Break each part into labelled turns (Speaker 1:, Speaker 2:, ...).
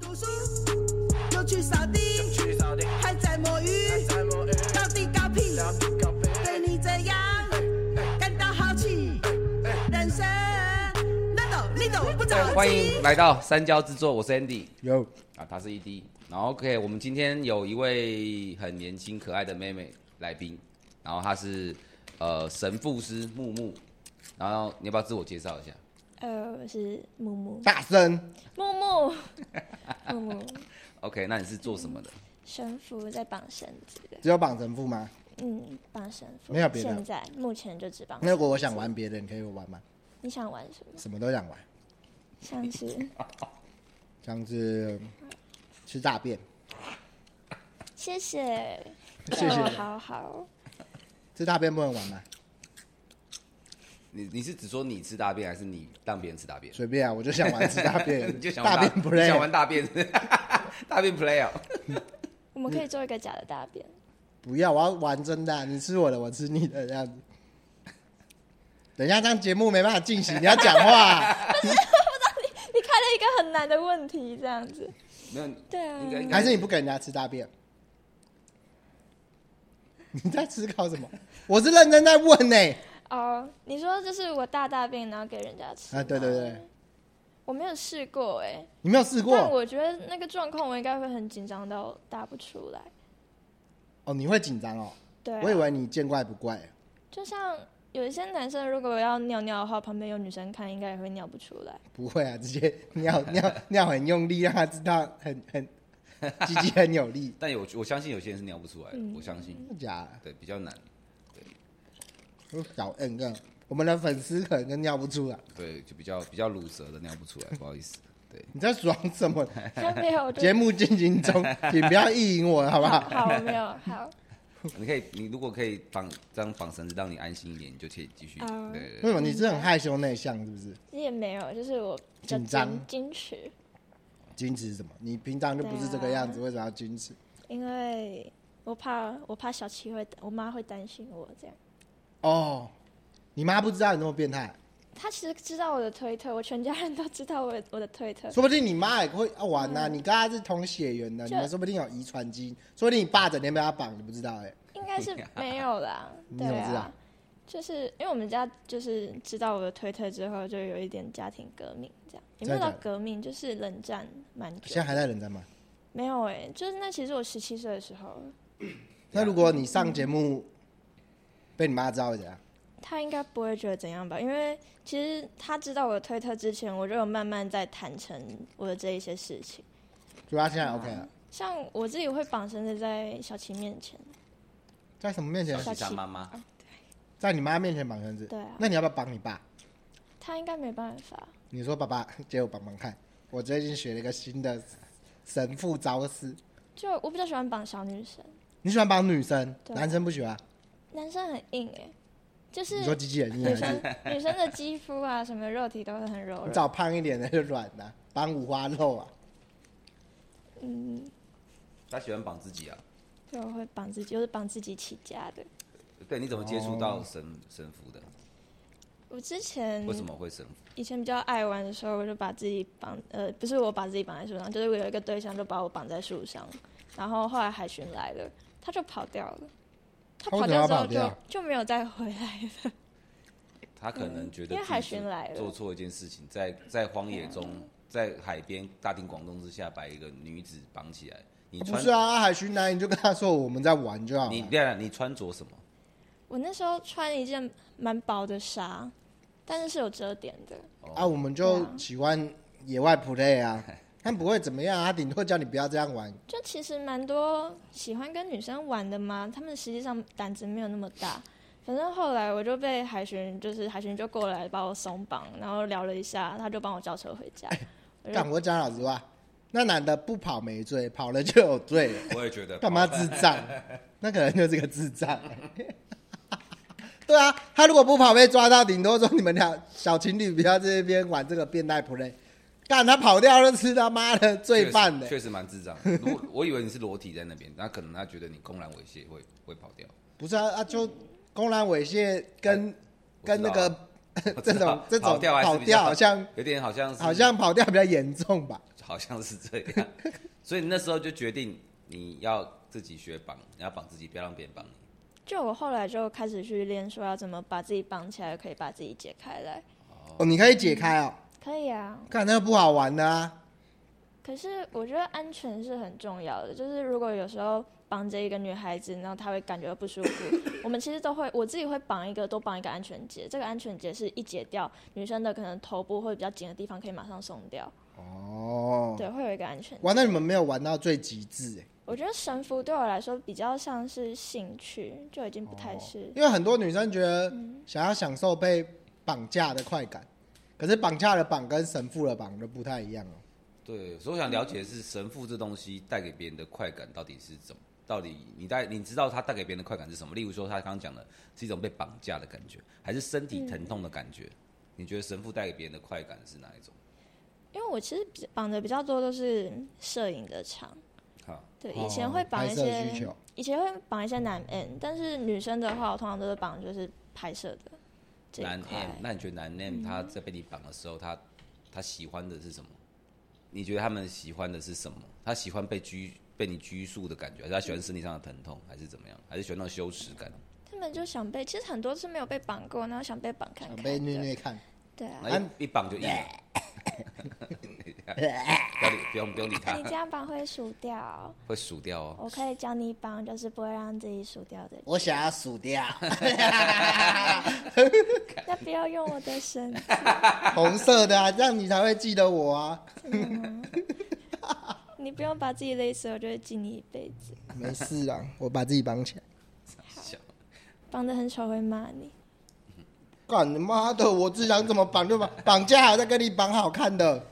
Speaker 1: 种树，又去扫地，
Speaker 2: 去扫地，
Speaker 1: 还在摸鱼，
Speaker 2: 在摸鱼，
Speaker 1: 到底搞屁？
Speaker 2: 要去告别。
Speaker 1: 对你这样感到好奇，人生难道你都不着
Speaker 3: 哎欢
Speaker 1: 急
Speaker 3: 迎？来到三焦之作，我是 Andy
Speaker 4: 有
Speaker 3: 啊，他是 ED。然后 OK，我们今天有一位很年轻可爱的妹妹来宾，然后她是呃神父师木木，然后你要不要自我介绍一下？
Speaker 5: 呃，我是木木，
Speaker 4: 大声，
Speaker 5: 木木，木木，
Speaker 3: OK，那你是做什么的？
Speaker 5: 神符在绑绳子的，
Speaker 4: 只有绑神父吗？
Speaker 5: 嗯，绑神符，
Speaker 4: 没有别的
Speaker 5: 现在目前就只绑。
Speaker 4: 那如果我想，玩别的，你可以玩吗？
Speaker 5: 你想玩什么？
Speaker 4: 什么都想玩，
Speaker 5: 像是
Speaker 4: 像是吃大便，
Speaker 5: 谢谢，
Speaker 4: 谢
Speaker 5: 对我好好，
Speaker 4: 吃大便不能玩吗？
Speaker 3: 你你是只说你吃大便，还是你让别人吃大便？
Speaker 4: 随便啊，我就想玩吃大便，
Speaker 3: 你就想玩
Speaker 4: 大便不
Speaker 3: 你
Speaker 4: 累
Speaker 3: 想。玩大便， 大便 play 哦。
Speaker 5: 我
Speaker 4: 嗯
Speaker 5: 们可以做一个假的大便。
Speaker 4: 不要，我要玩真的啊、你吃我的，我吃你的，这样子。等一下，这样节目没办法进行，你要讲话啊、
Speaker 5: 你开了一个很难的问题，这样子，
Speaker 3: 没有，
Speaker 5: 对啊
Speaker 3: 应该应该，
Speaker 4: 还是你不给人家吃大便？你在思考什么？我是认真在问呢、
Speaker 5: 哦，你说这是我大大便，然后给人家吃
Speaker 4: 啊，对对对，
Speaker 5: 我没有试过哎、
Speaker 4: 你没有试
Speaker 5: 但
Speaker 4: 过
Speaker 5: 我觉得那个状况我应该会很紧张到答不出来。
Speaker 4: 哦？你会紧张哦？
Speaker 5: 对啊、
Speaker 4: 我以为你见怪不怪。
Speaker 5: 就像有一些男生如果要尿尿的话，旁边有女生看，应该也会尿不出来。
Speaker 4: 不会啊，直接 尿尿尿很用力，让他知道很 很鸡鸡很有力
Speaker 3: 但有我相信有些人是尿不出来的，我相信，
Speaker 4: 真的假的
Speaker 3: 对，比较难，？
Speaker 4: 我小摁摁，我们的粉丝可能就尿不出来。
Speaker 3: 对，就比较比较乳舌的尿不出来，不好意思，对，
Speaker 4: 你在爽什么？
Speaker 5: 没有，我就
Speaker 4: 节目进行 中，请不要意淫我，好不好？
Speaker 5: 好，我没有好。
Speaker 3: 你可以，你如果可以绑这样绑绳子让你安心一点，你就可以继续，
Speaker 5: 哦
Speaker 3: 对对
Speaker 4: 为
Speaker 3: 对，
Speaker 4: 什么你是很害羞内向，是不是？
Speaker 5: 也没有，就是我比较
Speaker 4: 紧张
Speaker 5: 矜持，
Speaker 4: 矜持是什么？你平常就不是这个样子，
Speaker 5: 啊
Speaker 4: 为什么要矜持？
Speaker 5: 因为我怕我怕小七会，我妈会担心我这样。
Speaker 4: 哦，你妈不知道你那么变态，
Speaker 5: 她其实知道我的推特，我全家人都知道我的我的推特。
Speaker 4: 说不定你妈也会要玩呐、你跟她是同血缘的，你
Speaker 5: 嗯就
Speaker 4: 们说不定有遗传基因，说不定你爸整天被她绑，你不知道哎、
Speaker 5: 应 该是没有啦，
Speaker 4: 你
Speaker 5: 对
Speaker 4: 怎么知道
Speaker 5: 啊，就是因为我们家就是知道我的推特之后，就有一点家庭革命这样，也没有
Speaker 4: 真的假
Speaker 5: 到
Speaker 4: 的
Speaker 5: 革命，就是冷战蛮久的。
Speaker 4: 现在还在冷战吗？
Speaker 5: 没有哎、就是那其实我十七岁的时候，啊
Speaker 4: 那如果你上节目被你妈知道啊会怎样？
Speaker 5: 他应该不会觉得怎样吧？因为其实他知道我的推特之前，我就有慢慢在坦诚我的这一些事情。
Speaker 4: 就啊她现
Speaker 5: 啊
Speaker 4: 在 OK 了，
Speaker 5: 像我自己会绑绳子在小琪面前，
Speaker 4: 在什么面前
Speaker 3: 小？
Speaker 5: 小哦
Speaker 3: 七他
Speaker 5: 七
Speaker 3: 妈妈，
Speaker 4: 在你妈面前绑绳子？
Speaker 5: 对啊
Speaker 4: 那你要不要绑你爸？
Speaker 5: 他应该没办法。
Speaker 4: 你说爸爸借我绑绑看，我最近学了一个新的神父招式。
Speaker 5: 就我比较喜欢绑小女生，
Speaker 4: 你喜欢绑女生，
Speaker 5: 对
Speaker 4: 男生不喜欢？
Speaker 5: 男生很硬哎、就是
Speaker 4: 你说机器人硬
Speaker 5: 女
Speaker 4: 还是
Speaker 5: 生？女生的肌肤啊，什么肉体都是很柔
Speaker 4: 你
Speaker 5: 软。
Speaker 4: 找胖一点的就软的、绑五花肉啊。
Speaker 5: 嗯，
Speaker 3: 她喜欢绑自己啊，
Speaker 5: 对，我会绑自己，我是绑自己起家的。
Speaker 3: 对，你怎么接触到神神符
Speaker 5: 哦
Speaker 3: 的？
Speaker 5: 我之前
Speaker 3: 为什么会神符？
Speaker 5: 以前比较爱玩的时候，我就把自己绑，呃，不是我把自己绑在树上，就是我有一个对象就把我绑在树上，然后后来海巡来了，他就跑掉了。他
Speaker 4: 他为
Speaker 5: 跑
Speaker 4: 什么要
Speaker 5: 掉之后
Speaker 4: 跑掉
Speaker 5: 就就没有再回来了。
Speaker 3: 她可能觉得
Speaker 5: 嗯因为
Speaker 3: 自己
Speaker 5: 海巡来了嗯
Speaker 3: 做错一件事情，在在荒野中，在海边大庭广众之下把一个女子绑起来，你
Speaker 4: 不
Speaker 3: 穿
Speaker 4: 是啊，海巡男你就跟他说我们在玩就好
Speaker 3: 你
Speaker 4: 了。
Speaker 3: 对啊，你穿着什么？
Speaker 5: 我那时候穿一件蛮薄的纱，但是是有遮点的。
Speaker 4: 啊，我们就喜欢野外 play 啊，他不会怎么样啊，他顶多叫你不要这样玩。
Speaker 5: 就其实蛮多喜欢跟女生玩的嘛，他们实际上胆子没有那么大。反正后来我就被海巡，就是海巡就过来把我松绑，然后聊了一下，他就帮我叫车回
Speaker 4: 哎
Speaker 5: 家。
Speaker 3: 哎
Speaker 5: 我就
Speaker 4: 但我讲老实话，那男的不跑没罪，跑了就有罪 了，
Speaker 3: 我也觉得哦
Speaker 4: 干嘛智障？那可能就是个智障。 对啊，他如果不跑被抓到，顶多说你们俩小情侣不要在这边玩这个变态 play。干他跑掉就是他妈的罪犯的，
Speaker 3: 确实确实蛮智 障的。如果我以为你是裸体在那边，那可能他觉得你公然猥亵会会跑掉。
Speaker 4: 不是啊啊，就公然猥亵跟
Speaker 3: 我知道
Speaker 4: 跟那个
Speaker 3: 哎我
Speaker 4: 这
Speaker 3: 知道啊
Speaker 4: 种这种
Speaker 3: 跑掉还是比较
Speaker 4: 好像
Speaker 3: 有点好像是
Speaker 4: 好像跑掉比较严重吧？
Speaker 3: 好像是这样。 所以你那时候就决定你要自己学绑，你要绑自己，不要让别人绑你。
Speaker 5: 就我后来就开始去练，说要怎么把自己绑起来，可以把自己解开来。
Speaker 4: 哦，你可以解开哦，
Speaker 5: 可以啊，
Speaker 4: 看那个不好玩的啊。
Speaker 5: 可是我觉得安全是很重要的，就是如果有时候绑着一个女孩子，然后她会感觉到不舒服，我们其实都会，我自己会绑一个，多绑一个安全结。这个安全结是一解掉，女生的可能头部会比较紧的地方可以马上松掉，
Speaker 4: 哦，
Speaker 5: 对，会有一个安全结。
Speaker 4: 玩到你们没有玩到最极致、欸，
Speaker 5: 我觉得神符对我来说比较像是兴趣，就已经不太是。
Speaker 4: 哦因为很多女生觉得想要享受被绑架的快感，可是绑架的绑跟神父的绑都不太一样哦。
Speaker 3: 对，所以我想了解的是神父这东西带给别人的快感到底是怎么？到底你带你知道他带给别人的快感是什么？例如说他刚刚讲的是一种被绑架的感觉，还是身体疼痛的感觉？你觉得神父带给别人的快感是哪一种？
Speaker 5: 因为我其实比绑的比较多都是摄影的场，
Speaker 3: 好，
Speaker 5: 对，
Speaker 4: 哦
Speaker 5: 以前会绑一
Speaker 4: 拍
Speaker 5: 些
Speaker 4: 摄需求，
Speaker 5: 以前会绑一些男 N，但是女生的话，我通常都是绑就是拍摄的这一
Speaker 3: 男 M，
Speaker 5: 块。嗯
Speaker 3: 那你觉得男 M 他在被你绑的时候，他他喜欢的是什么？你觉得他们喜欢的是什么？他喜欢被拘被你拘束的感觉，还是他喜欢身体上的疼痛，还是怎么样？还是喜欢那种羞耻感？
Speaker 5: 他们就想被，其实很多是没有被绑过，然后想被绑看
Speaker 4: 想哦
Speaker 5: 看
Speaker 4: 被虐
Speaker 5: 的。
Speaker 4: 虐看，
Speaker 5: 对啊，
Speaker 3: 那一一绑就硬了， 不要理不用不用理他
Speaker 5: 你，这样绑会数掉。
Speaker 3: 会数掉哦。
Speaker 5: 我可以教你绑，就是不会让自己数掉的。
Speaker 4: 我想要数掉
Speaker 5: 那不要用我的绳子。
Speaker 4: 红色的啊，这样你才会记得我啊。
Speaker 5: 你不用把自己勒死，我就会记你一辈子。
Speaker 4: 没事啦，我把自己绑起来。
Speaker 3: 想
Speaker 5: 绑得很丑会骂你。
Speaker 4: 干你妈的！我只想怎么绑就绑， 绑架还在跟你绑好看的。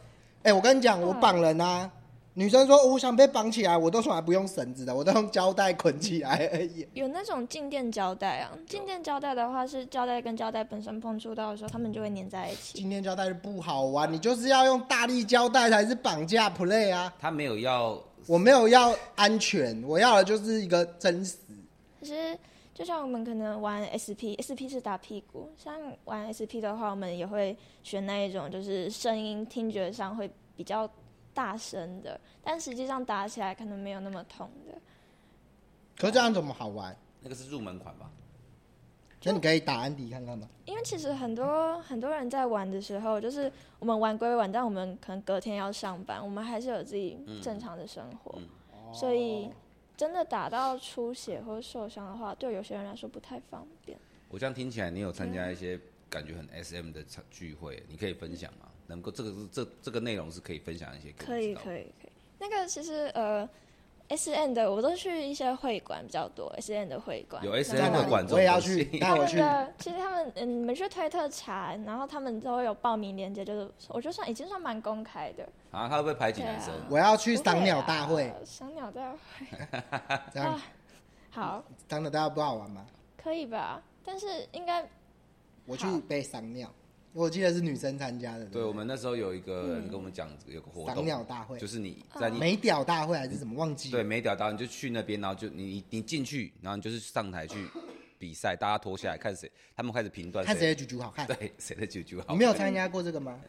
Speaker 4: 哎、我跟你讲，我绑人啊，女生说、哦我想被绑起来，我都从来不用绳子的，我都用胶带捆起来而已。
Speaker 5: 有那种静电胶带啊，静电胶带的话是胶带跟胶带本身碰触到的时候，它们就会粘在一起。
Speaker 4: 今天胶带是不好玩，你就是要用大力胶带才是绑架 play 啊！
Speaker 3: 他没有要
Speaker 4: 我没有要安全，我要的就是一个真实。
Speaker 5: 可是就像我们可能玩 SP，SP 是打屁股，像玩 SP 的话，我们也会选那一种就是声音听觉上会比较大声的，但实际上打起来可能没有那么痛的。
Speaker 4: 可是这样怎么好玩？
Speaker 3: 那个是入门款吧？
Speaker 4: 那你可以打安迪看看吗？
Speaker 5: 因为其实很多很多人在玩的时候，就是我们玩归玩，但我们可能隔天要上班，我们还是有自己正常的生活，所以真的打到出血或受伤的话，对有些人来说不太方便。
Speaker 3: 我这样听起来，你有参加一些感觉很 SM 的场聚会，你可以分享吗？能够这个是这这个内容是可以分享一些，
Speaker 5: 可以可
Speaker 3: 以。
Speaker 5: 以可以，那个其实呃，S N 的我都去一些会馆比较多，S N 的会馆
Speaker 3: 有
Speaker 5: 然
Speaker 3: SN
Speaker 5: 后
Speaker 4: 在哪
Speaker 3: 的馆
Speaker 4: 里？
Speaker 3: 这种
Speaker 4: 我也要
Speaker 3: 东西
Speaker 4: 去，带
Speaker 5: 他
Speaker 4: 我
Speaker 5: 们
Speaker 4: 去。
Speaker 5: 的其实他们嗯，你们去推特查，然后他们都有报名链接，就是我就算已经算蛮公开的。
Speaker 3: 啊，他会不会排挤男生？
Speaker 4: 我要去赏鸟大会
Speaker 5: 对啊，赏鸟大会，
Speaker 4: 这样
Speaker 5: 啊好，
Speaker 4: 赏鸟大会不好玩吗？
Speaker 5: 可以吧？但是应该
Speaker 4: 我去
Speaker 5: 好
Speaker 4: 被赏鸟，我记得是女生参加的。
Speaker 3: 对
Speaker 4: 不
Speaker 3: 我们那时候有一个人跟我们讲有个活
Speaker 4: 嗯赏
Speaker 3: 动，
Speaker 4: 鸟大会嗯
Speaker 3: 就是你在
Speaker 5: 嗯
Speaker 3: 你
Speaker 4: 美屌大会还是什么忘记了？
Speaker 3: 对没屌到你就去那边，然后就你你你进去，然后你就是上台去比赛，大家脱下来看谁，他们开始评断
Speaker 4: 看谁的啾啾好看。
Speaker 3: 对谁的啾啾好
Speaker 4: 你
Speaker 3: 看。
Speaker 4: 没有参加过这个吗？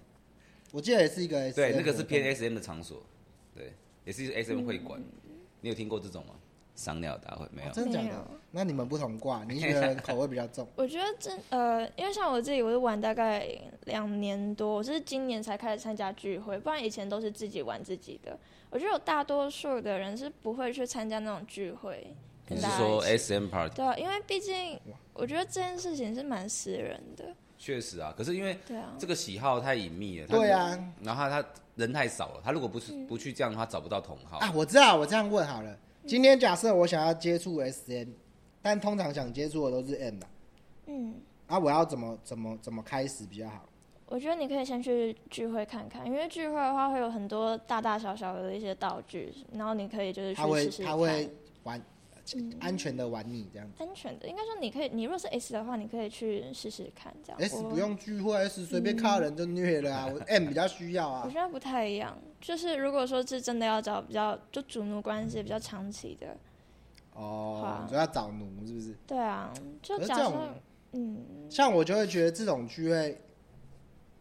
Speaker 4: 我记得也是嗯一个 SM
Speaker 3: 对，那个是
Speaker 4: 活
Speaker 3: 偏 SM 的场所，对，也是 SM 会馆。你有听过这种吗？赏鸟大会没有
Speaker 4: 动，？哦真的假
Speaker 5: 没
Speaker 4: 的
Speaker 5: 有？
Speaker 4: 那你们不同挂，你觉得口味比较重
Speaker 5: 我觉得真呃，因为像我自己，我是玩大概两年多，我是今年才开始参加聚会，不然以前都是自己玩自己的。我觉得有大多数的人是不会去参加那种聚会，
Speaker 3: 你
Speaker 5: 跟
Speaker 3: 是
Speaker 5: 大家
Speaker 3: 说
Speaker 5: 一起
Speaker 3: SM party？
Speaker 5: 对啊，因为毕竟我觉得这件事情是蛮私人的，
Speaker 3: 确实啊，可是因为
Speaker 5: 对啊，
Speaker 3: 这个喜好太隐秘了。他
Speaker 4: 对啊，
Speaker 3: 然后他他人太少了，他如果不是
Speaker 5: 嗯
Speaker 3: 不去这样，他找不到同 好。
Speaker 4: 啊？我知道，我这样问好了。今天假设我想要接触 SM，但通常想接触的都是 M 的，
Speaker 5: 嗯。
Speaker 4: 啊，我要怎么怎么怎么开始比较好？
Speaker 5: 我觉得你可以先去聚会看看，因为聚会的话会有很多大大小小的一些道具，然后你可以就是去
Speaker 4: 他会
Speaker 5: 试试
Speaker 4: 他
Speaker 5: 看。嗯
Speaker 4: 会玩安全的玩你这样子
Speaker 5: 安全的，应该说你可以，你如果是 S 的话，你可以去试试看这样。
Speaker 4: ，S
Speaker 5: 我
Speaker 4: 不，用聚会，S 随便看到人就虐了 啊，我 M 比较需要
Speaker 5: 我
Speaker 4: 啊。
Speaker 5: 觉得不太一样。就是如果说是真的要找比较就主奴关系比较长期的，
Speaker 4: 哦
Speaker 5: 哇，
Speaker 4: 你说要找奴是不是？
Speaker 5: 对啊，就
Speaker 4: 可是
Speaker 5: 假
Speaker 4: 这
Speaker 5: 设
Speaker 4: 种
Speaker 5: 嗯，
Speaker 4: 像我就会觉得这种聚会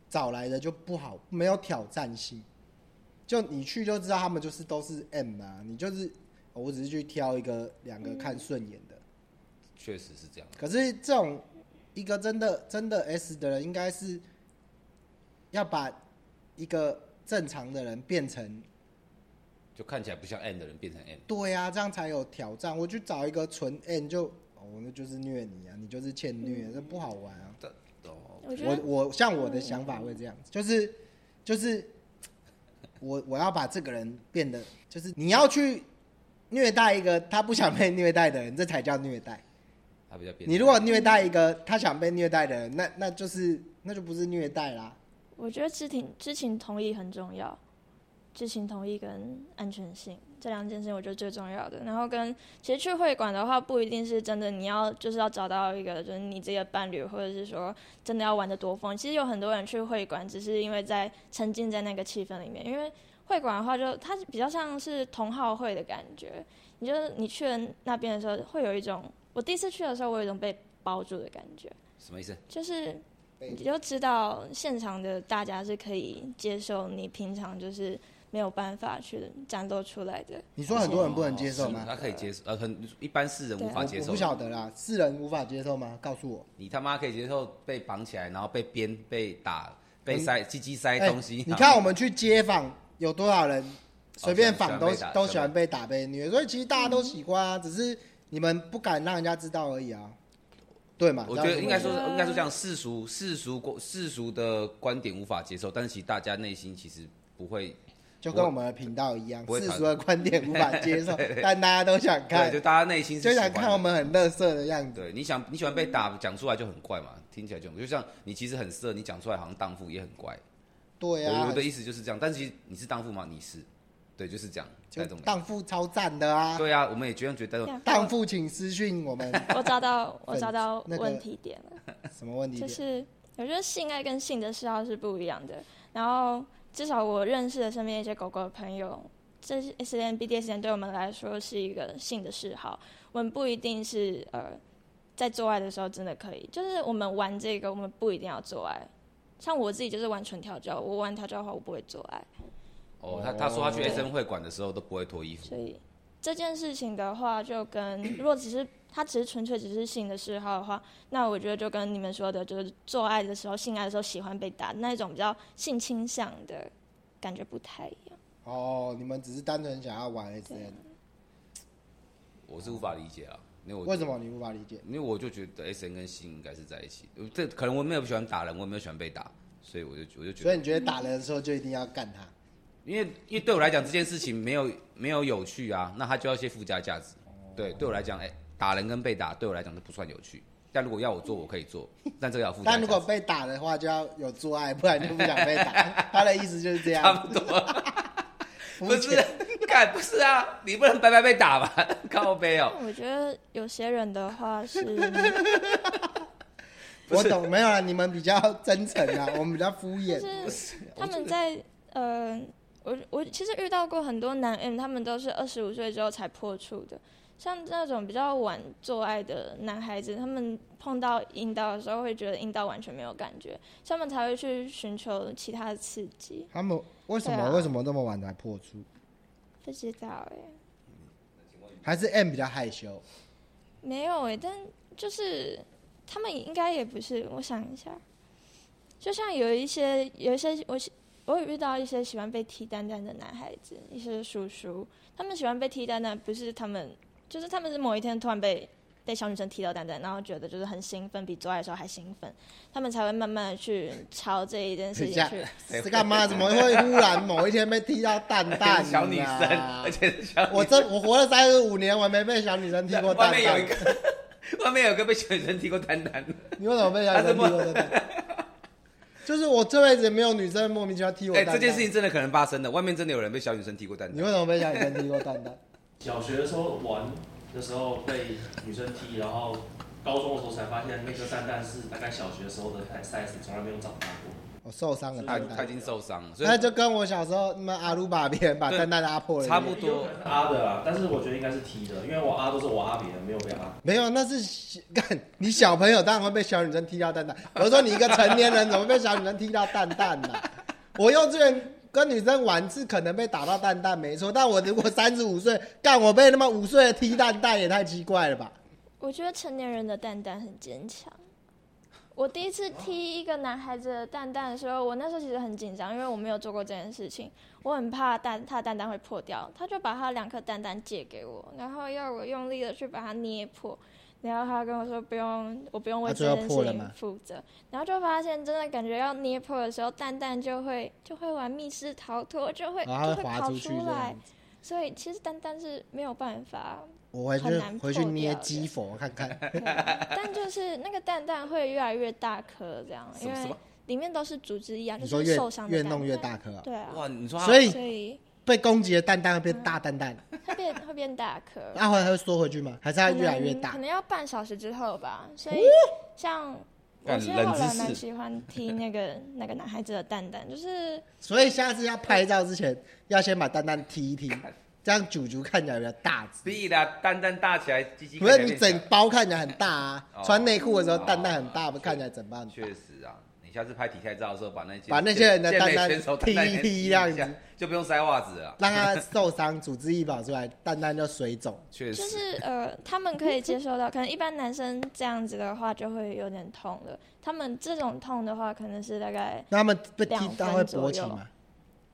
Speaker 4: 找来的就不好，没有挑战性。就你去就知道他们就是都是 M 啊，你就是哦我只是去挑一个两
Speaker 5: 嗯
Speaker 4: 个看顺眼的。
Speaker 3: 确实是这样。
Speaker 4: 可是这种一个真的真的 S 的人，应该是要把一个正常的人变成
Speaker 3: 就看起来不像 N 的人变成 N，
Speaker 4: 对啊，这样才有挑战。我去找一个纯 N 就哦，那就是虐你啊，你就是欠虐，这不好玩啊。
Speaker 3: 但哦，
Speaker 5: 嗯我觉
Speaker 4: 我
Speaker 5: 得嗯
Speaker 4: 我像我的想法会这样子，就是就是我我要把这个人变得，就是你要去虐待一个他不想被虐待的人，这才叫虐待。
Speaker 3: 他比较变态。
Speaker 4: 你如果虐待一个他想被虐待的人，那那就是那就不是虐待啦。
Speaker 5: 我觉得知情知情同意很重要，知情同意跟安全性这两件事情我觉得最重要的。然后跟其实去会馆的话，不一定是真的你要就是要找到一个就是你自己的伴侣，或者是说真的要玩的多疯。其实有很多人去会馆，只是因为在沉浸在那个气氛里面，因为会馆的话就它比较像是同好会的感觉。你就你去了那边的时候，会有一种我第一次去的时候，我有一种被包住的感觉。
Speaker 3: 什么意思？
Speaker 5: 就是你就知道现场的大家是可以接受你平常就是没有办法去展露出来的。
Speaker 4: 你说很多人不能接受
Speaker 3: 是
Speaker 4: 吗？
Speaker 3: 他可以接受，呃，很一般世人无
Speaker 4: 我
Speaker 3: 法接
Speaker 4: 我
Speaker 3: 受
Speaker 4: 不。晓得啦，世人无法接受吗？告诉我。
Speaker 3: 你他妈可以接受被绑起来，然后被鞭、被打、被塞、鸡鸡塞
Speaker 4: 哎
Speaker 3: 东西。啊
Speaker 4: 你
Speaker 3: 然后
Speaker 4: 看我们去街访有多少人随便访都
Speaker 3: 哦喜欢被嗯打
Speaker 4: 都喜欢被打被虐，所以其实大家都喜欢啊，只是你们不敢让人家知道而已啊，对嘛？
Speaker 3: 我觉得应该
Speaker 4: 是
Speaker 3: 说
Speaker 5: 对啊
Speaker 3: 应该说这样世俗世俗观世俗的观点无法接受，但是其实大家内心其实不会，
Speaker 4: 就跟我们的频道一样，
Speaker 3: 不会
Speaker 4: 世
Speaker 3: 讨
Speaker 4: 俗的观点无法接 受，但大家都想
Speaker 3: 对，
Speaker 4: 看
Speaker 3: 就，大家内心是
Speaker 4: 就
Speaker 3: 喜
Speaker 4: 想
Speaker 3: 欢啊
Speaker 4: 看我
Speaker 3: 的。
Speaker 4: 们很乐色的样子。
Speaker 3: 对，你想你喜欢被打，讲出来就很怪嘛，听起来就很就像你其实很色，你讲出来好像荡妇也很怪。
Speaker 4: 对
Speaker 3: 我
Speaker 4: 啊
Speaker 3: 我的，意思就是这样，但其实你是荡妇吗？你是，对，就是这样，
Speaker 4: 就
Speaker 3: 带动。
Speaker 4: 荡妇超赞的啊！
Speaker 3: 对啊，我们也觉得觉得带动
Speaker 4: 荡妇请私讯我们
Speaker 5: 我找到 我找到
Speaker 4: 那个
Speaker 5: 问题点了。
Speaker 4: 什么问题
Speaker 5: 就？是我觉得性爱跟性的嗜好是不一样的。然后至少我认识的身边一些狗狗的朋友，这些 S N B D S N 对我们来说是一个性的嗜好，我们不一定是呃在做爱的时候真的可以，就是我们玩这个，我们不一定要做爱。像我自己就是玩纯调教，我玩调教的话，我不会做爱，
Speaker 3: 哦，他他说他去 S N 会馆的时候都不会脱衣服，
Speaker 5: 所以这件事情的话，就跟如果只是它只是纯粹只是性的嗜好的话，那我觉得就跟你们说的，就是做爱的时候、性爱的时候喜欢被打那一种比较性倾向的感觉不太一样。
Speaker 4: 哦，你们只是单纯想要玩 S
Speaker 5: 对
Speaker 4: N，
Speaker 3: 我是无法理解啊，因为我
Speaker 4: 为什么你无法理解？
Speaker 3: 因为我就觉得 S N 跟性应该是在一起，呃这可能我没有喜欢打人，我也没有喜欢被打，所以我就我就觉
Speaker 4: 所
Speaker 3: 得，
Speaker 4: 以你觉得打人的时候就一定要干他？
Speaker 3: 因为因为对我来讲这件事情没有没有有趣啊，那它就要一些附加价值。
Speaker 4: 哦
Speaker 3: 对，对我来讲，哎、打人跟被打对我来讲都不算有趣，但如果要我做，我可以做，但这个要有附加价
Speaker 4: 但
Speaker 3: 值。
Speaker 4: 如果被打的话，就要有做爱，不然就不想被打。他的意思就是这
Speaker 3: 差
Speaker 4: 样，
Speaker 3: 不多，不
Speaker 4: 肤
Speaker 3: 是
Speaker 4: 浅。，
Speaker 3: 干不是啊，你不能白白被打吧？ 靠背哦，
Speaker 5: 我觉得有些人的话是，
Speaker 3: 不
Speaker 4: 我
Speaker 3: 是
Speaker 4: 懂，没有啦，你们比较真诚啊，我们比较敷
Speaker 5: 就
Speaker 4: 衍。
Speaker 5: 是他们在呃，我我其实遇到过很多男 M，他们都是二十五岁之后才破处的。像那种比较晚做爱的男孩子，他们碰到阴道的时候，会觉得阴道完全没有感觉，所以他们才会去寻求其他的刺激。
Speaker 4: 他们为什么、
Speaker 5: 对啊
Speaker 4: 为什么那么晚才破处？
Speaker 5: 不知道哎、
Speaker 4: 还是 M 比较害羞？
Speaker 5: 没有哎、但就是他们应该也不是。我想一下，就像有一些有一些我喜我有遇到一些喜欢被踢蛋蛋的男孩子，一些叔叔，他们喜欢被踢蛋蛋，不是他们，就是他们是某一天突然被被小女生踢到蛋蛋，然后觉得就是很兴奋，比做爱的时候还兴奋，他们才会慢慢的去朝这一件
Speaker 4: 等
Speaker 5: 事
Speaker 4: 一
Speaker 5: 情
Speaker 4: 下
Speaker 5: 去。，
Speaker 4: 这干嘛？怎么会忽然某一天被踢到蛋蛋、啊？
Speaker 3: 小女生，而且是小女
Speaker 4: 我这我活了三十五年，我还没被小女生踢过
Speaker 3: 外
Speaker 4: 蛋
Speaker 3: 面有一
Speaker 4: 蛋。
Speaker 3: 个，外面有一个 被小女生踢过蛋蛋的。
Speaker 4: 你为什么被小女生踢过蛋蛋？ 就是我这辈子没有女生莫名其妙踢我
Speaker 3: 哎、
Speaker 4: 蛋蛋。
Speaker 3: 这件事情真的可能发生的，外面真的有人被小女生踢过蛋
Speaker 4: 你
Speaker 3: 蛋。
Speaker 4: 为什么被小女生踢过蛋蛋？
Speaker 2: 小学的时候玩的时候被女生踢，然后高中的时候才发现那颗蛋蛋是大概小学时候的 size，从来没有长大过。
Speaker 4: 我受伤了
Speaker 3: 他
Speaker 4: 蛋
Speaker 3: 他
Speaker 4: 蛋
Speaker 3: 已。经受伤了，所
Speaker 4: 那
Speaker 3: 以
Speaker 4: 就跟我小时候那么阿鲁把别人把
Speaker 3: 对
Speaker 4: 蛋蛋拉破了一样，
Speaker 3: 差不多
Speaker 2: 有可能是阿的啦，但是我觉得应该是踢的，因为我阿都是我阿别人，没有被阿。
Speaker 4: 没有，那是干你小朋友当然会被小女 生踢到蛋蛋。我说你一个成年人怎么被小女生踢到蛋蛋呢、我幼稚园跟女生玩是可能被打到蛋蛋没错，但我如果三十五岁，干我被他妈五岁的踢蛋蛋也太奇怪了吧？
Speaker 5: 我觉得成年人的蛋蛋很坚强。我第一次踢一个男孩子的蛋蛋的时候，我那时候其实很紧张，因为我没有做过这件事情，我很怕蛋他的蛋蛋会破掉。他就把他两颗蛋蛋借给我，然后要我用力的去把它捏破，然后他跟我说不用，我不用为
Speaker 4: 他最
Speaker 5: 这
Speaker 4: 后
Speaker 5: 件
Speaker 4: 破
Speaker 5: 事
Speaker 4: 了
Speaker 5: 情
Speaker 4: 吗
Speaker 5: 负责。然后就发现真的感觉要捏破的时候，蛋蛋就会就会玩密室逃脱，就会
Speaker 4: 然后
Speaker 5: 就
Speaker 4: 哦会
Speaker 5: 会
Speaker 4: 滑
Speaker 5: 跑
Speaker 4: 出去这
Speaker 5: 来
Speaker 4: 样。子。
Speaker 5: 所以其实蛋蛋是没有办法
Speaker 4: 我回
Speaker 5: 很
Speaker 4: 去
Speaker 5: 难
Speaker 4: 回去
Speaker 5: 破
Speaker 4: 捏
Speaker 5: 掉的
Speaker 4: 鸡佛看看。
Speaker 5: 对但就是那个蛋蛋会越来越大颗，这样，
Speaker 3: 什
Speaker 5: 因
Speaker 3: 么什
Speaker 5: 为
Speaker 3: 么？
Speaker 5: 里面都是组织一样，
Speaker 4: 你
Speaker 5: 就
Speaker 4: 说
Speaker 5: 是
Speaker 4: 越
Speaker 5: 受伤的
Speaker 4: 越
Speaker 5: 蛋
Speaker 4: 弄越
Speaker 5: 蛋
Speaker 4: 大颗哦，
Speaker 5: 对啊，
Speaker 3: 哇，你说他
Speaker 4: 所以
Speaker 5: 所以
Speaker 4: 被攻击的蛋蛋会变大蛋蛋，
Speaker 5: 会变会变大颗，
Speaker 4: 啊，后来它会缩回去吗？还是它
Speaker 5: 可
Speaker 4: 越来越
Speaker 5: 能
Speaker 4: 大
Speaker 5: 可？能要半小时之后吧。所以像我
Speaker 3: 干
Speaker 5: 其实后
Speaker 3: 冷知
Speaker 5: 来
Speaker 3: 识
Speaker 5: 蛮喜欢踢那个那个男孩子的蛋蛋，就是
Speaker 4: 所以下次要拍照之前，要先把蛋蛋踢一踢，这样主竹看起来比较大只。
Speaker 3: 屁啦，蛋蛋大起来，鸡鸡
Speaker 4: 不
Speaker 3: 看起
Speaker 4: 是
Speaker 3: 来
Speaker 4: 你
Speaker 3: 变小
Speaker 4: 整包看起来很大啊
Speaker 3: 哦，
Speaker 4: 穿内裤的时候
Speaker 3: 哦
Speaker 4: 蛋蛋很大，不看起来整包很大
Speaker 3: 确实啊，你下次拍体态照的时候，把那些
Speaker 4: 把那些人的
Speaker 3: 健美
Speaker 4: 单单
Speaker 3: 选手
Speaker 4: 踢
Speaker 3: 单单
Speaker 4: 踢
Speaker 3: 一
Speaker 4: 这样
Speaker 3: 下
Speaker 4: 子，
Speaker 3: 就不用塞袜子了啊。
Speaker 4: 让它受伤，组织一跑出来，蛋蛋就水肿。
Speaker 3: 确
Speaker 5: 就
Speaker 3: 实，
Speaker 5: 是呃，他们可以接受到，可能一般男生这样子的话就会有点痛了。他们这种痛的话，可能是大概
Speaker 4: 那他们被踢
Speaker 5: 两分
Speaker 4: 到会勃起
Speaker 5: 左右
Speaker 4: 吗？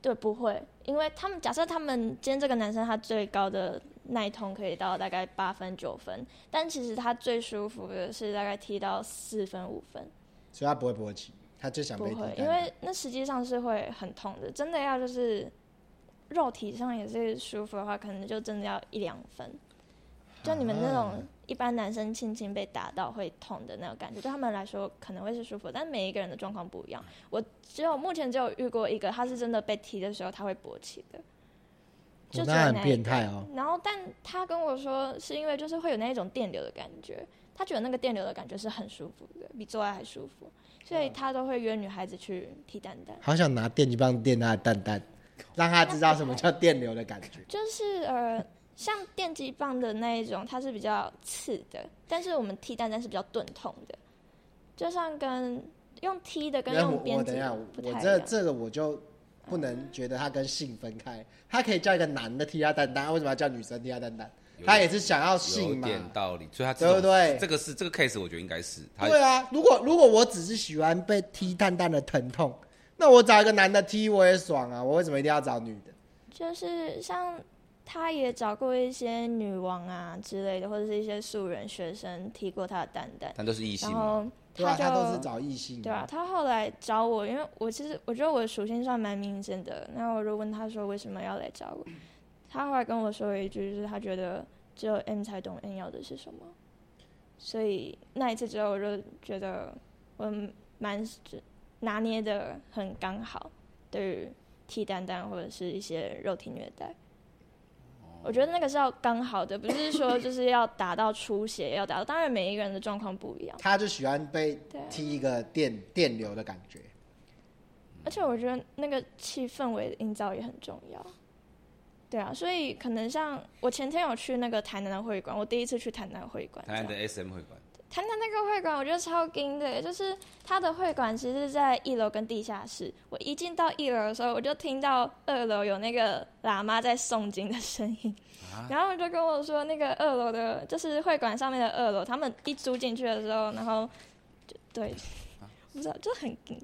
Speaker 5: 对，不会，因为他们假设他们今天这个男生他最高的耐痛可以到大概八分九分，但其实他最舒服的是大概踢到四分五分，
Speaker 4: 所以他不会勃起，他就想
Speaker 5: 不
Speaker 4: 被踢
Speaker 5: 会，因
Speaker 4: 蛋。
Speaker 5: 为那实际上是会很痛的，真的要就是肉体上也是舒服的话，可能就真的要一两分，就你们那
Speaker 4: 啊
Speaker 5: 种一般男生轻轻被打到会痛的那种感觉，对他们来说可能会是舒服，但每一个人的状况不一样。我只有目前只有遇过一个，他是真的被踢的时候他会勃起的。
Speaker 4: 哦
Speaker 5: 就只有
Speaker 4: 那很
Speaker 5: 那一
Speaker 4: 变
Speaker 5: 个
Speaker 4: 态哦。
Speaker 5: 然后，但他跟我说，是因为就是会有那一种电流的感觉，他觉得那个电流的感觉是很舒服的，比做爱还舒服，
Speaker 4: 嗯
Speaker 5: 所以他都会约女孩子去踢蛋蛋。
Speaker 4: 好想拿电击棒电他的蛋蛋，让他知道什么叫电流的感觉。
Speaker 5: 就是呃，像电击棒的那一种，它是比较刺的，但是我们踢蛋蛋是比较钝痛的，就像跟用踢的跟
Speaker 4: 因为
Speaker 5: 用
Speaker 4: 哎我我
Speaker 5: 鞭子
Speaker 4: 等一下，
Speaker 5: 的
Speaker 4: 我
Speaker 5: 不太一
Speaker 4: 这
Speaker 5: 样。嗯
Speaker 4: 这个我就不能觉得他跟性分开，他可以叫一个男的踢他蛋蛋，为什么要叫女生踢他蛋蛋？
Speaker 3: 有
Speaker 4: 他也是想要性
Speaker 3: 有
Speaker 4: 嘛。
Speaker 3: 点道理，所以他
Speaker 4: 对不对
Speaker 3: 这个是这个 case，我觉得应该是他
Speaker 4: 对啊，如果如果我只是喜欢被踢蛋蛋的疼痛，那我找一个男的踢我也爽啊，我为什么一定要找女的？
Speaker 5: 就是像他也找过一些女王啊之类的，或者是一些素人学生踢过他的蛋蛋，
Speaker 3: 但都是异性
Speaker 5: 然
Speaker 3: 嘛，
Speaker 5: 后
Speaker 4: 对啊，
Speaker 5: 就
Speaker 4: 他都是找异性。
Speaker 5: 对啊，，他后来找我，因为我其实我觉得我的属性算蛮明显的，然后我就问他说为什么要来找我，他后来跟我说了一句，就是他觉得只有 M 才懂 N 要的是什么，所以那一次之后我就觉得我蛮拿捏的很刚好，对于踢蛋蛋或者是一些肉体虐待。我觉得那个是要刚好的，不是说就是要打到出血，要打到。当然，每一个人的状况不一样。
Speaker 4: 他就喜欢被
Speaker 5: 对啊
Speaker 4: 踢一个电电流的感觉。
Speaker 5: 而且我觉得那个气氛围营造也很重要。对啊，所以可能像我前天有去那个台南的会馆，我第一次去台南会馆。
Speaker 3: 台南的 SM 会馆，
Speaker 5: 谈谈那个会馆，我觉得超惊的耶，就是它的会馆其实是在一楼跟地下室。我一进到一楼的时候，我就听到二楼有那个喇嘛在诵经的声音，
Speaker 3: 啊
Speaker 5: 然后就跟我说，那个二楼的，就是会馆上面的二楼，他们一租进去的时候，然后就对，
Speaker 3: 啊
Speaker 5: 不知道就很惊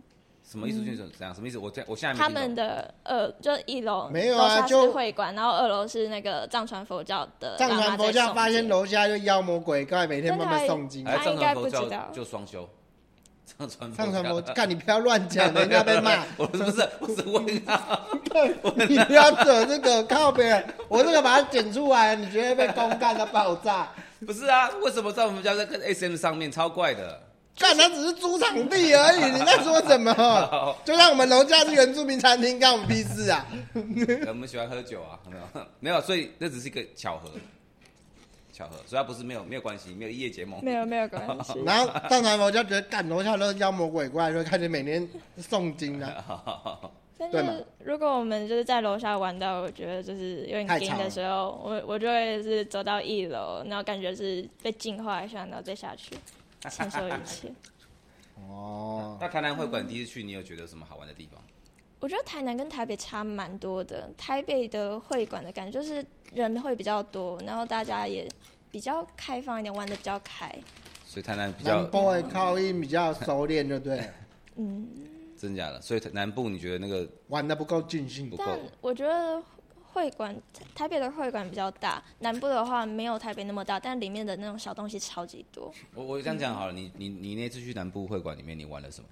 Speaker 3: 什么意思？就是怎样？什么意思？我在我现在没
Speaker 5: 嗯他
Speaker 3: 听懂
Speaker 5: 们的呃，就一楼
Speaker 4: 没有啊
Speaker 5: 楼下
Speaker 4: 就是
Speaker 5: 会馆，然后二楼是那个藏传佛教的
Speaker 4: 藏
Speaker 5: 喇嘛
Speaker 4: 传佛
Speaker 5: 在
Speaker 4: 教
Speaker 5: 诵
Speaker 4: 发现
Speaker 5: 经
Speaker 4: 楼下就妖魔鬼怪，每天慢慢诵经。
Speaker 5: 哎
Speaker 3: 哎，
Speaker 5: 他
Speaker 3: 藏
Speaker 5: 应
Speaker 3: 传
Speaker 5: 该不
Speaker 3: 佛
Speaker 5: 知道
Speaker 3: 教就双休，藏传
Speaker 4: 藏传 佛，
Speaker 3: 教
Speaker 4: 看你不要乱 讲，人家被骂。
Speaker 3: 我不是，我只问啊，
Speaker 4: 你不要扯这个靠别人，我这个把它剪出来，你绝对被公干到爆炸。
Speaker 3: 不是啊，为什么藏传佛教在跟 SM 上面超怪的？
Speaker 4: 干，他只是租场地而已，你在说什么？就像我们楼下是原住民餐厅，干我们屁事啊！，
Speaker 3: 我们喜欢喝酒啊，有没有？ 没有，所以那只是一个巧合，巧合，所以它不是没有没有关系，没有一夜结盟。
Speaker 5: 没 有没有关系
Speaker 4: 然后藏传佛教觉得干楼下都是妖魔鬼怪，所以开始每天诵经啊。
Speaker 5: 但
Speaker 4: 对嘛
Speaker 5: 是如果我们就是在楼下玩到我觉得就是有点
Speaker 4: 太
Speaker 5: 惊
Speaker 4: 吵了
Speaker 5: 的时候，我我就会是走到一楼，然后感觉是被净化一下，然后再 下去承受一切。
Speaker 4: 哦，
Speaker 3: 那台南会馆第一次去，你有觉得什么好玩的地方？
Speaker 5: 我觉得台南跟台北差蛮多的。台北的会馆的感觉就是人会比较多，然后大家也比较开放一点，玩的比较开。
Speaker 3: 所以台南比较
Speaker 4: 南部的口音比较收敛，就对了，
Speaker 5: 嗯，
Speaker 3: 真假的，所以南部你觉得那个
Speaker 4: 玩的不够尽兴
Speaker 3: 不。
Speaker 5: 但
Speaker 3: 够？
Speaker 5: 我觉得会馆台北的会馆比较大，南部的话没有台北那么大，但里面的那种小东西超级多。
Speaker 3: 我我这样讲好了，你你你那次去南部会馆里面，你玩了什么？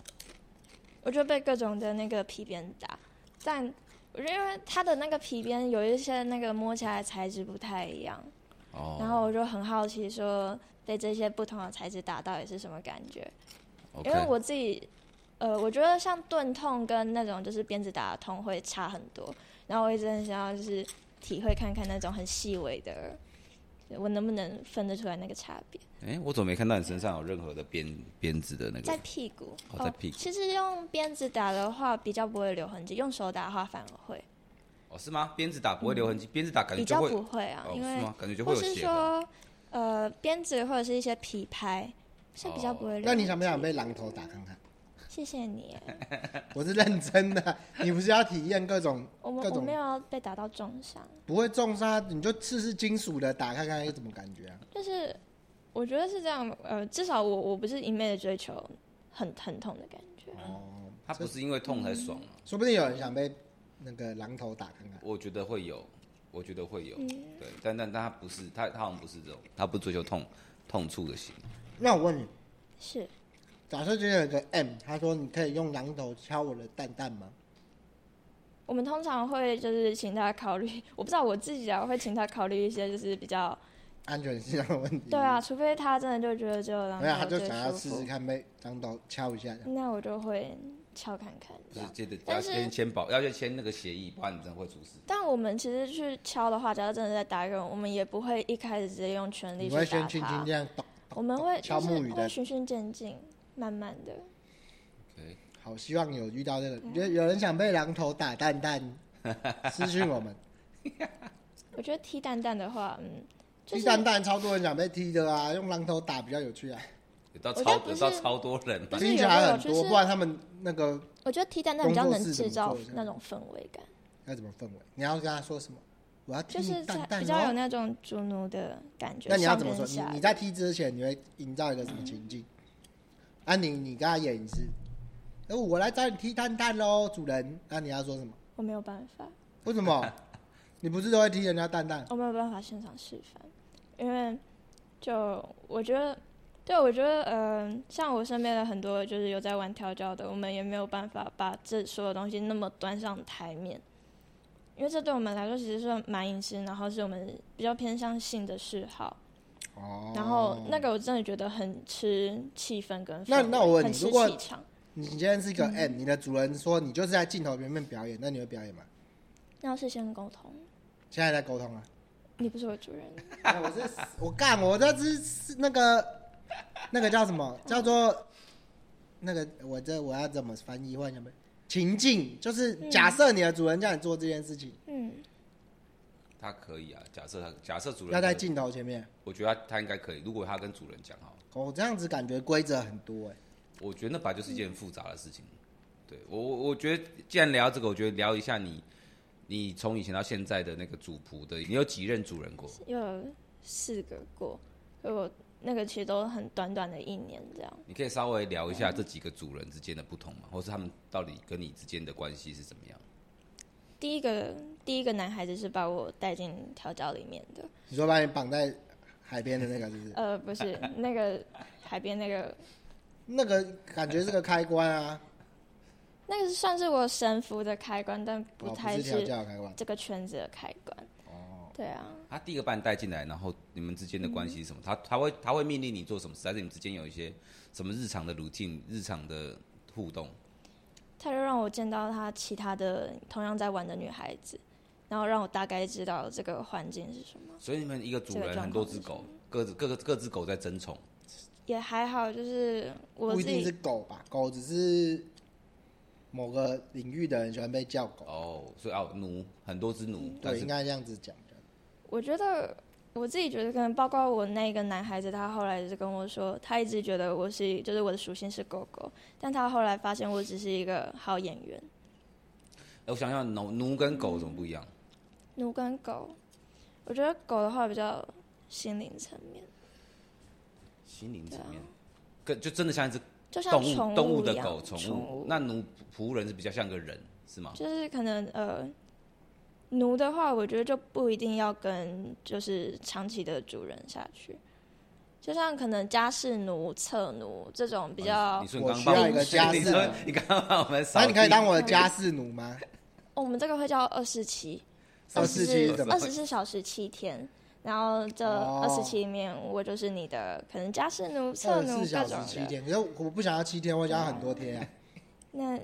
Speaker 5: 我就被各种的那个皮鞭打，但我觉得因为它的那个皮鞭有一些那个摸起来材质不太一样，
Speaker 3: 哦，
Speaker 5: 然后我就很好奇说被这些不同的材质打到底是什么感觉，
Speaker 3: OK
Speaker 5: 因为我自己。呃，我觉得像钝痛跟那种就是鞭子打的痛会差很多，然后我一直很想要就是体会看看那种很细微的，我能不能分得出来那个差别。
Speaker 3: 哎，我怎么没看到你身上有任何的鞭鞭子的那
Speaker 5: 在
Speaker 3: 个？
Speaker 5: 屁股。
Speaker 3: 哦在屁股
Speaker 5: 其实用鞭子打的话比较不会留痕迹，用手打的话反而会，
Speaker 3: 哦，是吗？鞭子打不会留痕迹，鞭子打感觉
Speaker 5: 嗯比
Speaker 3: 就
Speaker 5: 较
Speaker 3: 会
Speaker 5: 不会啊，
Speaker 3: 哦，
Speaker 5: 因
Speaker 3: 是
Speaker 5: 为
Speaker 3: 吗？感觉就会
Speaker 5: 或
Speaker 3: 有
Speaker 5: 是
Speaker 3: 血痕。
Speaker 5: 说呃鞭子或者是一些皮拍是比
Speaker 3: 哦
Speaker 5: 较不会留痕迹。
Speaker 4: 那你想不想被榔头打看看？
Speaker 5: 谢谢 你，
Speaker 4: 我是认真的，你不是要体验各种
Speaker 5: 我们
Speaker 4: 各
Speaker 5: 我
Speaker 4: 种
Speaker 5: 没有被打到重伤，
Speaker 4: 不会重杀，你就试试金属的打看看有什么感觉啊？
Speaker 5: 就是我觉得是这样，呃，至少我我不是一昧的追求很疼痛的感觉。
Speaker 4: 哦，
Speaker 3: 他不是因为痛才爽吗？啊
Speaker 5: 嗯
Speaker 4: 说不定有人想被那个榔头打看看。
Speaker 3: 我觉得会有，我觉得会有。
Speaker 5: 嗯
Speaker 3: 对，但但但他不是，他他好像不是这种，他不追求痛痛处的型。
Speaker 4: 那我问你，
Speaker 5: 是
Speaker 4: 假设今天有一个 M，他说你可以用榔头敲我的蛋蛋吗？
Speaker 5: 我们通常会就是请他考虑，我不知道我自己啊，我会请他考虑一些就是比较
Speaker 4: 安全性上的问题。
Speaker 5: 对啊，除非他真的就觉得只有榔
Speaker 4: 嗯没有，他
Speaker 5: 头
Speaker 4: 就
Speaker 5: 最
Speaker 4: 想要
Speaker 5: 舒
Speaker 4: 试
Speaker 5: 服
Speaker 4: 试看被榔头敲一下。
Speaker 5: 那我就会敲看看
Speaker 3: 就
Speaker 5: 这
Speaker 3: 是
Speaker 5: 样。
Speaker 3: 记得要
Speaker 5: 啊但是
Speaker 3: 先签保，要先签那个协议，不然你真的会出事。
Speaker 5: 但我们其实去敲的话，假如真的在打一个人，我们也不会一开始直接用全力
Speaker 4: 你
Speaker 5: 嗯去
Speaker 4: 会
Speaker 5: 打
Speaker 4: 先轻轻
Speaker 5: 他
Speaker 4: 这，样咚，咚
Speaker 5: 我们会
Speaker 4: 敲
Speaker 5: 就是
Speaker 4: 木鱼
Speaker 5: 会
Speaker 4: 的
Speaker 5: 循序渐进，慢慢的。
Speaker 3: OK，
Speaker 4: 好，希望有遇到这个，
Speaker 5: 嗯
Speaker 4: 有有人想被榔头打蛋蛋， 私讯我们。
Speaker 5: 我觉得踢蛋蛋的话，嗯，就
Speaker 4: 踢
Speaker 5: 是
Speaker 4: 蛋蛋超多人想被踢的啊，用榔头打比较有趣啊，
Speaker 3: 有到
Speaker 5: 我觉得
Speaker 3: 超
Speaker 5: 不
Speaker 3: 有
Speaker 5: 是
Speaker 3: 到超多人嘛
Speaker 5: 不是
Speaker 4: 听起来
Speaker 5: 有
Speaker 4: 很
Speaker 5: 有
Speaker 4: 多，
Speaker 5: 就是
Speaker 4: 不然他们那个
Speaker 5: 我觉得踢蛋蛋比较能
Speaker 4: 工作室怎
Speaker 5: 制
Speaker 4: 么
Speaker 5: 造
Speaker 4: 做这样
Speaker 5: 那种氛围感，
Speaker 4: 要怎么氛围？你要跟他说什么？我要踢
Speaker 5: 就是
Speaker 4: 你蛋
Speaker 5: 在
Speaker 4: 蛋
Speaker 5: 比较有
Speaker 4: 哦。
Speaker 5: 那种主奴的感觉。
Speaker 4: 那你要
Speaker 5: 上
Speaker 4: 怎么说？
Speaker 5: 跟
Speaker 4: 你
Speaker 5: 下
Speaker 4: 你在踢之前，你会营造一个什么情境？安妮，你跟他演一次。哎，我来找你踢蛋蛋喽，主人。那你要说什么？
Speaker 5: 我没有办法，
Speaker 4: 为什么？你不是都会踢人家蛋蛋？
Speaker 5: 我没有办法现场示范，因为就我觉得，对我觉得，嗯、像我身边的很多就是有在玩调教的，我们也没有办法把这所有东西那么端上台面，因为这对我们来说其实是蛮隐私，然后是我们比较偏向性的嗜好，
Speaker 4: 哦
Speaker 5: 然后那个我真的觉得很吃气氛跟氛
Speaker 4: 那
Speaker 5: 围
Speaker 4: 那我问
Speaker 5: 很
Speaker 4: 你
Speaker 5: 吃
Speaker 4: 如果
Speaker 5: 气场，
Speaker 4: 你今天是一个
Speaker 5: 嗯
Speaker 4: M，你的主人说你就是在镜头前面表演，那你会表演吗？
Speaker 5: 那要事先沟通，
Speaker 4: 现在在沟通啊。
Speaker 5: 你不是我主人，
Speaker 4: 哎我是我干，我这只是那个那个叫什么？叫做那个我这我要怎么翻译？换什么情境？就是假设你的主人叫你做这件事情，
Speaker 5: 嗯，
Speaker 3: 他可以啊。假设他假设主人
Speaker 4: 要在
Speaker 3: 可以，
Speaker 4: 镜头前面。
Speaker 3: 我觉得他他应该可以。如果他跟主人讲好，
Speaker 4: 我、这样子感觉规则很多哎、
Speaker 3: 我觉得那本来就是一件复杂的事情。对我我我觉得既然聊这个，我觉得聊一下你你从以前到现在的那个主仆的，你有几任主人过？
Speaker 5: 又有四个过，所以我那个其实都很短短的一年这样。
Speaker 3: 你可以稍微聊一下这几个主人之间的不同吗？或是他们到底跟你之间的关系是怎么样？
Speaker 5: 第一个第一个男孩子是把我带进调教里面的，
Speaker 4: 你说把你绑在海边的那个是不是？
Speaker 5: 呃，不是那个海边那个，
Speaker 4: 那个感觉是个开关 啊，
Speaker 5: 那个算是我神符的开关，但
Speaker 4: 哦
Speaker 5: 不
Speaker 4: 不
Speaker 5: 太
Speaker 4: 是调
Speaker 5: 是
Speaker 4: 教的开关。
Speaker 5: 这个圈子的开关。
Speaker 4: 哦，
Speaker 5: 对啊，
Speaker 3: 他第一个把你带进来，然后你们之间的关系是什么？他他会他会命令你做什么事，还是你们之间有一些什么日常的 routine、日常的互动？
Speaker 5: 他就让我见到他其他的同样在玩的女孩子，然后让我大概知道这个环境是什么。
Speaker 3: 所以你们一个主
Speaker 5: 这个
Speaker 3: 人
Speaker 5: 状
Speaker 3: 很多
Speaker 5: 况
Speaker 3: 只
Speaker 5: 是什
Speaker 3: 狗
Speaker 5: 么，
Speaker 3: 各自各个各只狗在争宠，
Speaker 5: 也还好，就是我
Speaker 4: 不一
Speaker 5: 自
Speaker 4: 定是
Speaker 5: 己
Speaker 4: 狗吧，狗只是某个领域的人喜欢被叫狗，
Speaker 3: 哦，所以哦奴很多只奴，但
Speaker 4: 对，
Speaker 3: 是
Speaker 4: 应该这样子讲的。
Speaker 5: 我觉得我自己觉得，可能包括我那个男孩子，他后来也是跟我说，他一直觉得我是就是我的属性是狗狗，但他后来发现我只是一个好演员。
Speaker 3: 哎我想想，奴奴跟狗有什么不一样？
Speaker 5: 奴跟狗，我觉得狗的话比较心灵层面，
Speaker 3: 心灵
Speaker 5: 对
Speaker 3: 层
Speaker 5: 啊
Speaker 3: 面，跟就真的像一只
Speaker 5: 就像
Speaker 3: 动
Speaker 5: 宠
Speaker 3: 物动物
Speaker 5: 物
Speaker 3: 的
Speaker 5: 一样
Speaker 3: 狗，宠
Speaker 5: 物
Speaker 3: 物。那奴仆仆人是比较像个人，是吗？
Speaker 5: 就是可能呃，奴的话，我觉得就不一定要跟就是长期的主人下去，就像可能家事奴、侧奴这种比
Speaker 3: 哦
Speaker 5: 较
Speaker 3: 你，说你
Speaker 4: 我
Speaker 3: 刚
Speaker 4: 需
Speaker 3: 帮
Speaker 4: 要
Speaker 3: 我
Speaker 4: 一个
Speaker 3: 们
Speaker 4: 家
Speaker 3: 你
Speaker 4: 事
Speaker 3: 说
Speaker 4: 奴
Speaker 3: 你刚刚帮我们扫
Speaker 4: 那
Speaker 3: 地，
Speaker 4: 啊你可以当我的家事奴吗？
Speaker 5: 哦我们这个会叫二四七，
Speaker 4: 二
Speaker 5: 十
Speaker 4: 四七是
Speaker 5: 四
Speaker 4: 怎么
Speaker 5: 二？十四小时七天。然后这
Speaker 4: 哦
Speaker 5: 二十七里面，我就是你的可能家事奴、侧
Speaker 4: 二十四
Speaker 5: 奴各
Speaker 4: 小时
Speaker 5: 种
Speaker 4: 七
Speaker 5: 的。
Speaker 4: 天，可是我不想要七天，我想要很多天啊。
Speaker 5: 那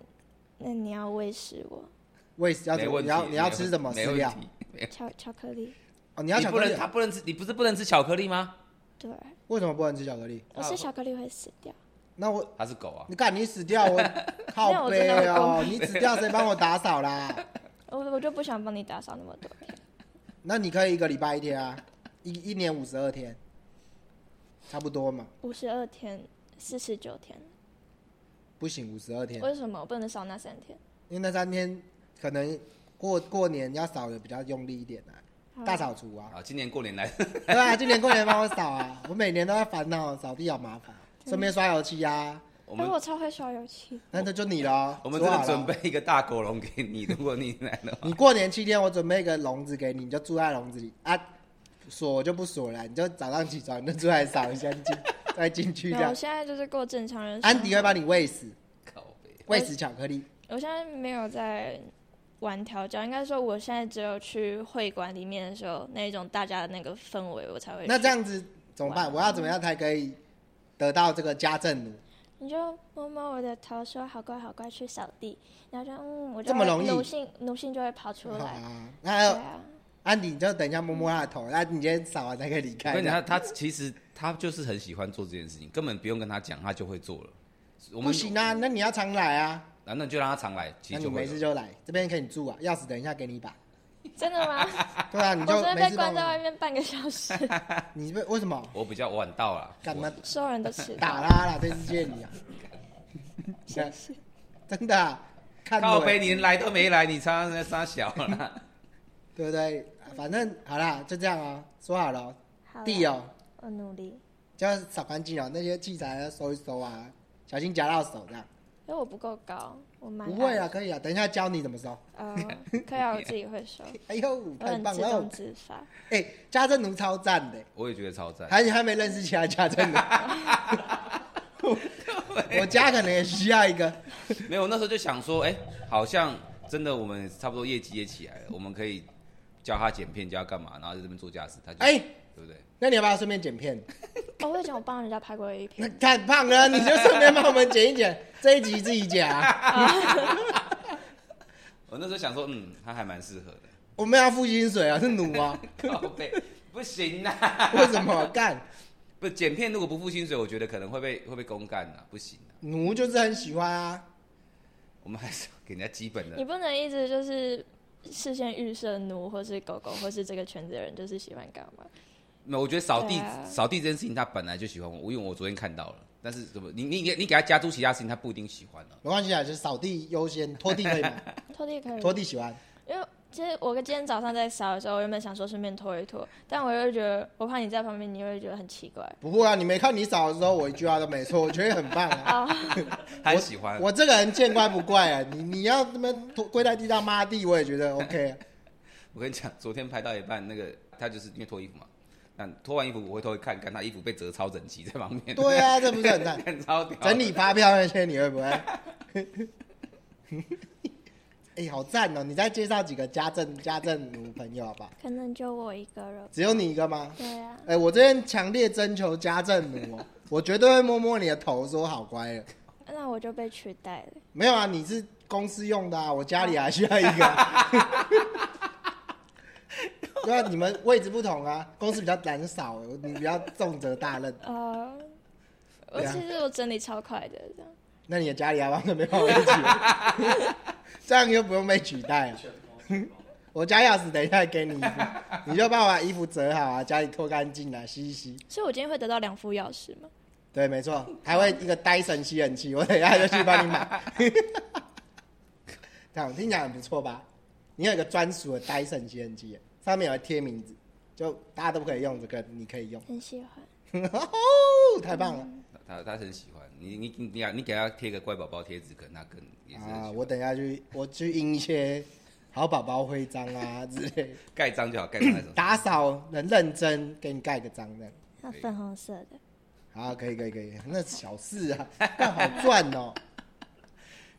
Speaker 5: 那你要喂食我
Speaker 4: 喂，
Speaker 3: 哦
Speaker 4: 要怎
Speaker 3: 没
Speaker 4: 么？
Speaker 3: 问
Speaker 4: 你
Speaker 3: 题。
Speaker 4: 要你要
Speaker 3: 没问
Speaker 4: 吃什么
Speaker 3: 没
Speaker 4: 饲
Speaker 3: 问
Speaker 4: 料？
Speaker 3: 题
Speaker 5: 巧巧克力，
Speaker 4: 哦，你要
Speaker 3: 你
Speaker 4: 巧
Speaker 3: 不
Speaker 4: 克
Speaker 3: 能，
Speaker 4: 力？
Speaker 3: 他不能吃，你不是不能吃巧克力吗？
Speaker 5: 对，
Speaker 4: 为什么不能吃巧克力？
Speaker 5: 我吃巧克力会死掉。
Speaker 4: 那我
Speaker 3: 他是狗啊，
Speaker 4: 你看你死掉， 我
Speaker 5: 没有
Speaker 4: 靠
Speaker 5: 我
Speaker 4: 背
Speaker 5: 真的有
Speaker 4: 哦
Speaker 5: 公，
Speaker 4: 你死掉谁帮我打扫啦？
Speaker 5: 我我就不想帮你打扫那么多天，
Speaker 4: 那你可以一个礼拜一天啊，一一年五十二天，差不多嘛？
Speaker 5: 五十二天，四十九天，
Speaker 4: 不行，五十二天，
Speaker 5: 为什么我不能少那三天？
Speaker 4: 因为那三天可能过过年要扫的比较用力一点啊，
Speaker 5: 好
Speaker 4: 大扫除啊，
Speaker 3: 啊，今年过年来，
Speaker 4: 对啊，今年过年帮我扫啊，我每年都在烦恼扫地好麻烦，顺便刷油漆啊，
Speaker 3: 我
Speaker 5: 但
Speaker 3: 们
Speaker 5: 哎我超会刷油漆，
Speaker 4: 那这就你了哦，
Speaker 3: 我们
Speaker 4: 做
Speaker 3: 真
Speaker 4: 好
Speaker 3: 的
Speaker 4: 了
Speaker 3: 准备一个大狗笼给你，如果你来的话，
Speaker 4: 你过年七天，我准备一个笼子给你，你就住在笼子里啊，锁我就不锁了，你就早上起床你就出来扫一下进，再进去这
Speaker 5: 没有我
Speaker 4: 样。
Speaker 5: 现在就是过正常人。
Speaker 4: 安迪会把，你喂死，
Speaker 3: 靠背，
Speaker 4: 喂死巧克力。
Speaker 5: 我现在没有在玩调教，应该说我现在只有去会馆里面的时候，那一种大家的那个氛围我才会去。
Speaker 4: 那这样子怎么办？我要怎么样才可以得到这个家政奴？
Speaker 5: 你就摸摸我的头，说好乖好乖去扫地，然后就嗯，我就
Speaker 4: 这么
Speaker 5: 会
Speaker 4: 容易
Speaker 5: 奴性奴性就会跑出
Speaker 4: 好
Speaker 5: 来。
Speaker 4: 啊，那还
Speaker 5: 对
Speaker 4: 有
Speaker 5: 啊，
Speaker 4: 安迪，你就等一下摸摸他的头，那你今天扫完才可以离
Speaker 3: 我
Speaker 4: 开
Speaker 3: 跟你讲，
Speaker 4: 的。
Speaker 3: 他他其实他就是很喜欢做这件事情，根本不用跟他讲，他就会做了。我
Speaker 4: 不
Speaker 3: 们
Speaker 4: 行啊，那你要常来啊，
Speaker 3: 然后你就让他常来，其
Speaker 4: 那
Speaker 3: 实就
Speaker 4: 你
Speaker 3: 会
Speaker 4: 没
Speaker 3: 有
Speaker 4: 事就来，这边可以住啊，钥匙等一下给 你一把。
Speaker 5: 真的吗？
Speaker 4: 对 啊，你
Speaker 5: 我
Speaker 4: 就
Speaker 5: 真的
Speaker 4: 没
Speaker 5: 被
Speaker 4: 事
Speaker 5: 关在
Speaker 4: 帮
Speaker 5: 外
Speaker 4: 我。
Speaker 5: 面半个小 时，
Speaker 4: 你为为什么
Speaker 3: 我比较晚到啦，
Speaker 4: 干嘛
Speaker 3: 我？
Speaker 5: 所有人都迟到
Speaker 4: 打。他啦，这次 见你啊！
Speaker 5: 谢谢。
Speaker 4: 真的、啊，看
Speaker 3: 靠
Speaker 4: 我
Speaker 3: 背，你连来都没来，你常常在撒小啦。
Speaker 4: 对不对？啊反正好啦，就这样哦，说好了哦，
Speaker 5: 好啦
Speaker 4: 地哦，
Speaker 5: 我努力，
Speaker 4: 就要扫干净哦，那些器材要收一收啊，小心夹到手这样。
Speaker 5: 因为我不够高，我蛮
Speaker 4: 不会啊，
Speaker 5: 矮。
Speaker 4: 可以啊，等一下教你怎么收。
Speaker 5: 呃，可以啊，我自己会收，
Speaker 4: 哎呦，
Speaker 5: 我
Speaker 4: 太
Speaker 5: 很
Speaker 4: 棒
Speaker 5: 自
Speaker 4: 了！
Speaker 5: 动
Speaker 4: 哦
Speaker 5: 自发。
Speaker 4: 哎，家政奴超赞的，
Speaker 3: 我也觉得超赞。
Speaker 4: 还还没认识其他家政奴。 我家可能也需要一个，
Speaker 3: 没有，那时候就想说，哎、好像真的我们差不多业绩也起来了，我们可以教他剪片，教他干嘛，然后在这边做家事，他就
Speaker 4: 哎、
Speaker 3: 对不对？
Speaker 4: 那你要不要顺便剪片？
Speaker 5: 哦，我以前我帮人家拍过一
Speaker 4: 那
Speaker 5: 片，
Speaker 4: 太胖了，你就顺便帮我们剪一剪，这一集自己剪啊。
Speaker 3: 我那时候想说，嗯，他还蛮适合的。
Speaker 4: 我们要付薪水啊，是奴啊？
Speaker 3: 靠背不行啦，
Speaker 4: 为什么干
Speaker 3: 不剪片如果不付薪水，我觉得可能会被会被公干啦，不行啊。
Speaker 4: 奴就是很喜欢啊？
Speaker 3: 我们还是要给人家基本
Speaker 5: 你
Speaker 3: 的。
Speaker 5: 不能一直就是事先预设奴或是狗狗或是这个圈子的人就是喜欢干 嘛。
Speaker 3: 那我觉得扫地
Speaker 5: 对啊
Speaker 3: 扫、地这件事情，他本来就喜欢我，因为我昨天看到了。但是怎么你你你你给他加诸其他事情，他不一定喜欢啊。
Speaker 4: 没关系啊，就是扫地优先，拖地可以吗？
Speaker 5: 拖地可以
Speaker 4: 拖
Speaker 5: 吗，
Speaker 4: 地喜欢，
Speaker 5: 因为其实我今天早上在扫的时候，我原本想说顺便拖一拖，但我又觉得我怕你在旁边，你又会觉得很奇 怪。
Speaker 4: 不会啊。你没看你扫的时候，我一句话都没说，我觉得很棒 啊。
Speaker 3: 他很喜欢，
Speaker 4: 我这个人见怪不怪啊，你你要这么拖跪在地上抹地，我也觉得 OK 啊。
Speaker 3: 我跟你讲，昨天拍到一半，那个他就是因为脱衣服嘛，那脱完衣服我回头一看，看他衣服被折超整齐在旁边。
Speaker 4: 对啊，这不是很 赞？
Speaker 3: 看超屌。
Speaker 4: 整理发票那些你会不会？ 哎、好赞哦！你再介绍几个家政家政奴朋友好不好？
Speaker 5: 可能就我一个人。
Speaker 4: 只有你一个吗？
Speaker 5: 对啊，
Speaker 4: 哎、我这边强烈征求家政奴、哦， 我绝对会摸摸你的头，说好乖了。
Speaker 5: 那我就被取代了。
Speaker 4: 没有啊，你是公司用的啊，我家里还需要一个 啊、对啊，你们位置不同啊，公司比较胆少，你比较重责大任。
Speaker 5: 呃，我
Speaker 4: 对啊
Speaker 5: 其实我整理超快的，这样
Speaker 4: 那你的家里还帮准备帮我一起， 这样又不用被取代啊了。
Speaker 2: 全包全包
Speaker 4: 我家钥匙等一下给你 一副，你就帮我把衣服折好啊，家里拖干净啊，洗一洗。
Speaker 5: 所以我今天会得到两副钥匙吗？
Speaker 4: 对，没 错，还会一个 Dyson 吸尘器，我等一下就去帮你买。这样听起来很不错吧？你有一个专属的 Dyson 吸尘机，上面有贴名字，就大家都不可以用这个，你可以用。
Speaker 5: 很喜欢。
Speaker 4: 哦，太棒了！
Speaker 3: 他他很喜欢你，你你你你给他贴个乖宝宝贴纸，可能他更也是很喜
Speaker 4: 啊，
Speaker 3: 欢
Speaker 4: 我等一下去，我去印一些好宝宝徽章啊之类，
Speaker 3: 盖章就好，盖章 那种。
Speaker 4: 打扫能认真，给你盖个章这样。
Speaker 5: 那粉红色的，
Speaker 4: 啊，可以可以可以，那小事啊， 但好赚哦。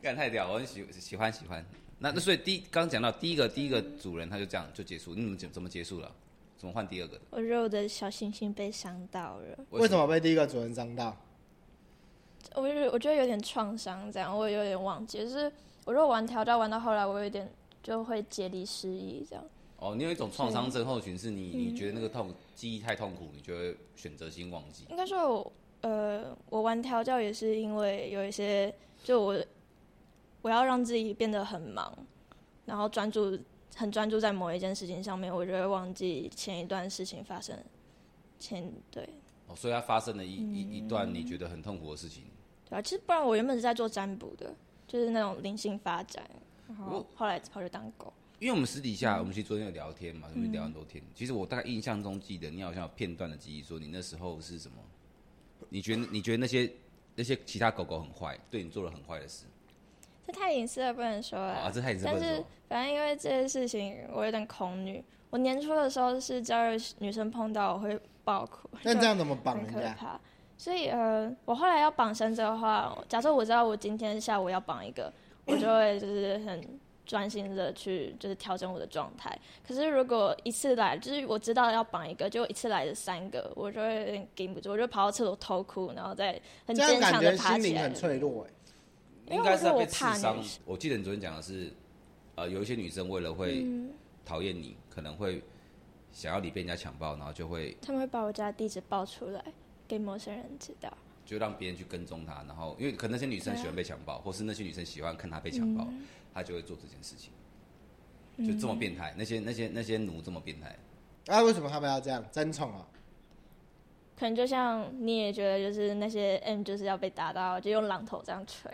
Speaker 3: 干太屌，我很喜喜欢喜欢。那那所以第一刚讲到第一个第一个主人他就这样就结束，你们怎么怎么结束了？怎么换第二个的？
Speaker 5: 我觉得我的小星星被伤到了，
Speaker 4: 为什么被第一个主人伤到？
Speaker 5: 我觉得我觉得有点创伤，这样我有点忘记，就是我说玩调教玩到后来，我有点就会解离失忆这样。
Speaker 3: 哦，你有一种创伤症候群，是你
Speaker 5: 嗯
Speaker 3: 你觉得那个痛记忆太痛苦，你就会选择性忘记。
Speaker 5: 应该说我呃，我玩调教也是因为有一些，就我我要让自己变得很忙，然后专注很专注在某一件事情上面，我就会忘记前一段事情发生前对。
Speaker 3: 哦，所以它发生了一一一
Speaker 5: 嗯
Speaker 3: 段你觉得很痛苦的事情。
Speaker 5: 对啊，其实不然我原本是在做占卜的，就是那种灵性发展，然后
Speaker 3: 哦
Speaker 5: 后来跑去当狗。
Speaker 3: 因为我们私底下，我们其实昨天有聊天嘛，
Speaker 5: 嗯
Speaker 3: 我们聊很多天。其实我大概印象中记得，你好像有片段的记忆，说你那时候是什么？你觉得你觉得那些那些其他狗狗很坏，对你做了很坏的事
Speaker 5: 这太隐私了，不能说啦
Speaker 3: 啊？这太隐私不
Speaker 5: 但
Speaker 3: 能
Speaker 5: 是
Speaker 3: 说。
Speaker 5: 反正因为这件事情，我有点恐女。我年初的时候是只要有女生碰到我会爆哭，
Speaker 4: 那这样怎么
Speaker 5: 就
Speaker 4: 绑
Speaker 5: 很
Speaker 4: 人
Speaker 5: 可
Speaker 4: 家？
Speaker 5: 怕。所以呃，我后来要绑绳子的话，假设我知道我今天下午要绑一个，我就会就是很专心的去就是调整我的状态。可是如果一次来，就是我知道要绑一个，就一次来的三个，我就会有点顶不住，我就跑到厕所偷哭，然后再很
Speaker 4: 这样
Speaker 5: 坚
Speaker 4: 感
Speaker 5: 强
Speaker 4: 觉
Speaker 5: 的爬
Speaker 4: 心
Speaker 5: 起
Speaker 4: 灵
Speaker 5: 来
Speaker 4: 很。脆弱哎、
Speaker 5: 因为
Speaker 3: 应该是要被
Speaker 5: 我
Speaker 3: 刺
Speaker 5: 怕
Speaker 3: 伤
Speaker 5: 女生。
Speaker 3: 我记得你昨天讲的是，呃，有一些女生为了会
Speaker 5: 嗯，
Speaker 3: 讨厌你，可能会想要你被人家强暴，然后就会
Speaker 5: 他们会把我家地址报出来给陌生人知道。
Speaker 3: 就让别人去跟踪她，然后因为可能那些女生
Speaker 5: 啊
Speaker 3: 喜欢被强暴，或是那些女生喜欢看她被强暴，
Speaker 5: 嗯
Speaker 3: 她就会做这件事情，就这么变态。那些那些那些奴这么变态，
Speaker 4: 啊，为什么他们要这样争宠啊？
Speaker 5: 可能就像你也觉得，就是那些 M 就是要被打到，就用榔头这样捶。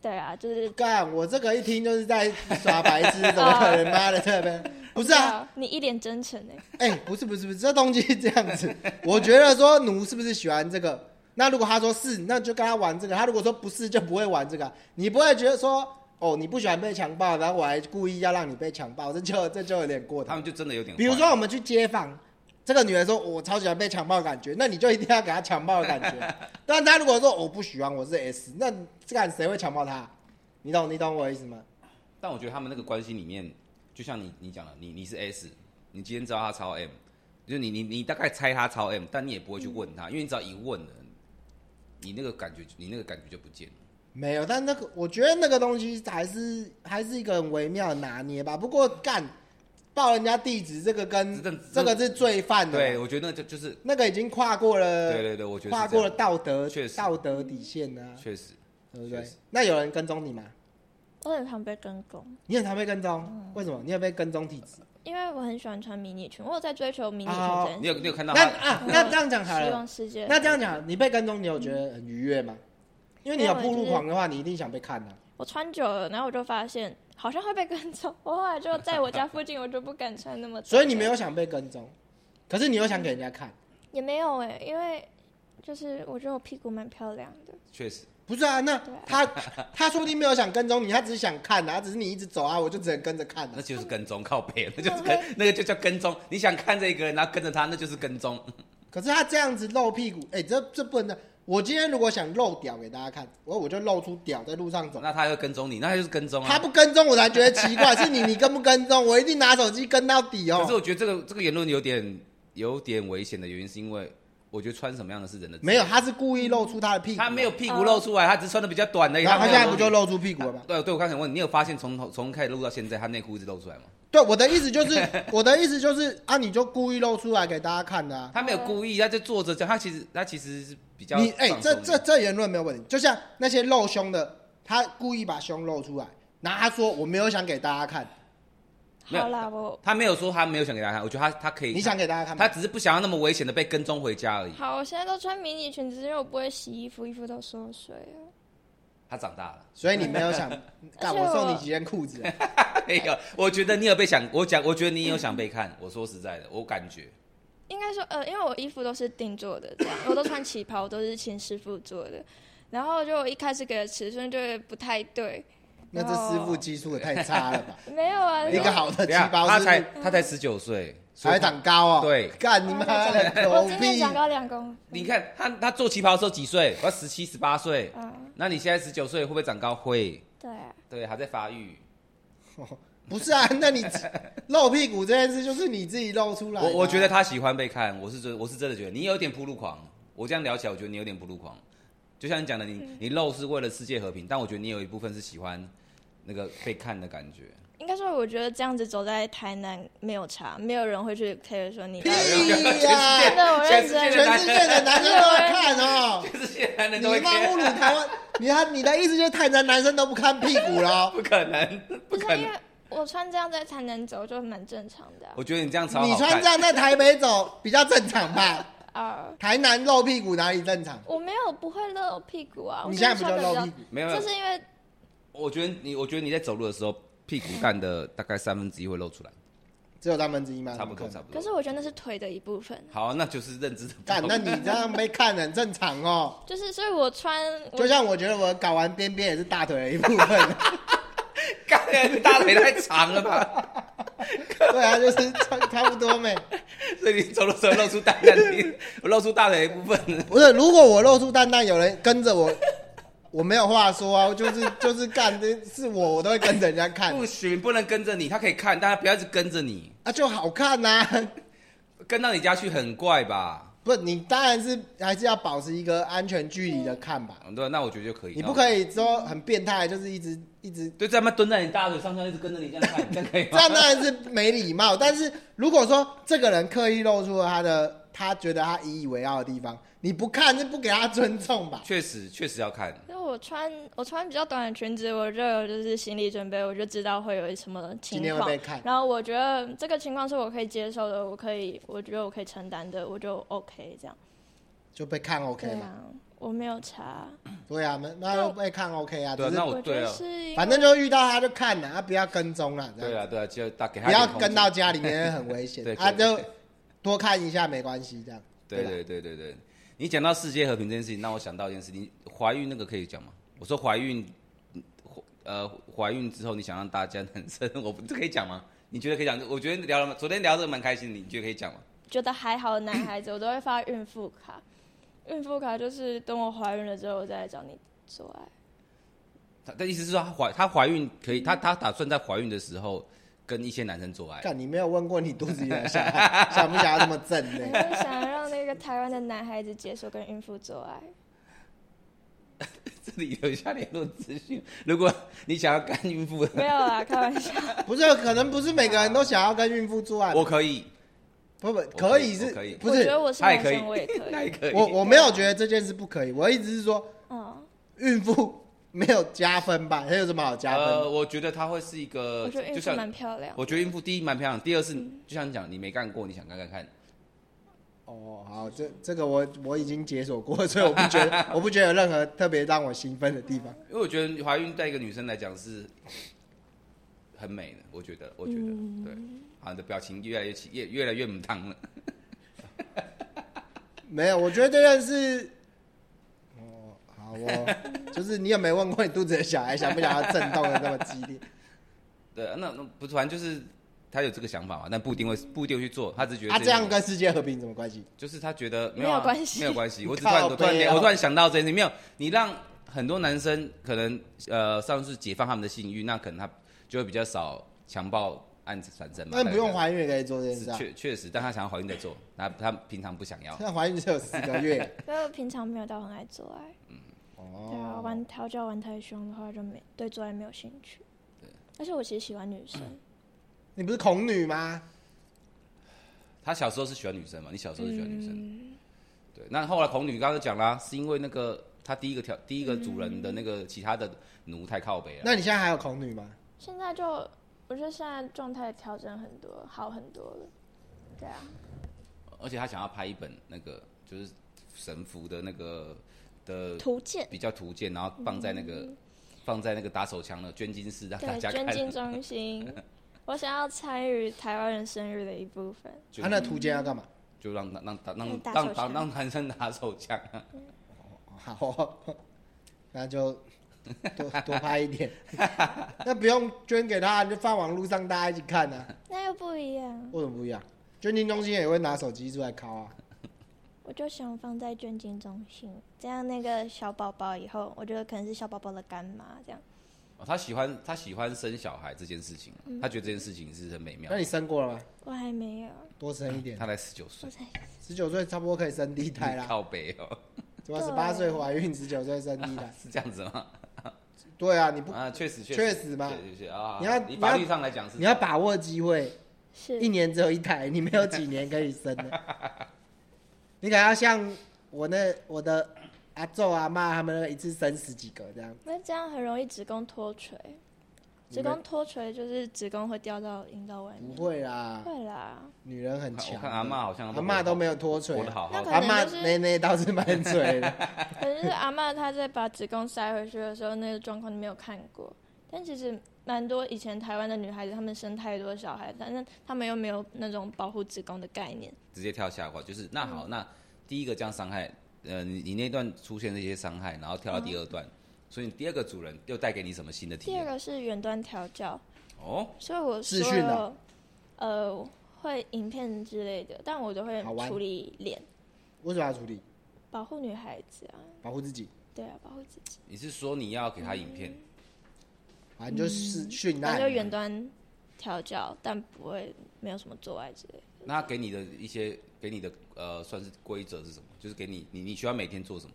Speaker 5: 对啊，就是
Speaker 4: 干，我这个一听就是在耍白痴，怎么可能？妈的，这 边不是啊，，
Speaker 5: 你一脸真诚哎、
Speaker 4: 哎、不是不是不是，这东西是这样子。我觉得说奴是不是喜欢这个？那如果他说是，那就跟他玩这个；他如果说不是，就不会玩这个啊。你不会觉得说，哦，你不喜欢被强暴，然后我还故意要让你被强暴，这就这就有点过头
Speaker 3: 他。们就真的有点坏。
Speaker 4: 比如说我们去街访，这个女人说我超喜欢被强暴的感觉，那你就一定要给她强暴的感 觉。但她如果说我不喜欢，我是 S，那这个谁会强暴她？你懂你懂我的意思吗？
Speaker 3: 但我觉得他们那个关系里面，就像你你讲了，你你是 S，你今天知道他超 M，就是你你你大概猜他超 M，但你也不会去问
Speaker 4: 嗯
Speaker 3: 他，因为你只要一问了，你那个感觉你那个感觉就不见了。
Speaker 4: 没有，但那个我觉得那个东西还是还是一个很微妙的拿捏吧。不过干报人家地址这个跟
Speaker 3: 这
Speaker 4: 嗯这个是罪犯的，
Speaker 3: 对，，我觉得那就就是
Speaker 4: 那个已经跨过了，
Speaker 3: 对对对我觉得是
Speaker 4: 跨
Speaker 3: 这样
Speaker 4: 过了道德
Speaker 3: 确实
Speaker 4: 道德底线啊，
Speaker 3: 确实
Speaker 4: 对不对
Speaker 3: 确实？
Speaker 4: 那有人跟踪你吗？
Speaker 5: 我很常被跟踪，
Speaker 4: 你很常被跟踪，为什么？你有被跟踪体质？
Speaker 5: 因为我很喜欢穿迷你裙，我有在追求迷你裙
Speaker 4: 哦
Speaker 5: 这件
Speaker 3: 你
Speaker 5: 事。
Speaker 3: 有你有看到
Speaker 4: 那
Speaker 3: 他
Speaker 4: 啊，那这样讲好
Speaker 5: 希
Speaker 4: 了
Speaker 5: 望。世界
Speaker 4: 那这样讲，你被跟踪，你有觉得很愉悦吗？因为你有
Speaker 5: 没有
Speaker 4: 暴露
Speaker 5: 就是
Speaker 4: 狂的话，你一定想被看啊。
Speaker 5: 我穿久了，然后我就发现好像会被跟踪，我后来就在我家附近，我就不敢穿那么 短。
Speaker 4: 所以你没有想被跟踪，可是你又想给人家看。
Speaker 5: 也没有哎、因为就是我觉得我屁股蛮漂亮的，
Speaker 3: 确实
Speaker 4: 不是啊，那
Speaker 5: 对啊
Speaker 4: 他他说不定没有想跟踪你，他只是想看啊，只是你一直走啊，我就只能跟着看
Speaker 3: 那
Speaker 4: 啊。
Speaker 3: 就是跟踪靠 背，那就是跟那个就叫跟踪。你想看这一个人，然后跟着他，那就是跟踪。
Speaker 4: 可是他这样子露屁股，哎、这这不能这样。我今天如果想露屌给大家看，我我就露出屌在路上走。
Speaker 3: 那他又跟踪你，那他就是跟踪啊。
Speaker 4: 他不跟踪我才觉得奇怪，是你你跟不跟踪？我一定拿手机跟到底哦
Speaker 3: 可。是我觉得这个这个言论有点有点危险的原因，是因为我觉得穿什么样的是人的自由
Speaker 4: 没有，他是故意露出他的屁股，
Speaker 3: 他没有，屁股露出来，他只是穿的比较短而已。
Speaker 4: 然后他
Speaker 3: 没
Speaker 4: 现
Speaker 3: 有
Speaker 4: 在不就露出屁股了吗？
Speaker 3: 对对，我刚想问你，你有发现从头从开始录到现在，他内裤一直露出来吗？
Speaker 4: 对，我的意思就是， 我的意思就是啊，你就故意露出来给大家看的、啊。
Speaker 3: 他没有故意，他就坐着这样，他其实他其实是比较
Speaker 4: 你哎、
Speaker 3: 放松
Speaker 4: 这
Speaker 3: 的
Speaker 4: 这这言论没有问题。就像那些露胸的，他故意把胸露出来，然后他说我没有想给大家看，
Speaker 3: 没有
Speaker 5: 好啦，我
Speaker 3: 他没有说他没有想给大家看，我觉得他他可以，
Speaker 4: 你想给大家
Speaker 3: 他
Speaker 4: 看吗
Speaker 3: 他？只是不想要那么危险的被跟踪回家而已。
Speaker 5: 好，我现在都穿迷你裙，只是因为我不会洗衣服，衣服都缩水了。
Speaker 3: 他长大了，
Speaker 4: 所以你没有想，干我送你几件裤子啊、
Speaker 3: 没有，我觉得你有被想，我讲，我觉得你有想被看。我说实在的，我感觉
Speaker 5: 应该说，呃，因为我衣服都是定做的，这样我都穿旗袍，我都是请师傅做的。 然后就我一开始给的尺寸就会不太对，
Speaker 4: 那这师傅基础也太差了吧？
Speaker 5: 没 有啊，
Speaker 4: 一个好
Speaker 3: 等
Speaker 4: 的
Speaker 3: 一
Speaker 4: 旗
Speaker 3: 下
Speaker 4: 袍
Speaker 3: 他
Speaker 4: 师
Speaker 3: 才
Speaker 4: 傅
Speaker 3: 他才十九岁， 所以
Speaker 4: 才
Speaker 3: 他
Speaker 4: 长高哦。
Speaker 3: 对
Speaker 4: 干你妈的
Speaker 5: 我
Speaker 4: 狗
Speaker 5: 今天
Speaker 4: 屁！
Speaker 5: 长高两公分，
Speaker 3: 你看他他做旗袍的时候几岁？我十七十八岁。
Speaker 5: 嗯，
Speaker 3: 那你现在十九岁会不会长高？会，
Speaker 5: 对啊，
Speaker 3: 对，还在发育。
Speaker 4: 不是啊，那你露屁股这件事就是你自己露出来的啊、
Speaker 3: 我我觉得他喜欢被看，我是真我是真的觉得你有点铺路狂。我这样聊起来，我觉得你有点铺路狂。就像你讲的，你
Speaker 5: 嗯
Speaker 3: 你露是为了世界和平，但我觉得你有一部分是喜欢那个被看的感觉。
Speaker 5: 应该说我觉得这样子走在台南没有差，没有人会去 care 说你到底
Speaker 4: 屁 呀、
Speaker 5: 真的我认
Speaker 3: 全
Speaker 5: 真
Speaker 3: 世界的
Speaker 4: 全
Speaker 3: 男
Speaker 4: 世
Speaker 3: 人
Speaker 4: 界的男生都要看哦。
Speaker 3: 全世界的男
Speaker 4: 你
Speaker 3: 人都会
Speaker 4: 他妈侮
Speaker 3: care
Speaker 4: 辱台湾，你他你的意思就是泰南男生都不看屁股了 哦？
Speaker 3: 不可能，不
Speaker 5: 不
Speaker 3: 可
Speaker 5: 是因
Speaker 3: 能
Speaker 5: 为。我穿这样在台南走就蛮正常的啊
Speaker 3: 我觉得你这样超好
Speaker 4: 你
Speaker 3: 看。
Speaker 4: 穿这样在台北走比较正常吧？
Speaker 5: 啊，
Speaker 4: 台南露屁股哪里正常？
Speaker 5: 我没有不会露屁股啊，我
Speaker 4: 你现在
Speaker 5: 就是
Speaker 4: 不就
Speaker 5: 穿得
Speaker 4: 露
Speaker 5: 比较
Speaker 4: 屁股？
Speaker 3: 没有，没有
Speaker 5: 这是因为
Speaker 3: 我觉得你，我觉得你在走路的时候，屁股干的大概三分之一会露出来，
Speaker 4: 只有三分之一吗？
Speaker 3: 差不多，
Speaker 4: 怎
Speaker 3: 差
Speaker 4: 么
Speaker 3: 不
Speaker 5: 可
Speaker 3: 多。
Speaker 5: 是我觉得那是腿的一部分，
Speaker 3: 好，啊那就是认知的不
Speaker 4: 可能。
Speaker 3: 同。
Speaker 4: 干，那你这样被看很正常哦。
Speaker 5: 就是所以我穿 我
Speaker 4: 就像我觉得我搞完边边也是大腿的一部分，
Speaker 3: 干，大腿太长了吧？
Speaker 4: 对啊，就是差差不多没。
Speaker 3: 所以你走的时候露出大蛋，你 我露出大腿的一部分。
Speaker 4: 不是，如果我露出蛋蛋，有人跟着我，我没有话说啊，就是就是干，这是我，我都会跟着人家看
Speaker 3: 不行，不能跟着你，他可以看，但他不要一直跟着你，
Speaker 4: 啊，就好看呐、
Speaker 3: 跟到你家去很怪吧？
Speaker 4: 不，你当然是还是要保持一个安全距离的看吧，
Speaker 3: 嗯对，那我觉得就可以。
Speaker 4: 你不可以说很变态，就是一直一直
Speaker 3: 对，在那边蹲在你大腿上，这样一直跟着你这样 看，这样可以
Speaker 4: 这
Speaker 3: 吗？
Speaker 4: 样当然是没礼貌。但是如果说这个人刻意露出了他的他觉得他引以为傲的地方，你不看就不给他尊重吧？
Speaker 3: 确实，确实要看。
Speaker 5: 因为我穿我穿比较短的裙子，我就有就是心理准备，我就知道会有什么
Speaker 4: 今
Speaker 5: 情
Speaker 4: 天会
Speaker 5: 况
Speaker 4: 被看。
Speaker 5: 然后我觉得这个情况是我可以接受的，我可以，我觉得我可以承担的，我就 OK 这样。
Speaker 4: 就被看 OK
Speaker 5: 对
Speaker 4: 嘛？
Speaker 5: 啊，我没有查。
Speaker 4: 对啊，那那就被看 OK 啊，
Speaker 3: 对啊
Speaker 4: 只是
Speaker 3: 那我
Speaker 5: 觉
Speaker 3: 对
Speaker 5: 得
Speaker 3: 啊
Speaker 5: 是因为
Speaker 4: 反正就遇到他就看了，啊，不要跟踪了，这
Speaker 3: 对
Speaker 4: 样
Speaker 3: 啊，对啊，就大给他一
Speaker 4: 不要
Speaker 3: 点空间
Speaker 4: 跟到家里面很危险
Speaker 3: 对，可
Speaker 4: 啊，
Speaker 3: 以
Speaker 4: 就多看一下没关系，这样
Speaker 3: 对
Speaker 4: 吧
Speaker 3: 对对对对，你讲到世界和平这件事情，让我想到一件事情，怀孕那个可以讲吗？我说怀孕，呃，怀孕之后你想让大家男生，我不这可以讲吗？你觉得可以讲？我觉得聊了，昨天聊的蛮开心的，你觉得可以讲吗？
Speaker 5: 觉得还好的男孩子，我都会发孕妇卡。孕妇卡就是等我怀孕了之后，我再来找你做爱。
Speaker 3: 她的意思是说，她怀她怀孕可以，她她打算在怀孕的时候跟一些男生做爱。
Speaker 4: 看你没有问过你肚子里的小孩想不想要这么正呢、
Speaker 5: 我就想让那个台湾的男孩子接受跟孕妇做爱。
Speaker 3: 这里留下联络资讯，如果你想要干孕妇
Speaker 5: 没
Speaker 3: 的，
Speaker 5: 有啦，开玩笑。
Speaker 4: 不是，啊可能不是每个人都想要跟孕妇做爱，
Speaker 3: 我可以，
Speaker 4: 不不
Speaker 3: 我
Speaker 4: 可以是
Speaker 3: 我可以，
Speaker 4: 不
Speaker 5: 我
Speaker 4: 是
Speaker 5: 觉得我是
Speaker 3: 她也
Speaker 5: 男
Speaker 3: 可以
Speaker 5: 生，我也 可
Speaker 3: 她也
Speaker 5: 以。
Speaker 3: 可以。
Speaker 4: 我我没有觉得这件事不可以，我一直是说
Speaker 5: 嗯，
Speaker 4: 孕妇没有加分吧，还有什么好加分的？
Speaker 3: 呃，我觉得她会是一个，
Speaker 5: 我觉
Speaker 3: 呃
Speaker 5: 得
Speaker 3: 就
Speaker 5: 孕妇
Speaker 3: 像
Speaker 5: 蛮漂亮的。
Speaker 3: 我觉得孕妇第一蛮漂亮，第二是
Speaker 5: 嗯
Speaker 3: 就像你讲，你没干过，你想干干看。
Speaker 4: 哦，好，这这个我我已经解锁过，所以我不觉得 我不觉得有任何特别让我兴奋的地方。
Speaker 3: 因为我觉得怀孕对一个女生来讲是很美的，我觉得，我觉得，
Speaker 5: 嗯
Speaker 3: 对，好你的表情越来越起，越越来越母汤了。
Speaker 4: 没有，我觉得这件事，哦， 好，我就是你有没有问过你肚子的小孩想不想要震动的那么激烈？
Speaker 3: 对，那那不是，反正就是她有这个想法嘛，但不一定会不一定会去做，她只是觉得
Speaker 4: 啊，这样
Speaker 3: 件
Speaker 4: 跟世界和平什么关系？
Speaker 3: 就是她觉得
Speaker 5: 没
Speaker 3: 有
Speaker 5: 有
Speaker 3: 啊
Speaker 5: 关系
Speaker 3: 没有关 系。我只突
Speaker 4: 靠
Speaker 3: 然我突然
Speaker 4: 背哦
Speaker 3: 我突然想到这件事，没有你让很多男生可能呃上次解放他们的性欲，那可能他就会比较少强暴案子产生嘛。
Speaker 4: 那不用
Speaker 3: 大概
Speaker 4: 怀孕也可以做这件事啊。
Speaker 3: 确确实，但她想要怀孕再做，那她平常不想要。
Speaker 4: 那怀孕只有四个 月，
Speaker 5: 因为我平常没有到很爱做爱，对啊，
Speaker 4: 哦，
Speaker 5: 玩调教玩太凶的话，就没对做爱没有兴趣。而且我其实喜欢女生，
Speaker 3: 嗯
Speaker 4: 你不是恐女吗？
Speaker 3: 他小时候是喜欢女生嘛？你小时候是喜欢女生，
Speaker 5: 嗯
Speaker 3: 对。那后来孔女刚刚讲啦，是因为那个他第一个条第一个主人的那个其他的奴太靠北了。
Speaker 4: 那你现在还有恐女吗？
Speaker 5: 现在就我觉得现在状态调整很多，好很多了。对啊，
Speaker 3: 而且他想要拍一本那个就是神父的那个的
Speaker 5: 图鉴，
Speaker 3: 比较图鉴，然后放在那个、放在那个打手枪的捐金室让大
Speaker 5: 嗯对，
Speaker 3: 家看
Speaker 5: 捐。精 中心，我想要参与台湾人生日的一部分。
Speaker 3: 就
Speaker 4: 啊，那图鉴要干嘛？
Speaker 3: 就让让让让
Speaker 5: 打
Speaker 3: 让
Speaker 5: 手
Speaker 3: 让
Speaker 5: 枪
Speaker 3: 让男生打手枪啊，
Speaker 4: 好 哦、那就 多多拍一点。 那不用捐给他，你就放网路上大家一起看啊。
Speaker 5: 那又不一样，
Speaker 4: 为什么不一样？捐精中心也会拿手机出来拷啊。
Speaker 5: 我就想放在捐精中心，这样那个小宝宝以后，我觉得可能是小宝宝的干妈这样。
Speaker 3: 哦他喜欢他喜欢生小孩这件事情啊，
Speaker 5: 嗯
Speaker 3: 他觉得这件事情是很美妙
Speaker 4: 那。你生过了吗？
Speaker 5: 我还没有，
Speaker 4: 多生一点
Speaker 3: 他，才十九
Speaker 5: 我
Speaker 3: 岁，
Speaker 5: 才
Speaker 4: 十九岁差不多可以生第一胎啦。
Speaker 3: 嗯靠北哦，
Speaker 4: 什么十八岁怀孕，十九岁生第一胎？
Speaker 3: 是这样子吗？
Speaker 4: 对啊，你不
Speaker 3: 啊，确实
Speaker 4: 确
Speaker 3: 实
Speaker 4: 实嘛
Speaker 3: 确实确实啊，
Speaker 4: 你要
Speaker 3: 以
Speaker 4: 你
Speaker 3: 法
Speaker 4: 要
Speaker 3: 律上来讲是
Speaker 4: 你要把握机会，
Speaker 5: 是
Speaker 4: 一年只有一台，你没有几年可以 生的。你可能要像我那我的阿昼阿妈他们那个一次生十几个这样。
Speaker 5: 那这样很容易子宫脱垂，
Speaker 4: 你
Speaker 5: 子
Speaker 4: 们
Speaker 5: 宫脱垂就是子宫会掉到阴道外
Speaker 4: 不
Speaker 5: 面。
Speaker 4: 会啊啦，
Speaker 5: 会啦，
Speaker 4: 女人很强的。
Speaker 3: 我看阿嬷好像都
Speaker 4: 阿嬷都没有脱垂
Speaker 3: 活
Speaker 4: 啊，
Speaker 3: 得好好
Speaker 5: 那可
Speaker 3: 的，
Speaker 5: 能
Speaker 4: 阿嬷
Speaker 5: 就是
Speaker 4: 内内倒是蛮垂的。
Speaker 5: 可能就是阿嬷她在把子宫塞回去的时候，那个状况你没有看过。但其实蛮多以前台湾的女孩子，她们生太多小孩，反正她们又没有那种保护子宫的概念。
Speaker 3: 直接跳下话，就是那
Speaker 5: 嗯
Speaker 3: 好，那第一个这样伤害，呃，你你那段出现这些伤害，然后跳到第二段，所以你第二个主人又带给你什么新的体
Speaker 5: 嗯第二
Speaker 3: 验？
Speaker 5: 个是远端调教，
Speaker 3: 哦，
Speaker 5: 所以我
Speaker 4: 视
Speaker 5: 所
Speaker 4: 讯
Speaker 5: 有、
Speaker 4: 啊
Speaker 5: 呃会影片之类的，但我都会
Speaker 4: 好玩
Speaker 5: 处理脸，
Speaker 4: 为什么要处理？
Speaker 5: 保护女孩子啊，
Speaker 4: 保护自己。
Speaker 5: 对啊，保护自己。
Speaker 3: 你是说你要给他影
Speaker 5: 嗯
Speaker 3: 片？
Speaker 4: 反正就是训
Speaker 5: 反
Speaker 4: 练
Speaker 5: 正就远端调教，但不会没有什么做爱之类的。
Speaker 3: 那他给你的一些给你的呃，算是规则是什么？就是给你你你需要每天做什么？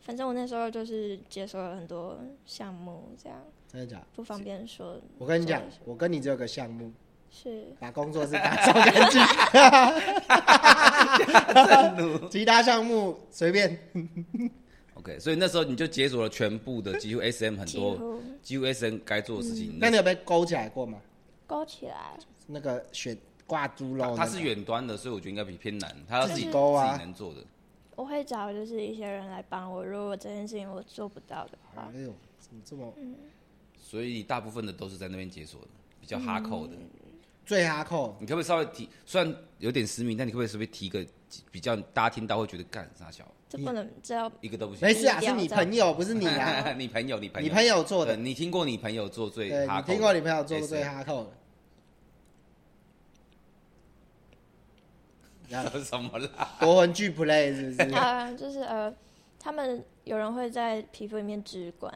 Speaker 5: 反正我那时候就是接收了很多项目，这样
Speaker 4: 真的假的？
Speaker 5: 不方便说。
Speaker 4: 我跟你讲，
Speaker 5: 啊
Speaker 4: 我跟你只有个项目，
Speaker 5: 是
Speaker 4: 把工作室打扫干 净， 其他项目随便。
Speaker 3: OK，所以那时候你就解锁了全部的几乎 SM 很
Speaker 5: 几
Speaker 3: 多
Speaker 5: 乎
Speaker 3: 几乎 SM 该做的事情。
Speaker 4: 那你有被勾起来过吗？
Speaker 5: 勾起来，
Speaker 4: 那个选挂猪肉那
Speaker 3: 他
Speaker 4: 个，
Speaker 3: 他啊是远端的，所以我觉得应该比偏难，他要
Speaker 4: 自
Speaker 3: 自
Speaker 4: 己
Speaker 3: 己
Speaker 4: 勾啊
Speaker 3: 自己能做的。
Speaker 5: 我会找就是一些人来帮我，如果这件事情我做不到的话
Speaker 3: 嗯
Speaker 4: 哎，呦，怎么这么
Speaker 3: 所以大部分的都是在那边解锁的，比较哈扣的。
Speaker 4: 嗯最哈扣？
Speaker 3: 你可不可以稍微提？虽然有点失明，但你可不可以稍微提个几比较大家听到会觉得干啥小
Speaker 5: 这不能这要
Speaker 3: 一个都不行？
Speaker 4: 没事啊，
Speaker 5: 低调
Speaker 4: 是你朋友，不是你啊，
Speaker 3: 你朋友，你朋友，呃
Speaker 4: 你朋友做的
Speaker 3: 对，你听过你朋友做最
Speaker 4: 对
Speaker 3: 哈
Speaker 4: 你
Speaker 3: 扣的？
Speaker 4: 听过你朋友做过最
Speaker 3: SM
Speaker 4: 哈扣的。然后
Speaker 3: 什么啦？
Speaker 4: 夺魂剧 play 是 不是？
Speaker 5: 啊，就是 呃，他们有人会在皮肤里面植管，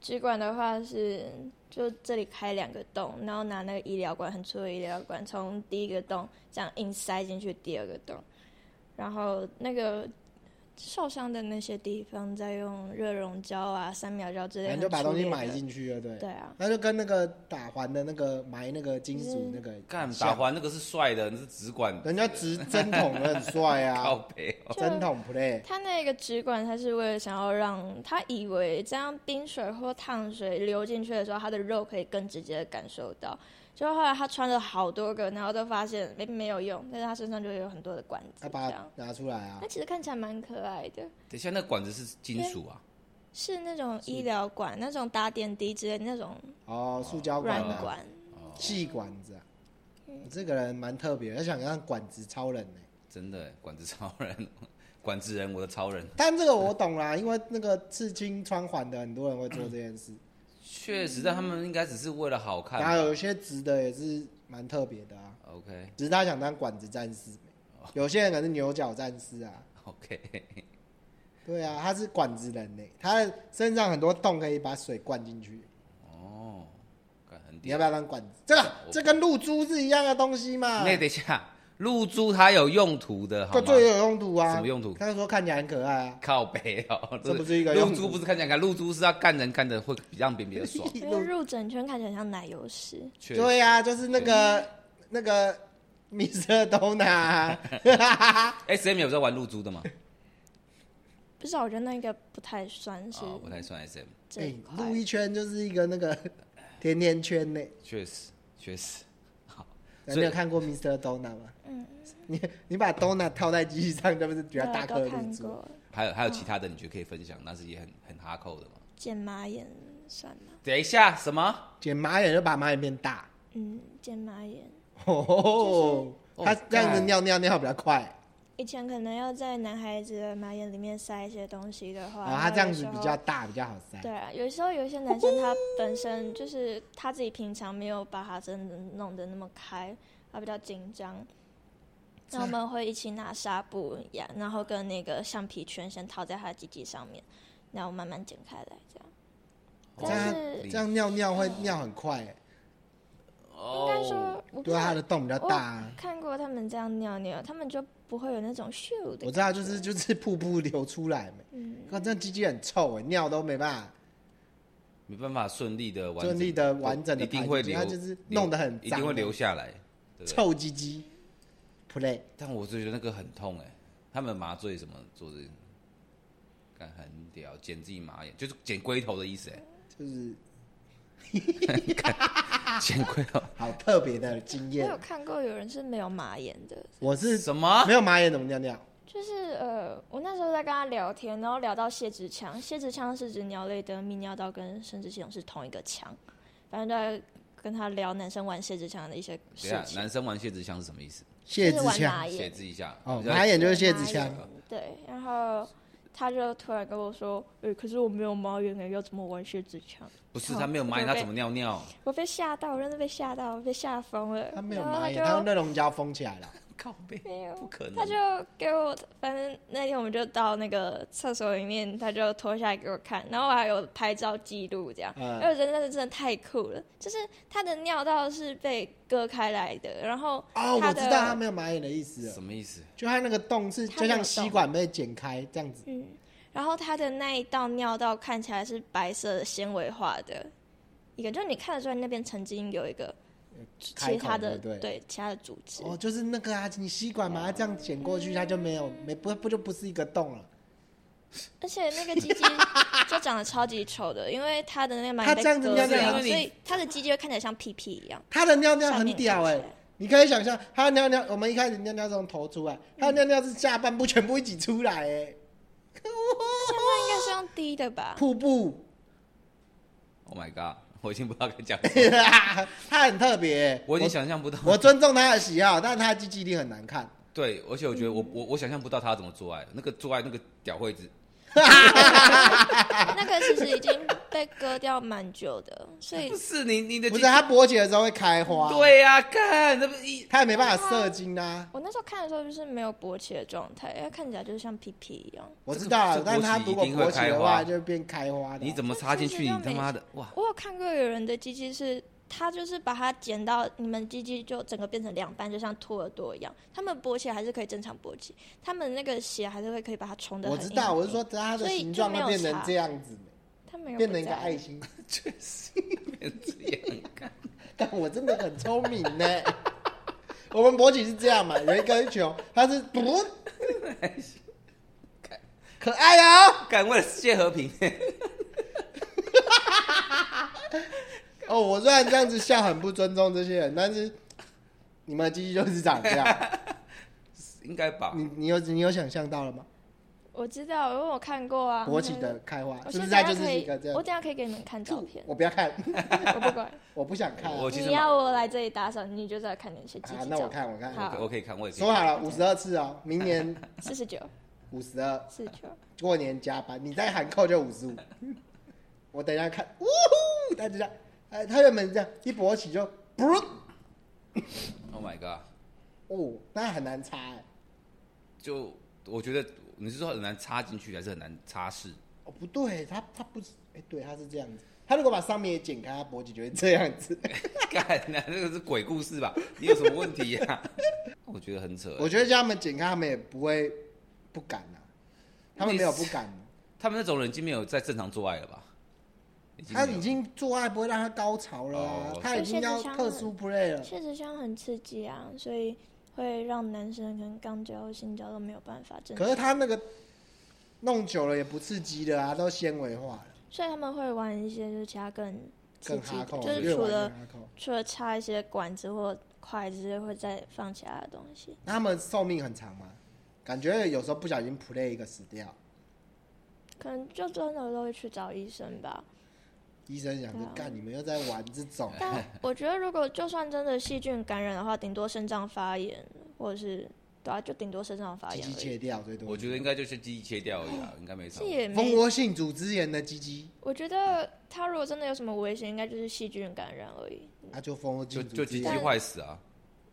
Speaker 5: 植管的话是就这里开两个洞，然后拿那个医疗管很粗的医疗管，从第一个洞这样硬塞进去第二个洞，然后那个受伤的那些地方再用热熔胶啊、三秒 胶之类
Speaker 4: 反
Speaker 5: 的，
Speaker 4: 正就把东西
Speaker 5: 很粗
Speaker 4: 买
Speaker 5: 劣的。
Speaker 4: 进去了，对。
Speaker 5: 对啊，
Speaker 4: 那就跟那个打环的那个埋那个金属那个
Speaker 3: 嗯干打
Speaker 4: 像，
Speaker 3: 环那个是帅的，那是直管
Speaker 4: 人家直针筒很帅
Speaker 3: 靠
Speaker 4: 啊，
Speaker 3: 背哦。
Speaker 5: 就
Speaker 4: 针筒 play
Speaker 5: 他那个直管，他是为了想要让他以为这样冰水或烫水流进去的时候，他的肉可以更直接的感受到。就后来他穿了好多个，然后都发现没没有用，但是他身上就有很多的管子
Speaker 4: 要
Speaker 5: 这
Speaker 4: 把
Speaker 5: 样
Speaker 4: 它。拿出来啊
Speaker 5: 那，其实看起来蛮可爱的，
Speaker 3: 等一下，那管子是金属啊，
Speaker 5: 是那种医疗管、那种打点滴之类的那种
Speaker 4: 哦，塑胶管
Speaker 5: 软
Speaker 4: 啊，
Speaker 5: 管，
Speaker 4: 细管子啊，你这个人蛮特别，他想让管子超人呢。
Speaker 3: 真的欸管子超人， 管子人，我的超人。
Speaker 4: 但这个我懂啦，因为那个刺青穿环的很多人会做这件事，
Speaker 3: 嗯确实，但他们应该只是为了好看
Speaker 4: 然后有
Speaker 3: 吧。
Speaker 4: 些直的也是蛮特别的啊，
Speaker 3: OK
Speaker 4: 只是他想当管子战士，
Speaker 3: 哦
Speaker 4: 有些人可能是牛角战士啊，
Speaker 3: OK，
Speaker 4: 对啊，他是管子人呢，他的身上很多洞可以把水灌进去。
Speaker 3: 哦，干很
Speaker 4: 你
Speaker 3: 屌
Speaker 4: 要不。要当管子？这
Speaker 3: 哦
Speaker 4: 个这跟露珠是一样的东西嘛？
Speaker 3: 那等一下，露珠它有用途的，好
Speaker 4: 这
Speaker 3: 吗？
Speaker 4: 最有用途啊！
Speaker 3: 什么用途
Speaker 4: 他说看起来很可爱啊，
Speaker 3: 靠北哦，
Speaker 4: 这不是一个用
Speaker 3: 露
Speaker 4: 途。
Speaker 3: 珠，不是看起来看露珠是要干人干的会让别人比较爽
Speaker 5: 因为入整圈看起来很像奶油石，
Speaker 3: 确实
Speaker 4: 对呀、啊，就是那个那个 Mr. Dona，啊
Speaker 3: S M 有在玩露珠的吗？
Speaker 5: 不是啊，我觉得那个不太算是
Speaker 4: 啊
Speaker 3: 哦，不太算 S M，
Speaker 5: 这
Speaker 4: 哎
Speaker 5: 一块。
Speaker 4: 录一圈就是一个那个甜甜圈呢。
Speaker 3: 确实确实。好，
Speaker 4: 你
Speaker 3: 所以
Speaker 4: 有看过 Mr. Donut 吗？
Speaker 5: 嗯，
Speaker 4: 你你把 Donut 套在机器上，那不是比
Speaker 5: 对
Speaker 4: 较大，颗
Speaker 5: 都
Speaker 4: 的
Speaker 5: 看
Speaker 4: 露珠？
Speaker 5: 过
Speaker 3: 还有还有其他的，你觉得可以分享，但是也很很哈扣的嘛。
Speaker 5: 剪马眼算吗？
Speaker 3: 等一下，什么？
Speaker 4: 剪马眼就把马眼变大，
Speaker 5: 嗯，剪马眼。
Speaker 4: 哦，
Speaker 3: 就是
Speaker 4: 它这样子
Speaker 3: 哦
Speaker 4: 尿尿尿比较快。
Speaker 5: 以前可能要在男孩子的马眼里面塞一些东西的话，
Speaker 4: 哦，它这样子比较大，比较好塞。
Speaker 5: 对啊。有时候有一些男生他本身就是他自己平常没有把它真的弄得那么开，他比较紧 张。那我们会一起拿纱布呀，然后跟那个橡皮圈先套在他的鸡鸡上面，然后慢慢剪开来，这样。
Speaker 4: 这样
Speaker 5: 但
Speaker 4: 它
Speaker 3: 哦
Speaker 5: 是
Speaker 4: 哦这样尿尿会尿很快，
Speaker 3: 哦
Speaker 5: 应该说，我不
Speaker 4: 哦对啊，它
Speaker 5: 太
Speaker 4: 的洞比较大啊。
Speaker 5: 看过他们这样尿尿，他们就不会有那种咻的感觉。
Speaker 4: 我知道，就是就是瀑布流出来没。
Speaker 5: 嗯，
Speaker 4: 看这样鸡鸡很臭哎，尿都没办
Speaker 3: 没办法顺利的
Speaker 4: 法
Speaker 3: 完整
Speaker 4: 顺利的完整的
Speaker 3: 一定会留，
Speaker 4: 它就是弄得很
Speaker 3: 一定
Speaker 4: 脏，
Speaker 3: 会留下来。对不对
Speaker 4: 臭鸡鸡。play
Speaker 3: 但我就觉得那个很痛哎、他们麻醉什么做这个，干很屌，剪自己马眼就是剪龟头的意思哎、
Speaker 4: 就是
Speaker 3: 剪龟头
Speaker 4: 好特别的经
Speaker 5: 我
Speaker 4: 验
Speaker 5: 有。看过有人是没有马眼的，
Speaker 4: 我是
Speaker 3: 什么
Speaker 4: 没？有马眼怎么尿尿？
Speaker 5: 就是呃，我那时候在跟他聊天，然后聊到泄殖腔，泄殖腔是指鸟类的泌尿道跟生殖系统是同一个腔，反正就在跟他聊男生玩泄殖腔的一些
Speaker 3: 等一
Speaker 5: 事
Speaker 3: 下，
Speaker 5: 情，
Speaker 3: 男生玩蟹子枪是什么意思？
Speaker 4: 啊谢子
Speaker 5: 就是玩
Speaker 4: 强
Speaker 5: 马
Speaker 3: 写
Speaker 5: 眼，
Speaker 3: 字一下
Speaker 4: 哦，
Speaker 3: 比较
Speaker 4: 马眼就是谢子
Speaker 5: 马
Speaker 4: 强
Speaker 5: 眼。对，然后他就突然跟我说，呃、可是我没有马眼欸，要怎么玩泄殖腔？
Speaker 3: 不是他没有马
Speaker 4: 哦
Speaker 3: 眼，他怎么尿尿？
Speaker 5: 我被吓到，我真的被吓到，我被吓疯了。
Speaker 4: 他没有
Speaker 5: 然后
Speaker 4: 马眼，
Speaker 5: 就
Speaker 4: 他用热熔胶封起来了。
Speaker 3: 靠背，
Speaker 5: 没有
Speaker 3: 不可能。
Speaker 5: 他就给我，反正那天我们就到那个厕所里面，他就脱下来给我看，然后我还有拍照记录这样，哎
Speaker 4: 嗯
Speaker 5: 因为我觉得那是真的太酷了，就是他的尿道是被割开来的，然后
Speaker 4: 哦，
Speaker 5: 他
Speaker 4: 我知
Speaker 5: 的
Speaker 4: 道他没有马眼的意思了
Speaker 3: 什么意思？
Speaker 4: 就它那个洞是
Speaker 5: 它
Speaker 4: 就
Speaker 5: 没
Speaker 4: 像
Speaker 5: 有
Speaker 4: 吸
Speaker 5: 洞
Speaker 4: 管被剪开这样子，
Speaker 5: 嗯，然后他的那一道尿道看起来是白色的纤维化的一个，就是你看得出来那边曾经有一个
Speaker 4: 开
Speaker 5: 其
Speaker 4: 口
Speaker 5: 他的
Speaker 4: 对不对
Speaker 5: 其他的组织，
Speaker 4: 哦，就是那个啊，你吸
Speaker 5: 哦
Speaker 4: 管把它这样剪过去，它就没
Speaker 5: 嗯
Speaker 4: 有没不不就不是一个洞了。
Speaker 5: 而且那个 鸡鸡就长得超级丑的，因为它的那个蛮
Speaker 4: 它这样子尿
Speaker 3: 尿
Speaker 5: 所
Speaker 3: 尿
Speaker 5: 以它的鸡鸡会看起来像屁屁一样。
Speaker 4: 它的尿尿很屌哎、
Speaker 5: 上面看起来
Speaker 4: 你可以想象，它的尿尿，我们一开始尿尿是从头出来，它的
Speaker 5: 嗯
Speaker 4: 尿尿是下半部全部一起出来哎、
Speaker 5: 现在应该是用低的
Speaker 3: 啊
Speaker 5: 吧？
Speaker 4: 瀑布，
Speaker 3: Oh my god！我已经不知道该讲什么，
Speaker 4: 它很特别欸、
Speaker 3: 我已经想象不到。
Speaker 4: 我尊重它的喜好，但它的鸡鸡一定很难看。
Speaker 3: 对，而且我觉得我我我想象不到他要怎么做爱，那个做爱那个屌会子，
Speaker 5: 那个其实已经被割掉蛮久的，所以
Speaker 3: 不是你你的
Speaker 4: 不是啊它勃起的时候会开花，，
Speaker 3: 对呀、看那不一
Speaker 4: 它也没办法射精啊。
Speaker 5: 我那时候看的时候就是没有勃起的状态，因为看起来就是像屁屁一样。
Speaker 4: 我知道啊
Speaker 3: 这，个
Speaker 4: 但它如果
Speaker 3: 这个勃
Speaker 4: 勃
Speaker 3: 起一
Speaker 4: 起
Speaker 3: 定会开
Speaker 4: 的
Speaker 3: 花
Speaker 4: 话，就变开花的啊。
Speaker 3: 你怎么插进去？你他妈的哇！
Speaker 5: 我有看过有人的鸡鸡是，他就是把它剪到你们鸡鸡就整个变成两半，就像兔耳朵一样。他们勃起还是可以正常勃起，他们那个血还是会可以把它冲的。
Speaker 4: 我知道，我是说它的
Speaker 5: 所以
Speaker 4: 形
Speaker 5: 就
Speaker 4: 状
Speaker 5: 没
Speaker 4: 会
Speaker 5: 有
Speaker 4: 变成
Speaker 5: 差
Speaker 4: 这样子，
Speaker 5: 他没有
Speaker 4: 变成一
Speaker 5: 不
Speaker 4: 个
Speaker 5: 在
Speaker 4: 爱心。
Speaker 3: 确实变这样看，
Speaker 4: 但我真的很聪明呢。 我们勃起是这样嘛，有一根球，它是 不
Speaker 3: 哎
Speaker 4: 可爱啊、
Speaker 3: 敢为了世界和平，
Speaker 4: 哦！我虽然这样子笑很不尊重这些人，但是你们的鸡鸡就是长这样。
Speaker 3: 应该吧？
Speaker 4: 你你有你有想象到了吗？
Speaker 5: 我知道，因为我看过啊。
Speaker 4: 勃起的开花
Speaker 5: 我
Speaker 4: 是不
Speaker 5: 现
Speaker 4: 是
Speaker 5: 在
Speaker 4: 它就
Speaker 5: 可
Speaker 4: 是
Speaker 5: 以
Speaker 4: 一个这样？
Speaker 5: 我等一下可以给你们看照片，
Speaker 4: 我不要看，
Speaker 5: 我不管。
Speaker 4: 我不想看、啊。
Speaker 3: 我其实
Speaker 5: 你要我来这里打扫，你就在看那些机器
Speaker 4: 啊那我看我看
Speaker 3: 我可
Speaker 5: 好
Speaker 3: 我，可以看，我也可以
Speaker 4: 说
Speaker 3: 看。
Speaker 4: 好了，五十二次哦，明年
Speaker 5: 四十九，
Speaker 4: 五十二。
Speaker 5: 四十九。
Speaker 4: 过年加班，你再喊扣就五十五。我等一下看，呜呼，他就这样，哎，他原本这样一勃起就，噗
Speaker 3: Oh my god！
Speaker 4: 哦，那很难插哎、
Speaker 3: 就我觉得你是说很难插进去，还是很难擦拭？
Speaker 4: 哦，不对，他他不是，哎、对，他是这样子。他如果把上面也剪开，他勃起就会这样子。
Speaker 3: 干，那那个是鬼故事吧？你有什么问题呀、 我觉得很扯欸、
Speaker 4: 我觉得叫他们剪开，他们也不会不敢啊，他们没有不敢。
Speaker 3: 他们那种人已经没有在正常做爱了吧？
Speaker 4: 他
Speaker 3: 没有
Speaker 4: 已经做爱不会让他高潮了、啊
Speaker 3: 哦
Speaker 4: 他已经要特殊 play 了。
Speaker 5: 确实像很刺激啊，所以会让男生跟肛交或性交都没有办法正
Speaker 4: 可
Speaker 5: 常。
Speaker 4: 是他那个弄久了也不刺激的啊，都纤维化了，
Speaker 5: 所以他们会玩一些就是其他更刺
Speaker 4: 更
Speaker 5: 激
Speaker 4: 哈
Speaker 5: 的，
Speaker 4: 扣，
Speaker 5: 就
Speaker 4: 越
Speaker 5: 是除
Speaker 4: 玩越
Speaker 5: 了
Speaker 4: 哈扣。
Speaker 5: 除了插一些管子或快，只是会再放其他的东西。
Speaker 4: 那他们寿命很长吗？感觉有时候不小心 play 一个死掉，
Speaker 5: 可能就真的都会去找医生吧。
Speaker 4: 医生想
Speaker 5: 对
Speaker 4: 说
Speaker 5: 啊
Speaker 4: 干你们又在玩这种，
Speaker 5: 但我觉得，如果就算真的细菌感染的话，顶多肾脏发炎，或者是对啊，就顶多肾脏发
Speaker 4: 鸡
Speaker 5: 炎
Speaker 4: 鸡
Speaker 5: 而已。
Speaker 4: 切掉最多。
Speaker 3: 我觉得应该就是鸡切掉而已啊，应该没啥
Speaker 5: 这。也
Speaker 4: 蜂
Speaker 5: 没，
Speaker 4: 窝性组织炎的鸡鸡，
Speaker 5: 我觉得他如果真的有什么危险，应该就是细菌感染而已，
Speaker 4: 啊就蜂窝
Speaker 3: 就
Speaker 4: 性组
Speaker 3: 就
Speaker 4: 织
Speaker 3: 鸡鸡
Speaker 4: 炎，
Speaker 3: 坏死啊，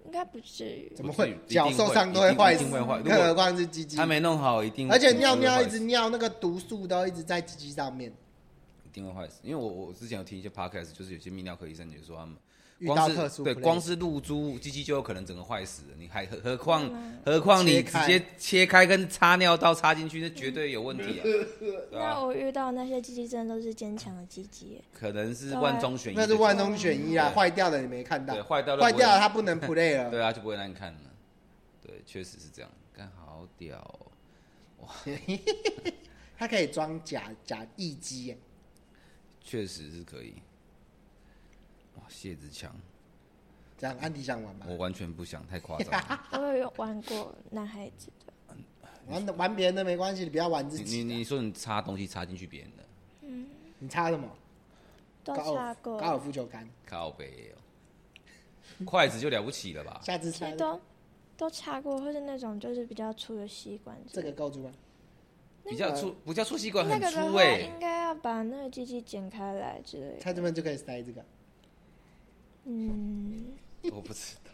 Speaker 5: 应该不至于。
Speaker 4: 怎么
Speaker 3: 不至
Speaker 4: 会
Speaker 3: 于
Speaker 4: 脚受伤都会坏
Speaker 3: 一
Speaker 4: 死
Speaker 3: 定，会坏。如
Speaker 4: 更何
Speaker 3: 果
Speaker 4: 况是鸡鸡
Speaker 3: 他，没弄好，一定会
Speaker 4: 而且尿尿
Speaker 3: 会
Speaker 4: 一
Speaker 3: 坏死
Speaker 4: 直尿，那个毒素都一直在鸡鸡上面，
Speaker 3: 一定会坏死。因为我我之前有听一些 podcast，就是有些泌尿科医生也说他们
Speaker 4: 遇到
Speaker 3: 光
Speaker 4: 特
Speaker 3: 是
Speaker 4: 殊
Speaker 3: 对
Speaker 4: play
Speaker 3: 光是露珠鸡鸡就有可能整个坏死了，你还何何况
Speaker 5: 嗯
Speaker 3: 何况
Speaker 4: 切
Speaker 3: 你直
Speaker 4: 开
Speaker 3: 接切开跟插尿道插进去，那绝对有问 题啊！对
Speaker 5: 那
Speaker 3: 啊，
Speaker 5: 我遇到那些鸡鸡真的都是坚强的鸡鸡耶，
Speaker 3: 可能是
Speaker 5: 对啊
Speaker 3: 万中选一的
Speaker 4: 那
Speaker 3: 结
Speaker 4: 是
Speaker 3: 果，
Speaker 4: 万中选一啊，
Speaker 3: 对
Speaker 4: 坏掉的你没看到
Speaker 3: 对，坏掉的
Speaker 4: 坏掉了
Speaker 3: 不
Speaker 4: 它 不能 play
Speaker 3: 会
Speaker 4: 了，
Speaker 3: 对啊就不会让你看了。对，确实是这样，干好屌哦、
Speaker 4: 它可以装假假翼鸡耶，
Speaker 3: 确实是可以。哇，谢子强，
Speaker 4: 这样安迪想玩吗
Speaker 3: 我？完全不想，太夸张了。
Speaker 5: 我有玩过男孩子的，
Speaker 4: 玩玩别人的没关系，你不要玩自
Speaker 3: 你你
Speaker 4: 己的。
Speaker 3: 你说你插东西插进去别人的，
Speaker 4: 你插什么？
Speaker 5: 都
Speaker 4: 高
Speaker 5: 插
Speaker 4: 尔
Speaker 5: 过，
Speaker 4: 高尔夫球杆，
Speaker 3: 靠背 哦，筷子就了不起了吧？
Speaker 4: 下次
Speaker 5: 其
Speaker 4: 插
Speaker 5: 实都都插过，或是那种就是比较粗的吸管之
Speaker 4: 这
Speaker 5: 类
Speaker 4: 个
Speaker 5: 的。
Speaker 4: 够粗吗？
Speaker 3: 比较粗，比较粗吸管
Speaker 5: 那
Speaker 3: 很
Speaker 5: 个的
Speaker 3: 粗
Speaker 5: 话，
Speaker 3: 哎、
Speaker 5: 应该要把那个鸡鸡剪开来之类
Speaker 4: 欸它
Speaker 5: 的。
Speaker 4: 这边就可以塞这个，
Speaker 5: 嗯，
Speaker 3: 我不知道，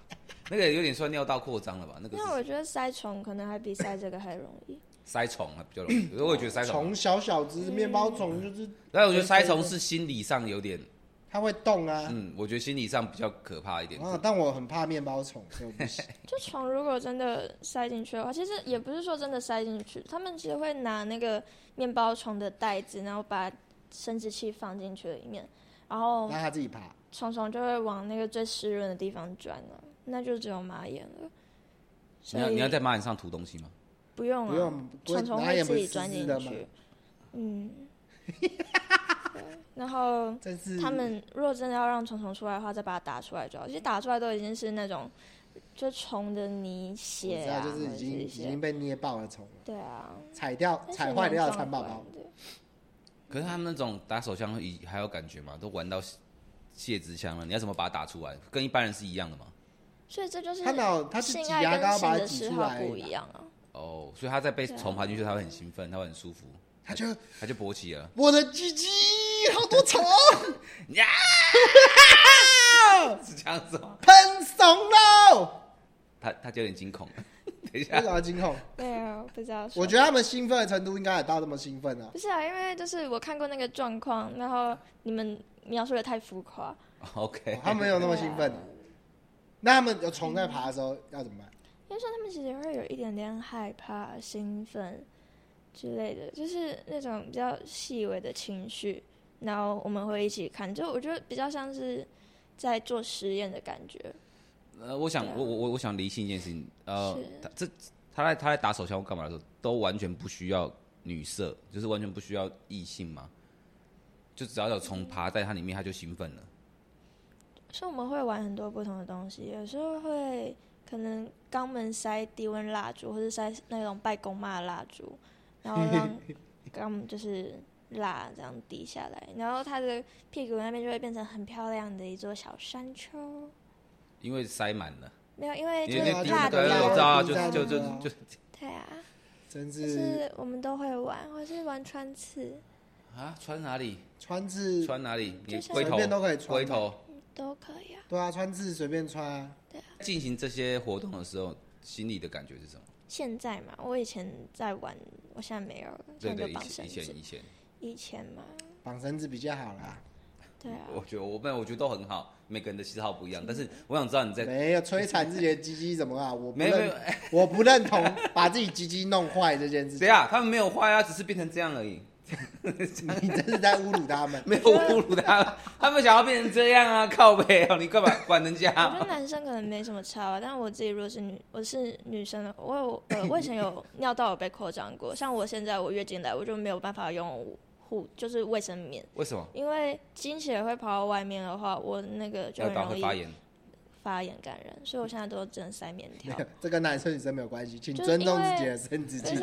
Speaker 3: 那个有点算尿道扩张了吧？那个
Speaker 5: 那我
Speaker 3: 是
Speaker 5: 觉得塞虫可能还比塞这个还容易。
Speaker 3: 塞虫啊，比较容易。我也觉得塞虫
Speaker 4: 虫，小小只，
Speaker 5: 嗯
Speaker 4: 面包虫就是
Speaker 3: 但我觉得塞虫是心理上有点，
Speaker 4: 它会动啊。
Speaker 3: 嗯，我觉得心理上比较可怕一点。
Speaker 4: 啊，但我很怕面包虫，所以我不 行。
Speaker 5: 就虫如果真的塞进去的话，其实也不是说真的塞进去，他们其实会拿那个面包虫的袋子，然后把生殖器放进去里面，然后
Speaker 4: 让它自己爬。
Speaker 5: 虫虫就会往那个最湿润的地方钻了、那就只有马眼了。所
Speaker 3: 你要
Speaker 5: 以
Speaker 3: 你要在马眼上涂东西吗？
Speaker 5: 不用
Speaker 4: 不用
Speaker 5: 啊，
Speaker 4: 不会
Speaker 5: 虫虫
Speaker 4: 马眼不
Speaker 5: 会自
Speaker 4: 是
Speaker 5: 己钻
Speaker 4: 湿
Speaker 5: 进
Speaker 4: 的吗
Speaker 5: 去。 嗯，对然后
Speaker 4: 但是
Speaker 5: 他们如果真的要让虫虫出来的话，再把它打出来就好。其实打出来都已经是那种就虫的泥
Speaker 4: 我
Speaker 5: 血
Speaker 4: 知
Speaker 5: 啊，
Speaker 4: 道，就是已
Speaker 5: 或者是
Speaker 4: 经
Speaker 5: 一
Speaker 4: 已
Speaker 5: 些
Speaker 4: 经被捏爆了虫了，
Speaker 5: 对啊，
Speaker 4: 踩掉
Speaker 5: 但是
Speaker 4: 踩
Speaker 5: 也
Speaker 4: 坏
Speaker 5: 蛮
Speaker 4: 掉的
Speaker 5: 壮
Speaker 4: 蚕宝
Speaker 5: 观
Speaker 4: 宝。
Speaker 5: 的。
Speaker 3: 可是他们那种打手枪以还有感觉吗？都玩到泄殖腔了，你要怎么把它打出来？跟一般人是一样的吗？
Speaker 5: 所以这就是
Speaker 4: 他脑他是挤
Speaker 5: 性
Speaker 4: 牙
Speaker 5: 爱
Speaker 4: 膏
Speaker 5: 跟性
Speaker 4: 把它
Speaker 5: 的
Speaker 4: 挤
Speaker 5: 嗜
Speaker 4: 出
Speaker 5: 好
Speaker 4: 来，
Speaker 5: 不一样 啊。
Speaker 3: 哦，所以他在被
Speaker 5: 对啊
Speaker 3: 虫爬进去，他会很兴奋，他会很舒服，
Speaker 4: 他就
Speaker 3: 他就勃起了。
Speaker 4: 我的鸡鸡好多虫，啊
Speaker 3: 是这样子吗？
Speaker 4: 喷怂喽！
Speaker 3: 他他就有点惊恐。 等一
Speaker 4: 为
Speaker 3: 下
Speaker 4: 什，么要惊 恐？
Speaker 5: 对啊，不知道说。
Speaker 4: 我觉得他们兴奋的程度应该也到那么兴奋啊。
Speaker 5: 不是啊，因为就是我看过那个状况，然后你们描述的太浮夸，
Speaker 3: OK，
Speaker 4: 哦 他们没有那么兴奋。那他们有虫在爬的时候要怎么办？
Speaker 5: 因为说他们其实会有一点点害怕、兴奋之类的，就是那种比较细微的情绪，然后我们会一起看，就我觉得比较像是在做实验的感觉。
Speaker 3: 呃，我想
Speaker 5: 对啊
Speaker 3: 我我我我想理清一件事情，呃
Speaker 5: 是，
Speaker 3: 他这他在他在打手枪或干嘛的时候，都完全不需要女色，就是完全不需要异性嘛，就只要有
Speaker 5: 嗯
Speaker 3: 虫爬在它里面，他就兴奋了。
Speaker 5: 所以我们会玩很多不同的东西，有时候会可能肛门塞低温蜡烛，或者塞那种拜公妈的蜡烛，然后让肛门就是蜡这样滴下来，然后它的屁股那边就会变成很漂亮的一座小山丘。
Speaker 3: 因为塞满了，
Speaker 5: 没有，因为就
Speaker 3: 因
Speaker 5: 是
Speaker 3: 为
Speaker 4: 那
Speaker 3: 滴
Speaker 4: 地方
Speaker 5: 蜡烛
Speaker 3: 对，
Speaker 4: 蜡
Speaker 3: 我知道啊，就
Speaker 4: 蜡
Speaker 3: 就就
Speaker 4: 蜡
Speaker 3: 就
Speaker 5: 对啊，
Speaker 4: 真
Speaker 5: 就是是我们都会玩，或是玩穿刺
Speaker 3: 啊，穿哪里？
Speaker 4: 穿刺，
Speaker 3: 穿哪里？你
Speaker 5: 就像
Speaker 3: 龟
Speaker 4: 随
Speaker 3: 头
Speaker 4: 便都可以穿
Speaker 3: 龟头。
Speaker 5: 都可以啊。
Speaker 4: 对啊，穿刺随便穿啊。
Speaker 3: 进行这些活动的时候，心里的感觉是什么？
Speaker 5: 现在嘛，我以前在玩，我现在没有了，
Speaker 3: 对
Speaker 5: 现在
Speaker 3: 对，
Speaker 5: 就
Speaker 3: 以
Speaker 5: 绑
Speaker 3: 前
Speaker 5: 绳
Speaker 3: 以
Speaker 5: 子
Speaker 3: 前。以前，
Speaker 5: 以前嘛，
Speaker 4: 绑绳子比较好啦，
Speaker 5: 对啊，
Speaker 3: 我觉得我没有，我觉得都很好，每个人的喜好不一样，但是我想知道你在
Speaker 4: 没有摧残自己的鸡鸡怎么啊？我不
Speaker 3: 没有没有
Speaker 4: 认，，我不认同把自己鸡鸡弄坏这件事
Speaker 3: 谁
Speaker 4: 情。
Speaker 3: 啊？他们没有坏啊，只是变成这样而已。
Speaker 4: 你这是在侮辱他们。
Speaker 3: 没有侮辱他，他们想要变成这样啊，靠背哦，你干嘛管人家？啊
Speaker 5: 我觉得男生可能没什么差吧，但我自己如果是女，我是女生的，我有呃，我以前有尿道有被扩 张过，像我现在我月经来，我就没有办法用护，就是卫生棉，
Speaker 3: 为什么？
Speaker 5: 因为经血会跑到外面的话，我那个就
Speaker 3: 要
Speaker 5: 很
Speaker 3: 搞
Speaker 5: 容
Speaker 3: 会
Speaker 5: 易
Speaker 3: 发炎，
Speaker 5: 发炎感染，所以我现在都只能塞棉条
Speaker 4: 没。有，这跟男生女生没有关系，请
Speaker 5: 就是
Speaker 4: 尊重
Speaker 5: 因为
Speaker 4: 自己的生殖器。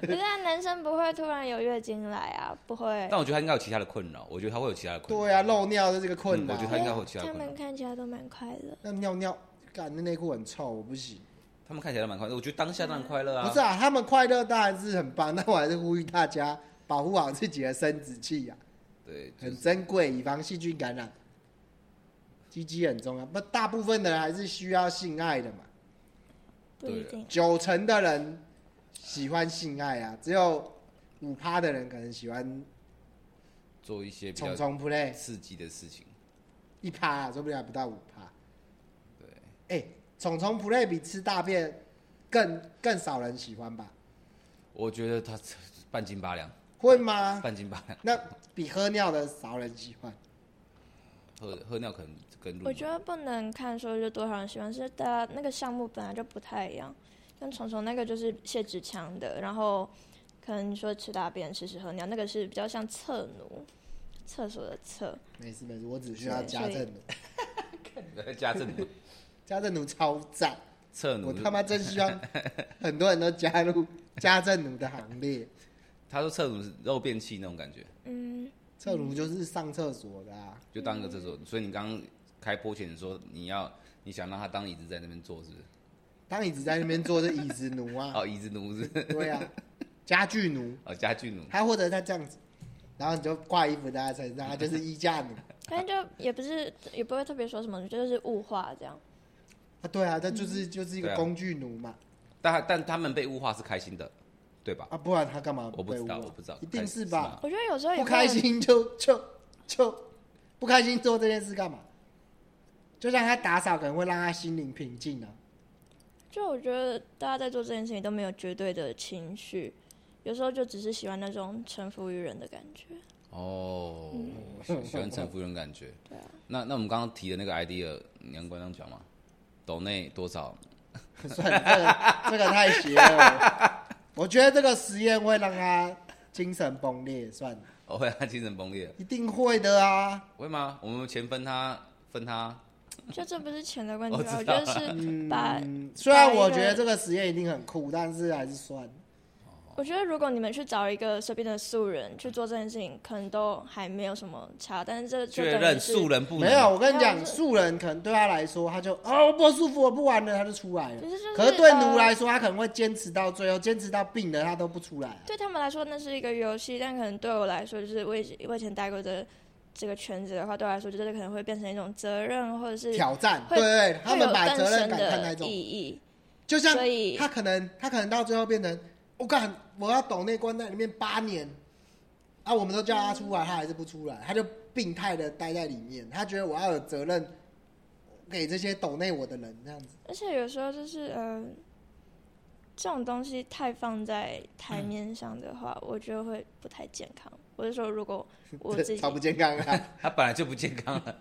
Speaker 5: 可是啊男生不会突然有月经来啊，不会。
Speaker 3: 但我觉得他应该有其他的困扰，我觉得他会有其他的困扰。
Speaker 4: 对啊，漏尿这是个困
Speaker 3: 嗯
Speaker 4: 扰
Speaker 3: 我觉。得他应该会有其他
Speaker 5: 他
Speaker 3: 困
Speaker 5: 们
Speaker 3: 扰。
Speaker 5: 看起来都蛮快乐。
Speaker 4: 那尿尿，干那内裤很臭，我不行。
Speaker 3: 他们看起来都蛮快乐，我觉得当下当然快乐啊。
Speaker 4: 不是啊，他们快乐当然是很棒， 但我还是呼吁大家保护好自己的生殖器啊，
Speaker 3: 对，就
Speaker 4: 很
Speaker 3: 是
Speaker 4: 珍贵，以防细菌感染。鸡鸡很重要，不，大部分的人还是需要性爱的嘛。
Speaker 5: 不一
Speaker 3: 啊
Speaker 5: 定，
Speaker 4: 九成的人喜欢性爱啊，只有五趴的人可能喜欢
Speaker 3: 做一些比
Speaker 4: 重
Speaker 3: 较
Speaker 4: 重 play，
Speaker 3: 刺激的事情。
Speaker 4: 一趴、啊、说不定还不到五趴。
Speaker 3: 对，
Speaker 4: 哎、虫虫 play 比吃大便更更少人喜欢吧？
Speaker 3: 我觉得他半斤八两，
Speaker 4: 会吗？
Speaker 3: 半斤八两，
Speaker 4: 那比喝尿的少人喜欢。
Speaker 3: 喝喝尿可能跟入
Speaker 5: 我觉得不能看说就多少人喜欢，是大家那个项目本来就不太一样。跟虫虫那个就是泄殖腔的，然后可能说吃大便、吃屎喝尿，那个是比较像侧奴，厕所的厕。
Speaker 4: 没事没事，我只需
Speaker 3: 啊
Speaker 4: 要
Speaker 5: 对
Speaker 4: 家政 奴，
Speaker 3: 得家政奴
Speaker 4: 家政奴超赞，
Speaker 3: 侧奴，
Speaker 4: 我他妈真希望很多人都加入 家政奴的行列。
Speaker 3: 他说侧奴是肉便器那种感觉，
Speaker 5: 嗯，
Speaker 4: 厕奴就是上厕所的啊，
Speaker 3: 就当一个厕所。所以你刚刚开播前说你要你想让他当椅子在那边坐是不是？
Speaker 4: 当椅子在那边坐是椅子奴啊，
Speaker 3: 哦，椅子奴是不是
Speaker 4: 对啊，家具奴，
Speaker 3: 哦家具奴，
Speaker 4: 他或者他这样子，然后你就挂衣服在他身上，他就是衣架奴。
Speaker 5: 反正就也不是也不会特别说什么，就是物化这样。
Speaker 4: 啊，对啊，这
Speaker 5: 嗯
Speaker 4: 就是就是一
Speaker 3: 对
Speaker 4: 个
Speaker 3: 啊
Speaker 4: 工具奴嘛，
Speaker 3: 但但他们被物化是开心的，对吧？
Speaker 4: 啊，不然他干嘛被污啊？
Speaker 3: 我不知道我不知道
Speaker 4: 一定
Speaker 3: 开
Speaker 4: 是
Speaker 3: 始是
Speaker 4: 吧
Speaker 3: 吗？
Speaker 5: 我觉得有时候也
Speaker 4: 不
Speaker 5: 能
Speaker 4: 开，心就就就不开心做这件事干嘛？就像他打扫，可能会让他心灵平静啊。
Speaker 5: 就我觉得大家在做这件事情都没有绝对的情绪，有时候就只是喜欢那种臣服于人的感觉。
Speaker 3: 哦，
Speaker 4: 嗯
Speaker 3: 喜喜欢陈夫人感觉。对啊。那那我们刚刚提的那个 idea，你跟观众讲吗？抖内多少？
Speaker 4: 算了，这个这个太邪恶了。我觉得这个实验会让他精神崩裂，算了，
Speaker 3: 我哦会让啊他精神崩裂，
Speaker 4: 一定会的啊。
Speaker 3: 会吗？我们钱分他分他，
Speaker 5: 就这不是钱的问题
Speaker 3: 我
Speaker 5: 吧，
Speaker 3: 知
Speaker 5: 我觉
Speaker 3: 道
Speaker 5: 得是把。
Speaker 4: 嗯，虽然我
Speaker 5: 把一个
Speaker 4: 觉得这个实验一定很酷，但是还是算了。
Speaker 5: 我觉得如果你们去找一个随便的素人去做这件事情，可能都还没有什么差，但是这就
Speaker 3: 确
Speaker 5: 等于
Speaker 3: 认
Speaker 5: 是
Speaker 3: 素，人不能
Speaker 4: 没有，，我跟你
Speaker 5: 没有
Speaker 4: 讲，
Speaker 5: 是
Speaker 4: 素人可能对他来说，他就哦我不舒服，我不玩了，他就出来了
Speaker 5: 可。是就是
Speaker 4: 可是对
Speaker 5: 呃
Speaker 4: 奴来说，他可能会坚持到最后，坚持到病了，他都不出来啊。
Speaker 5: 对他们来说那是一个游戏，但可能对我来说，就是我以前我以前待过的这个圈子的话，对我来说就是可能会变成一种责任，或者是
Speaker 4: 挑战，
Speaker 5: 嗯会
Speaker 4: 对对，他
Speaker 5: 会有
Speaker 4: 们把
Speaker 5: 更
Speaker 4: 责任
Speaker 5: 深
Speaker 4: 感看太
Speaker 5: 的意
Speaker 4: 重，
Speaker 5: 义。
Speaker 4: 就像
Speaker 5: 所以
Speaker 4: 他可能他可能到最后变成，我干，我要抖内关在里面八年，啊，我们都叫他出来，他还是不出来，他就病态的待在里面，他觉得我要有责任给这些抖内我的人这样子，
Speaker 5: 而且有时候就是呃，这种东西太放在台
Speaker 4: 嗯
Speaker 5: 面上的话，我觉得会不太健康。我是说，如果我自
Speaker 4: 这
Speaker 5: 己
Speaker 4: 超不健康啊！
Speaker 3: 他本来就不健康了。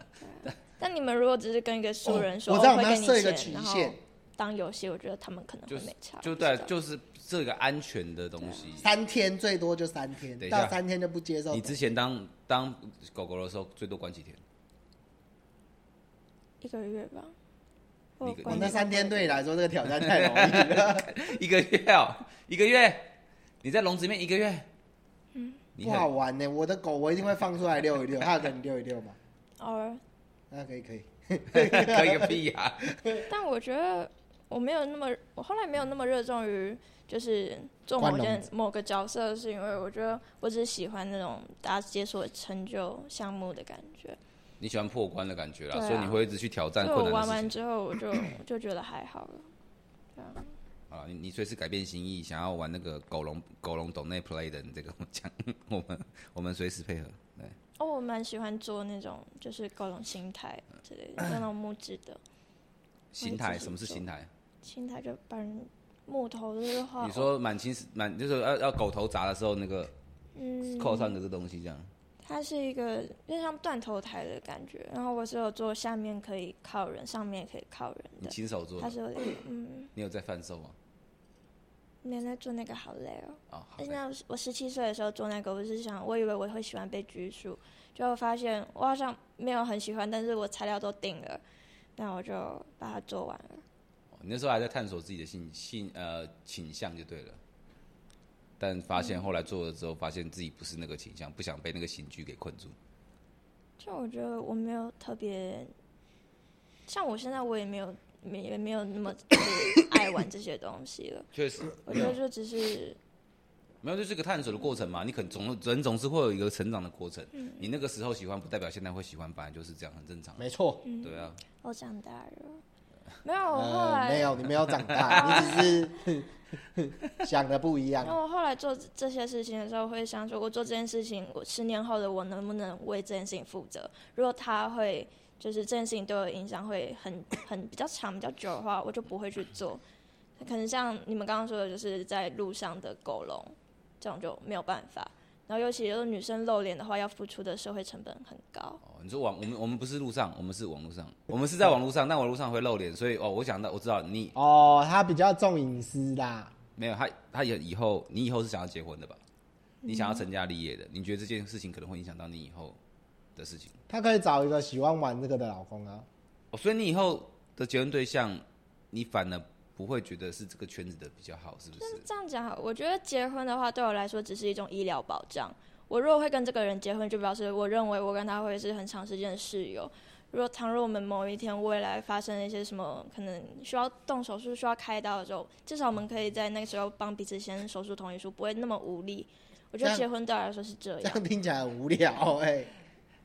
Speaker 5: 但你们如果只是跟一个熟人说，
Speaker 4: 我知道我
Speaker 5: 哦会
Speaker 4: 们要
Speaker 5: 给你
Speaker 4: 设一个
Speaker 5: 钱，
Speaker 4: 曲
Speaker 5: 然后
Speaker 4: 线，
Speaker 5: 当游戏，我觉得他们可能
Speaker 3: 就
Speaker 5: 会
Speaker 3: 是
Speaker 5: 没差。
Speaker 3: 就
Speaker 5: 我不
Speaker 3: 对啊，
Speaker 5: 知道
Speaker 3: 就是这个安全的东西。
Speaker 4: 三天最多就三天
Speaker 3: 等，一下
Speaker 4: 到三天就不接受
Speaker 3: 你。之前当当狗狗的时候，最多关几天？
Speaker 5: 一个月吧。
Speaker 3: 你
Speaker 5: 我
Speaker 3: 个
Speaker 5: 管
Speaker 4: 哦那
Speaker 5: 理
Speaker 4: 三天对你
Speaker 5: 过
Speaker 4: 来说这个挑战太容 易了，
Speaker 3: 一个月哦，一个月，你在笼子里面一个月，嗯，你
Speaker 4: 不 好
Speaker 3: 很
Speaker 4: 玩呢、我的狗我一定会放出来遛 一遛，它有跟你遛一遛嘛？
Speaker 5: 偶尔，
Speaker 4: 那可以可以。
Speaker 3: 可以个屁呀！
Speaker 5: 但我觉得我没有那么，我后来没有那么热衷于就是做某
Speaker 4: 关笼
Speaker 5: 件某个角色，是因为我觉得我只是喜欢那种大家解锁成就项目的感觉，
Speaker 3: 你喜欢破关的感觉啦，
Speaker 5: 对啊
Speaker 3: 所以你会一直去挑
Speaker 5: 所
Speaker 3: 战
Speaker 5: 以
Speaker 3: 困
Speaker 5: 我
Speaker 3: 难
Speaker 5: 玩
Speaker 3: 的事
Speaker 5: 完
Speaker 3: 情。
Speaker 5: 之后我就我就觉得还好了。对啊
Speaker 3: 啊，你你随时改变心意，想要玩那个狗笼狗笼懂内 play 的，你再跟我讲， 我们我们随时配合。对，
Speaker 5: 哦，我蛮喜欢做那种就是各种心态之类的，那种木质的
Speaker 3: 心态
Speaker 5: 自己
Speaker 3: 什么是心态？
Speaker 5: 心态，就把人木头就是画。
Speaker 3: 你说满清十满就是要要狗头砸的时候，那个
Speaker 5: 嗯，
Speaker 3: 扣上个这东西这样，
Speaker 5: 它是一个有点像断头台的感觉，然后我是有做下面可以靠人，上面也可以靠人
Speaker 3: 你
Speaker 5: 的，
Speaker 3: 亲手做
Speaker 5: 它
Speaker 3: 的，
Speaker 5: 是有点嗯，
Speaker 3: 你有在贩售吗？
Speaker 5: 没有在做那个好累哦。
Speaker 3: 哦，好
Speaker 5: 而且那我我十七岁的时候做那个，我是想，我以为我会喜欢被拘束，结果发现我好像没有很喜欢，但是我材料都定了，但我就把它做完了。
Speaker 3: 哦你那时候还在探索自己的性性呃倾向就对了，但发现后来做了之后，发现自己不是那个倾向，不想被那个刑具给困住。
Speaker 5: 就我觉得我没有特别，像我现在我也没有没也没有那么就是爱玩这些东西了。
Speaker 3: 确实，
Speaker 5: 我觉得就只是
Speaker 3: 没有，就是个探索的过程嘛。你可能总人总是会有一个成长的过程。
Speaker 5: 嗯
Speaker 3: 你那个时候喜欢，不代表现在会喜欢，本来就是这样，很正常。
Speaker 4: 没错。
Speaker 3: 对啊，
Speaker 5: 嗯我长大了，没有我哦后
Speaker 4: 呃，
Speaker 5: 来、
Speaker 4: 没有，你没有长大，你只是 想的不一样
Speaker 5: 因为。我后来做这些事情的时候，会想说，我做这件事情，我十年后的我能不能为这件事情负责？如果他会就是这件事情对我的影响会很很比较长、比较久的话，我就不会去做。可能像你们刚刚说的，就是在路上的狗笼，这种就没有办法。然后尤其就是女生露脸的话，要付出的社会成本很高。
Speaker 3: 哦，你说网我们我们不是路上，我们是网络上，我们是在网络上，但网络上会露脸，所以哦，我想到我知道你
Speaker 4: 哦，他比较重隐私啦。
Speaker 3: 没有他，他也以后你以后是想要结婚的吧？你想要成家立业的，你觉得这件事情可能会影响到你以后的事情
Speaker 4: 他可以找一个喜欢玩这个的老公啊。
Speaker 3: 哦，所以你以后的结婚对象，你反而不会觉得是这个圈子的比较好，是不是？
Speaker 5: 这样讲好，我觉得结婚的话，对我来说只是一种医疗保障。我如果会跟这个人结婚，就表示我认为我跟他会是很长时间的室友。如果倘若我们某一天未来发生了一些什么，可能需要动手术、需要开刀的时候，至少我们可以在那个时候帮彼此签手术同意书，不会那么无力。我
Speaker 4: 这
Speaker 5: 觉得
Speaker 4: 样
Speaker 5: 结婚对我来说是这
Speaker 4: 这
Speaker 5: 样。
Speaker 4: 样听起来很无聊哎、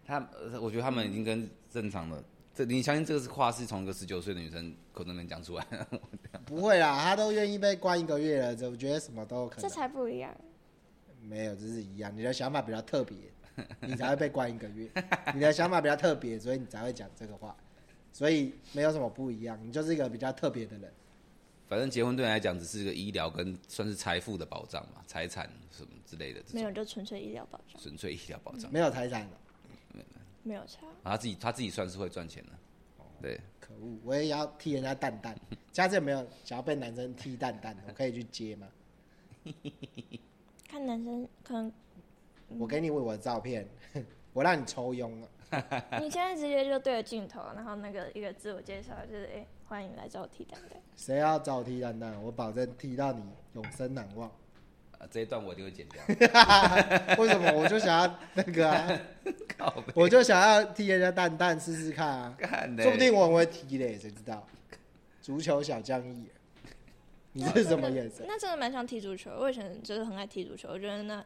Speaker 3: 他，呃我觉得他们已经跟正常的，这你相信这个是话是从一个十九岁的女生口中能讲出来，
Speaker 4: 不会啦，他都愿意被关一个月了，这我觉得什么都有可
Speaker 5: 这
Speaker 4: 能。
Speaker 5: 才不一样。
Speaker 4: 没有，这是一样。你的想法比较特别，你才会被关一个 月。你的想法比较特别，所以你才会讲这个话。所以没有什么不一样，你就是一个比较特别的人。
Speaker 3: 反正结婚对你来讲只是一个医疗跟算是财富的保障嘛，财产什么之类的，这
Speaker 5: 没有，
Speaker 3: 种
Speaker 5: 就纯粹医疗保障，
Speaker 3: 纯粹医疗保障。
Speaker 4: 没有财产哦了，
Speaker 5: 没有差。
Speaker 3: 啊他自己他自己算是会赚钱的，对，
Speaker 4: 可恶！我也要替人家蛋蛋。下次有没有想要被男生踢蛋蛋的？我可以去接吗？
Speaker 5: 看男生可能，
Speaker 3: 嗯
Speaker 4: 我给你我我的照片， 我让你抽佣啊。
Speaker 5: 你现在直接就对着镜头，然后那个一个自我介绍就是，哎、欢迎来找我替代代。
Speaker 4: 谁要找我踢蛋蛋？我保证踢到你永生难忘。
Speaker 3: 啊这一段我一定会剪掉。
Speaker 4: 为什么？我就想要那个啊，
Speaker 3: 靠北，
Speaker 4: 我就想要踢人家蛋蛋试试看啊。
Speaker 3: 干的，
Speaker 4: 说不定我很会踢嘞，谁知道？足球小将一，你这是什么眼神？
Speaker 5: 那真的蛮像踢足球，我以前就是很爱踢足球，我觉得那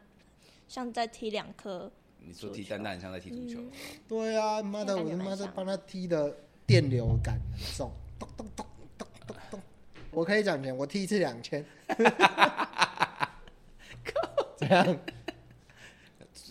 Speaker 5: 像在踢两颗。
Speaker 3: 你说踢蛋蛋很像在踢足球，
Speaker 5: 嗯
Speaker 4: 对啊，妈的，
Speaker 5: 那
Speaker 4: 我
Speaker 5: 感觉
Speaker 4: 他妈
Speaker 5: 蛮
Speaker 4: 的
Speaker 5: 像
Speaker 4: 帮他踢的电流感很重，咚咚咚咚咚咚。我可以讲钱，我踢一次两千。怎样？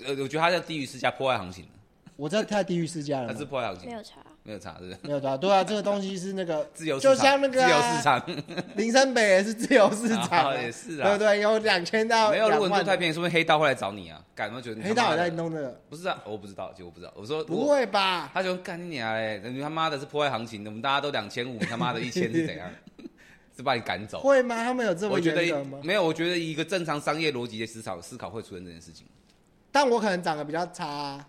Speaker 3: 呃，我觉得他在地狱施加破坏行情的，
Speaker 4: 我这太地狱世家了
Speaker 3: 他是
Speaker 4: 吗？
Speaker 3: 破坏行情，
Speaker 5: 没有差，
Speaker 3: 没有差，对不对？
Speaker 4: 没有的，对啊，这个东西是 那个
Speaker 3: 自由市
Speaker 4: 就
Speaker 3: 场，
Speaker 4: 像那个啊
Speaker 3: 自由市场，
Speaker 4: 林森北也是自由市场啊，
Speaker 3: 啊也是啊
Speaker 4: 对不对？有两千到
Speaker 3: 没有，如果
Speaker 4: 两
Speaker 3: 你做
Speaker 4: 万
Speaker 3: 太
Speaker 4: 的，
Speaker 3: 便宜，说不定黑道会来找你啊，敢吗？觉得你他
Speaker 4: 黑道
Speaker 3: 妈
Speaker 4: 也
Speaker 3: 的
Speaker 4: 在弄这个，
Speaker 3: 不是啊，我不知道，其实我不知道。我说
Speaker 4: 不，会吧？
Speaker 3: 他喜欢干你娘嘞！你他妈的是破坏行情的，我们大家都两千五，你他妈的一千是怎样？ 是把你赶走？
Speaker 4: 会吗？他们有这么
Speaker 3: 我觉
Speaker 4: 严格
Speaker 3: 得
Speaker 4: 吗？
Speaker 3: 没有，我觉得以一个正常商业逻辑的思考思考会出现这件事情。
Speaker 4: 但我可能长得比较差、啊，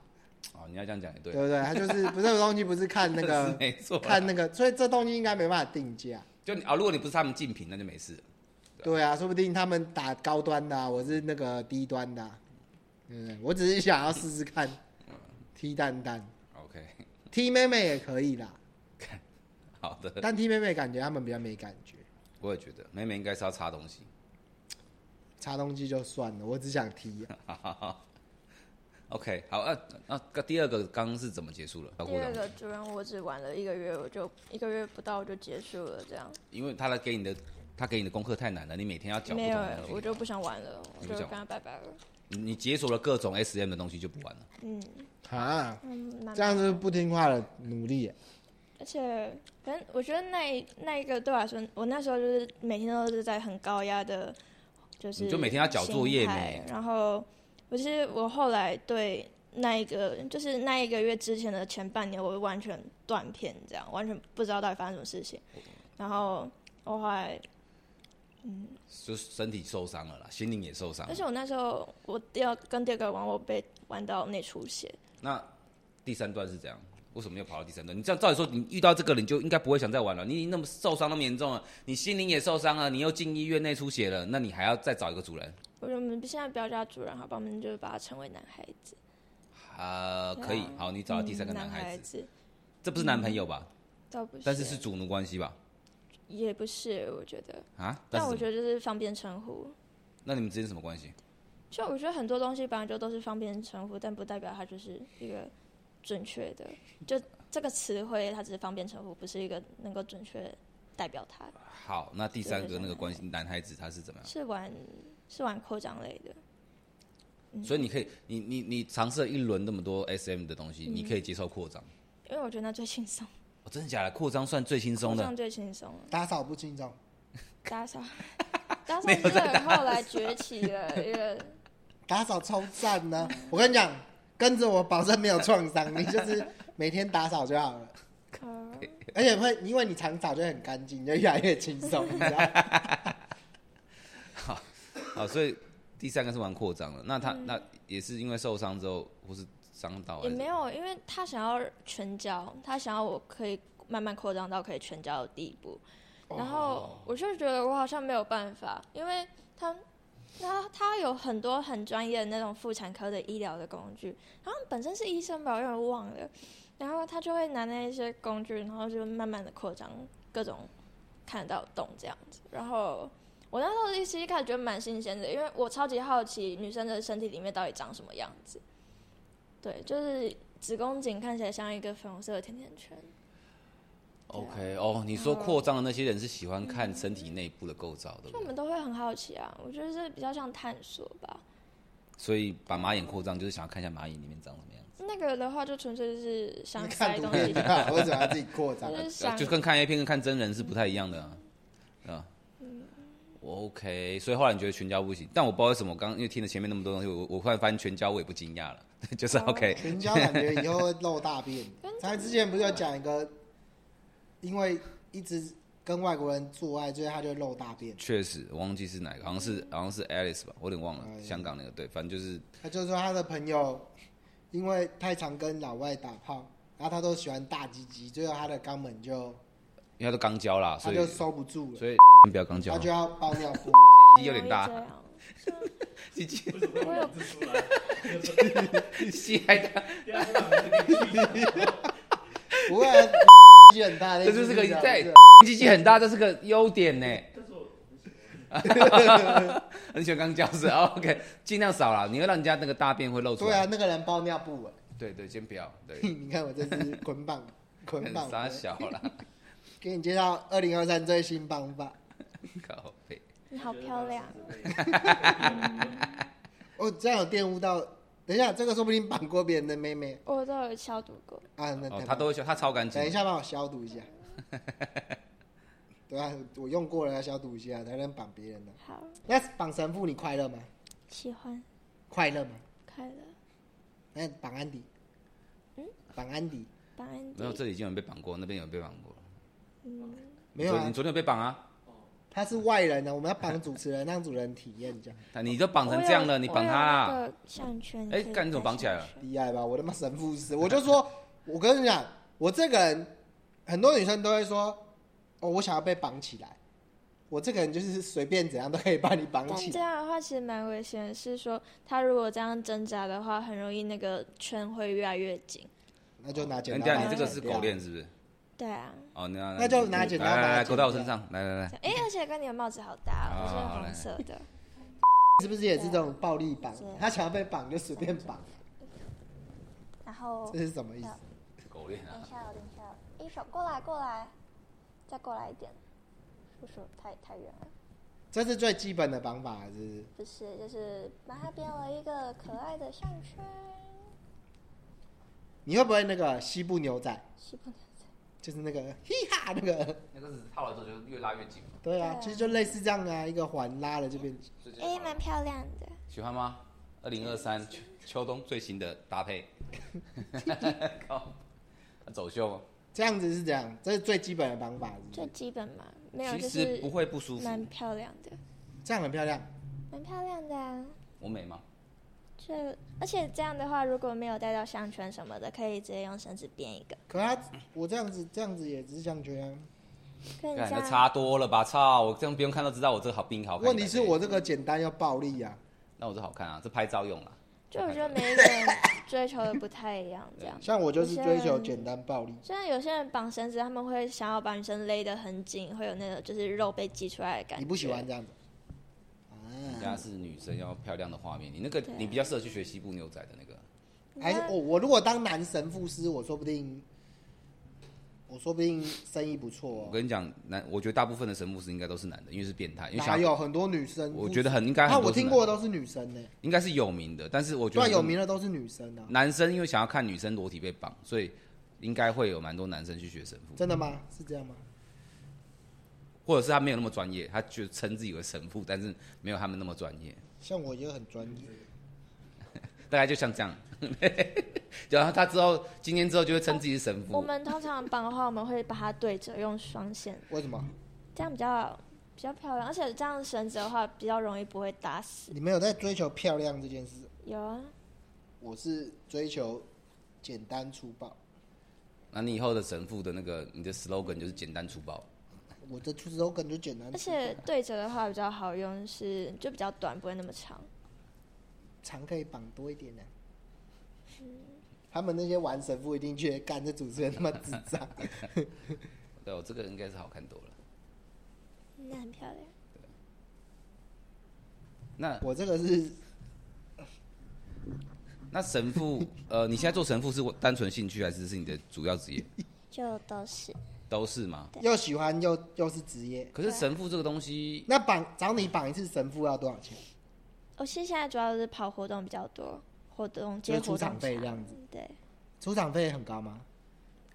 Speaker 3: 哦，你要这样讲也对
Speaker 4: 对，不对？他就是 不是这个东西，不是看那
Speaker 3: 这 是
Speaker 4: 个
Speaker 3: 没错啦。
Speaker 4: 看那个，所以这东西应该没办法定价。
Speaker 3: 就你啊，如果你不是他们竞品，那就没事了。
Speaker 4: 对啊，说不定他们打高端的啊、我是那个低端的啊、对不对？我只是想要试试 看，踢蛋蛋，
Speaker 3: OK，
Speaker 4: 踢妹妹也可以啦，
Speaker 3: 好的，
Speaker 4: 但踢妹妹感觉他们比较没感觉，
Speaker 3: 我也觉得妹妹应该是要擦东西。
Speaker 4: 擦东西就算了，我只想踢、啊
Speaker 3: 哈哈哈。OK，好， 那、啊、那、第二个刚刚是怎么结束了？小
Speaker 5: 第
Speaker 3: 姑
Speaker 5: 二
Speaker 3: 娘，
Speaker 5: 个主任我只玩了一个月，我就一个月不到我就结束了，这样
Speaker 3: 因为他来给你的，他给你的功课太难了，你每天要讲不
Speaker 5: 没
Speaker 3: 同
Speaker 5: 有
Speaker 3: 的，东
Speaker 5: 我
Speaker 3: 西。
Speaker 5: 就不想玩了，我
Speaker 3: 你
Speaker 5: 就
Speaker 3: 不想玩
Speaker 5: 跟他拜拜了。
Speaker 3: 你你解锁了各种 SM 的东西就不玩了。
Speaker 5: 嗯
Speaker 4: 啊。啊，
Speaker 5: 嗯，蛮
Speaker 4: 这样是不听话的努力耶、
Speaker 5: 而且，反正我觉得那一那一个对我来说，我那时候就是每天都是在很高压的，就是
Speaker 3: 你就每天要交作业
Speaker 5: 心态
Speaker 3: 呢
Speaker 5: 然后，我其实我后来对那一个，就是那一个月之前的前半年，我完全断片，这样完全不知道到底发生什么事情。然后我后来，
Speaker 3: 就是身体受伤了啦，心灵也受伤
Speaker 5: 而
Speaker 3: 了。
Speaker 5: 且我那时候我第二跟第二个玩，我被玩到内出血，
Speaker 3: 那第三段是怎样？为什么又跑到第三段？你这样照理说，你遇到这个你就应该不会想再玩了。你已经那么受伤那么严重了，你心灵也受伤了，你又进医院内出血了，那你还要再找一个主人？
Speaker 5: 我觉得我们现在不要叫他主人，好吧？我们就把他称为男孩子。
Speaker 3: 啊，可以，好，你找到第三个
Speaker 5: 嗯
Speaker 3: 男
Speaker 5: 男
Speaker 3: 孩子，
Speaker 5: 子，嗯
Speaker 3: 这不是男朋友吧？
Speaker 5: 倒不
Speaker 3: 但是是主奴关系吧？
Speaker 5: 也不是，我觉得。
Speaker 3: 啊？但
Speaker 5: 但
Speaker 3: 是什
Speaker 5: 我
Speaker 3: 么
Speaker 5: 觉得就是方便称呼，
Speaker 3: 那你们之间什么关系？
Speaker 5: 就我觉得很多东西本来就都是方便称呼，但不代表它就是一个准确的。就这个词汇，它只是方便称呼，不是一个能够准确代表
Speaker 3: 啊
Speaker 5: 它。
Speaker 3: 好，那第三个
Speaker 5: 对
Speaker 3: 那个关系男孩子他是怎么样？
Speaker 5: 是玩是玩扩张类的，嗯
Speaker 3: 所以你可以，你你你尝试了一轮那么多 SM 的东西，
Speaker 5: 嗯
Speaker 3: 你可以接受扩张。
Speaker 5: 因为我觉得那最轻松，
Speaker 3: 哦，真的假的？扩张算最轻松
Speaker 5: 扩
Speaker 3: 的
Speaker 5: 张最轻松了。
Speaker 4: 打扫不轻松，
Speaker 5: 打扫，打扫是很后来崛起的一个，
Speaker 4: 打扫超赞呢、我跟你讲，跟着我保证没有创伤，你就是每天打扫就好了，
Speaker 5: 呃
Speaker 4: 而且会因为你常扫就很干净，你就越来越轻松，你知道吗？
Speaker 3: 啊，所以第三个是玩扩张的。那他、那也是因为受伤之后，或是伤到还
Speaker 5: 嗯也
Speaker 3: 是
Speaker 5: 没有，因为他想要全交，他想要我可以慢慢扩张到可以全交的地步，
Speaker 4: 哦
Speaker 5: 然后我就觉得我好像没有办法，因为他。他他有很多很专业的那种妇产科的医疗的工具，然后本身是医生吧，我有点忘了，然后他就会拿那一些工具，然后就慢慢的扩张各种看得到的洞这样子。然后我那时候其实一开始觉得蛮新鲜的，因为我超级好奇女生的身体里面到底长什么样子。对，就是子宫颈看起来像一个粉红色的甜甜圈，
Speaker 3: ？OK，哦，你
Speaker 5: 嗯
Speaker 3: 说扩张的那些人是喜欢看身体内部的构造，对
Speaker 5: 就
Speaker 3: 不
Speaker 5: 我
Speaker 3: 对？
Speaker 5: 们都会很好奇啊。我觉得这比较像探索吧。
Speaker 3: 所以把马眼扩张就是想要看一下马眼里面长什么样子，
Speaker 5: 那个的话就纯粹是想
Speaker 4: 你看
Speaker 5: 塞
Speaker 4: 图
Speaker 5: 东
Speaker 4: 片
Speaker 5: 西
Speaker 4: 就，好，为什么要自己扩张
Speaker 5: 就？是
Speaker 3: 呃
Speaker 5: 想
Speaker 3: 就跟看 A 片跟看真人是不太一样的啊，啊。OK，所以后来你觉得全交不行，但我不知道为什么，我刚因为听了前面那么多东西，我我忽然发现全交我也不惊讶了， 就是 OK，、
Speaker 4: 全交感觉以后会漏大便。他之前不是有讲一个，因为一直跟外国人做爱，所以他就漏大便。
Speaker 3: 确实，我忘记是哪个，好像是好像是 Alice 吧，我有点忘了，
Speaker 4: 哎
Speaker 3: 香港那个，对，反正就是
Speaker 4: 他就说他的朋友因为太常跟老外打炮，然后他都喜欢大鸡鸡，最后他的肛门就
Speaker 3: 因为他都刚交啦，
Speaker 4: 他
Speaker 3: 所以
Speaker 4: 就收不住了，
Speaker 3: 所以不要刚交啊
Speaker 4: 他，就要包尿 布。
Speaker 3: 鸡有点大
Speaker 5: 很，容易这样嗯
Speaker 3: 鸡鸡
Speaker 2: 为什么
Speaker 5: 我
Speaker 2: 会
Speaker 5: 有
Speaker 2: 字出来？
Speaker 3: 鸡鸡还大，
Speaker 2: 第二个人是个屁
Speaker 4: 不会啊，鸡很大的，
Speaker 3: 这就是个
Speaker 4: 你知道吗
Speaker 3: 在鸡鸡很大，这是个优点 呢。
Speaker 2: 但是我很喜欢
Speaker 3: 很喜欢刚交是吧哦 OK，尽量少啦，你会让人家那个大便会露出
Speaker 4: 对
Speaker 3: 来。
Speaker 4: 啊，那个人包尿布哎，
Speaker 3: 对对，先不要，对，
Speaker 4: 你看我这是捆 绑捆
Speaker 3: 很
Speaker 4: 绑
Speaker 3: 傻
Speaker 4: 的，
Speaker 3: 小 啦，
Speaker 4: 给你介绍二零二三最新方法。
Speaker 3: 靠背。
Speaker 5: 你好漂亮，
Speaker 4: 哦，这样有玷污到。等一下，这个说不定绑过别人的妹妹
Speaker 5: 我都有消毒过。
Speaker 4: 啊！那、
Speaker 3: 哦，他都会修，他超干净。
Speaker 4: 等一，下帮我消毒一下。对啊，我用过了要消毒一下，才能绑别人的、
Speaker 5: 好，
Speaker 4: 那绑神父你快乐吗？
Speaker 5: 喜欢，
Speaker 4: 快乐吗？
Speaker 5: 快乐，
Speaker 4: 那绑安迪，嗯，绑安迪
Speaker 5: 感恩
Speaker 3: 没有，
Speaker 5: 节。
Speaker 3: 这里已经有人被绑过，那边有人被绑过了。
Speaker 5: 嗯
Speaker 4: 没有
Speaker 3: 你昨
Speaker 4: 啊
Speaker 3: 你？昨天有被绑啊？
Speaker 4: 他是外人呢、我们要绑主持人，让主持人体验一下。
Speaker 3: 但你都绑成这样了，你绑他
Speaker 5: 我
Speaker 3: 啦？
Speaker 5: 有那个项圈。
Speaker 3: 哎
Speaker 5: 可以
Speaker 3: 干你怎么
Speaker 5: 戴
Speaker 3: 绑起来
Speaker 5: 上
Speaker 3: 了
Speaker 5: 去？
Speaker 4: 厉害吧？我他妈神父是，我就说，我跟你讲，我这个人，很多女生都会说，哦，我想要被绑起来，我这个人就是随便怎样都可以把你绑
Speaker 5: 但
Speaker 4: 起
Speaker 5: 这
Speaker 4: 来。
Speaker 5: 样的话其实蛮危险的，是说他如果这样挣扎的话，很容易那个圈会越来越紧。
Speaker 4: 那就拿
Speaker 3: 哎
Speaker 4: 剪
Speaker 3: 等
Speaker 4: 刀
Speaker 3: 一
Speaker 4: 把
Speaker 3: 下
Speaker 4: 它剪掉。
Speaker 3: 你这个是狗链是不是？
Speaker 5: 对啊，
Speaker 3: 哦，那
Speaker 4: 那就拿剪刀
Speaker 3: 来来
Speaker 4: 把它
Speaker 3: 来，
Speaker 4: 剪
Speaker 3: 狗到我
Speaker 4: 掉
Speaker 3: 身上，来来来，
Speaker 5: 哎、而且跟你的帽子好搭
Speaker 3: 哦
Speaker 5: 哦，都是
Speaker 3: 好嘞
Speaker 5: 红色的。
Speaker 4: 是不是也是这种暴力绑
Speaker 5: 是？
Speaker 4: 他想要被绑就随便绑，
Speaker 5: 然后
Speaker 4: 这是什么意思？
Speaker 3: 狗链啊
Speaker 5: 等一。下哦，等一下哦，一手过来过来，再过来一点，不是太太远了，
Speaker 4: 这是最基本的绑法，是不是？
Speaker 5: 不是，就是把它编了一个可爱的项圈，
Speaker 4: 你会不会那个西部牛仔，
Speaker 5: 西部牛仔，
Speaker 4: 就是那个 嘻哈那个？
Speaker 3: 那个是套了之后就越拉越紧嘛，
Speaker 4: 对啊，
Speaker 5: 对啊
Speaker 4: 其实就类似这样啊，一个环拉了这边。
Speaker 3: 所以就
Speaker 5: 哎、蛮漂亮的。
Speaker 3: 喜欢吗？二零二三秋冬最新的搭 配，靠，走秀吗？
Speaker 4: 这样子是这样，这是最基本的绑法，是
Speaker 5: 最
Speaker 4: 不是？
Speaker 5: 基本嘛，没有
Speaker 3: 其
Speaker 5: 就
Speaker 3: 实
Speaker 5: 是
Speaker 3: 不会不舒服。
Speaker 5: 蛮漂亮的，
Speaker 4: 这样很漂亮。
Speaker 5: 蛮漂亮的、啊，
Speaker 3: 我美吗？
Speaker 5: 所以而且这样的话，如果没有带到项圈什么的，可以直接用绳子编一个。
Speaker 4: 可他我这样子这样子也只是项圈啊。
Speaker 5: 可以
Speaker 3: 干
Speaker 5: 这
Speaker 3: 那
Speaker 5: 样
Speaker 3: 差多了吧？操！我这样不用看都知道我这个好兵好看。
Speaker 4: 问题是我，这个简单又暴力啊，
Speaker 3: 那我这好看啊，这拍照用啦。
Speaker 5: 就我觉得每一个人追求的不太一样，这样。
Speaker 4: 像我就是追求简单暴力。
Speaker 5: 虽然有些人绑绳子，他们会想要把女生勒得很紧，会有那个就是肉被挤出来的感觉。
Speaker 4: 你不喜欢这样子？啊嗯
Speaker 3: 人家是女生要漂亮的画面，你那个
Speaker 5: 对啊
Speaker 3: 你比较适合去学西部牛仔的那个。
Speaker 5: 你
Speaker 4: 还是
Speaker 5: 看
Speaker 4: 我我如果当男神父师，我说不定，我说不定生意不错
Speaker 3: 我
Speaker 4: 哦。
Speaker 3: 跟你讲，男，我觉得大部分的神牧师应该都是男的，因为是变态，因为
Speaker 4: 哪
Speaker 3: 想要
Speaker 4: 有很多女生？
Speaker 3: 我觉得很应该很
Speaker 4: 那
Speaker 3: 多是
Speaker 4: 我听
Speaker 3: 男
Speaker 4: 过
Speaker 3: 的
Speaker 4: 的都是女生呢、啊
Speaker 3: 应该是有名的，但是我觉得
Speaker 4: 对啊，
Speaker 3: 很
Speaker 4: 有
Speaker 3: 多
Speaker 4: 名的都是女生啊。
Speaker 3: 男生因为想要看女生裸体被绑，所以应该会有蛮多男生去学神父，
Speaker 4: 真的吗？是这样吗？
Speaker 3: 或者是他没有那么专业，他就称自己为神父，但是没有他们那么专业，
Speaker 4: 像我也很专业，
Speaker 3: 大概就像这样。 然后他之后今天之后就会称自己是神
Speaker 5: 我
Speaker 3: 父，
Speaker 5: 们通常绑的话，我们会把它对折，用双线，
Speaker 4: 为什么？
Speaker 5: 这样比较比较漂亮，而且这样绳子的话比较容易不会打死。
Speaker 4: 你们有在追求漂亮这件事，
Speaker 5: 有啊，
Speaker 4: 我是追求简单粗暴。
Speaker 3: 那你以后的神父的那个你的 slogan 就是简单粗暴，
Speaker 4: 我的出手感觉简单粗暴，
Speaker 5: 而且对折的话比较好用是，就比较短，不会那么长。
Speaker 4: 长可以绑多一点呢、他们那些玩神父一定觉得干这主持人他妈智障。
Speaker 3: 对我、这个应该是好看多了。
Speaker 5: 那很漂亮。
Speaker 3: 那
Speaker 4: 我这个是
Speaker 3: 那神父，呃，你现在做神父是单纯兴趣还是是你的主要职业？
Speaker 5: 就都是
Speaker 3: 都是吗？
Speaker 4: 又喜欢又又是职业。
Speaker 3: 可是神父这个东西，
Speaker 4: 那绑找你绑一次神父要多少钱？
Speaker 5: 我其实现在主要是跑活动比较多，活动
Speaker 4: 就
Speaker 5: 接
Speaker 4: 是
Speaker 5: 活
Speaker 4: 出
Speaker 5: 动
Speaker 4: 场费这
Speaker 5: 场
Speaker 4: 样子。
Speaker 5: 对
Speaker 4: 出场费很高吗？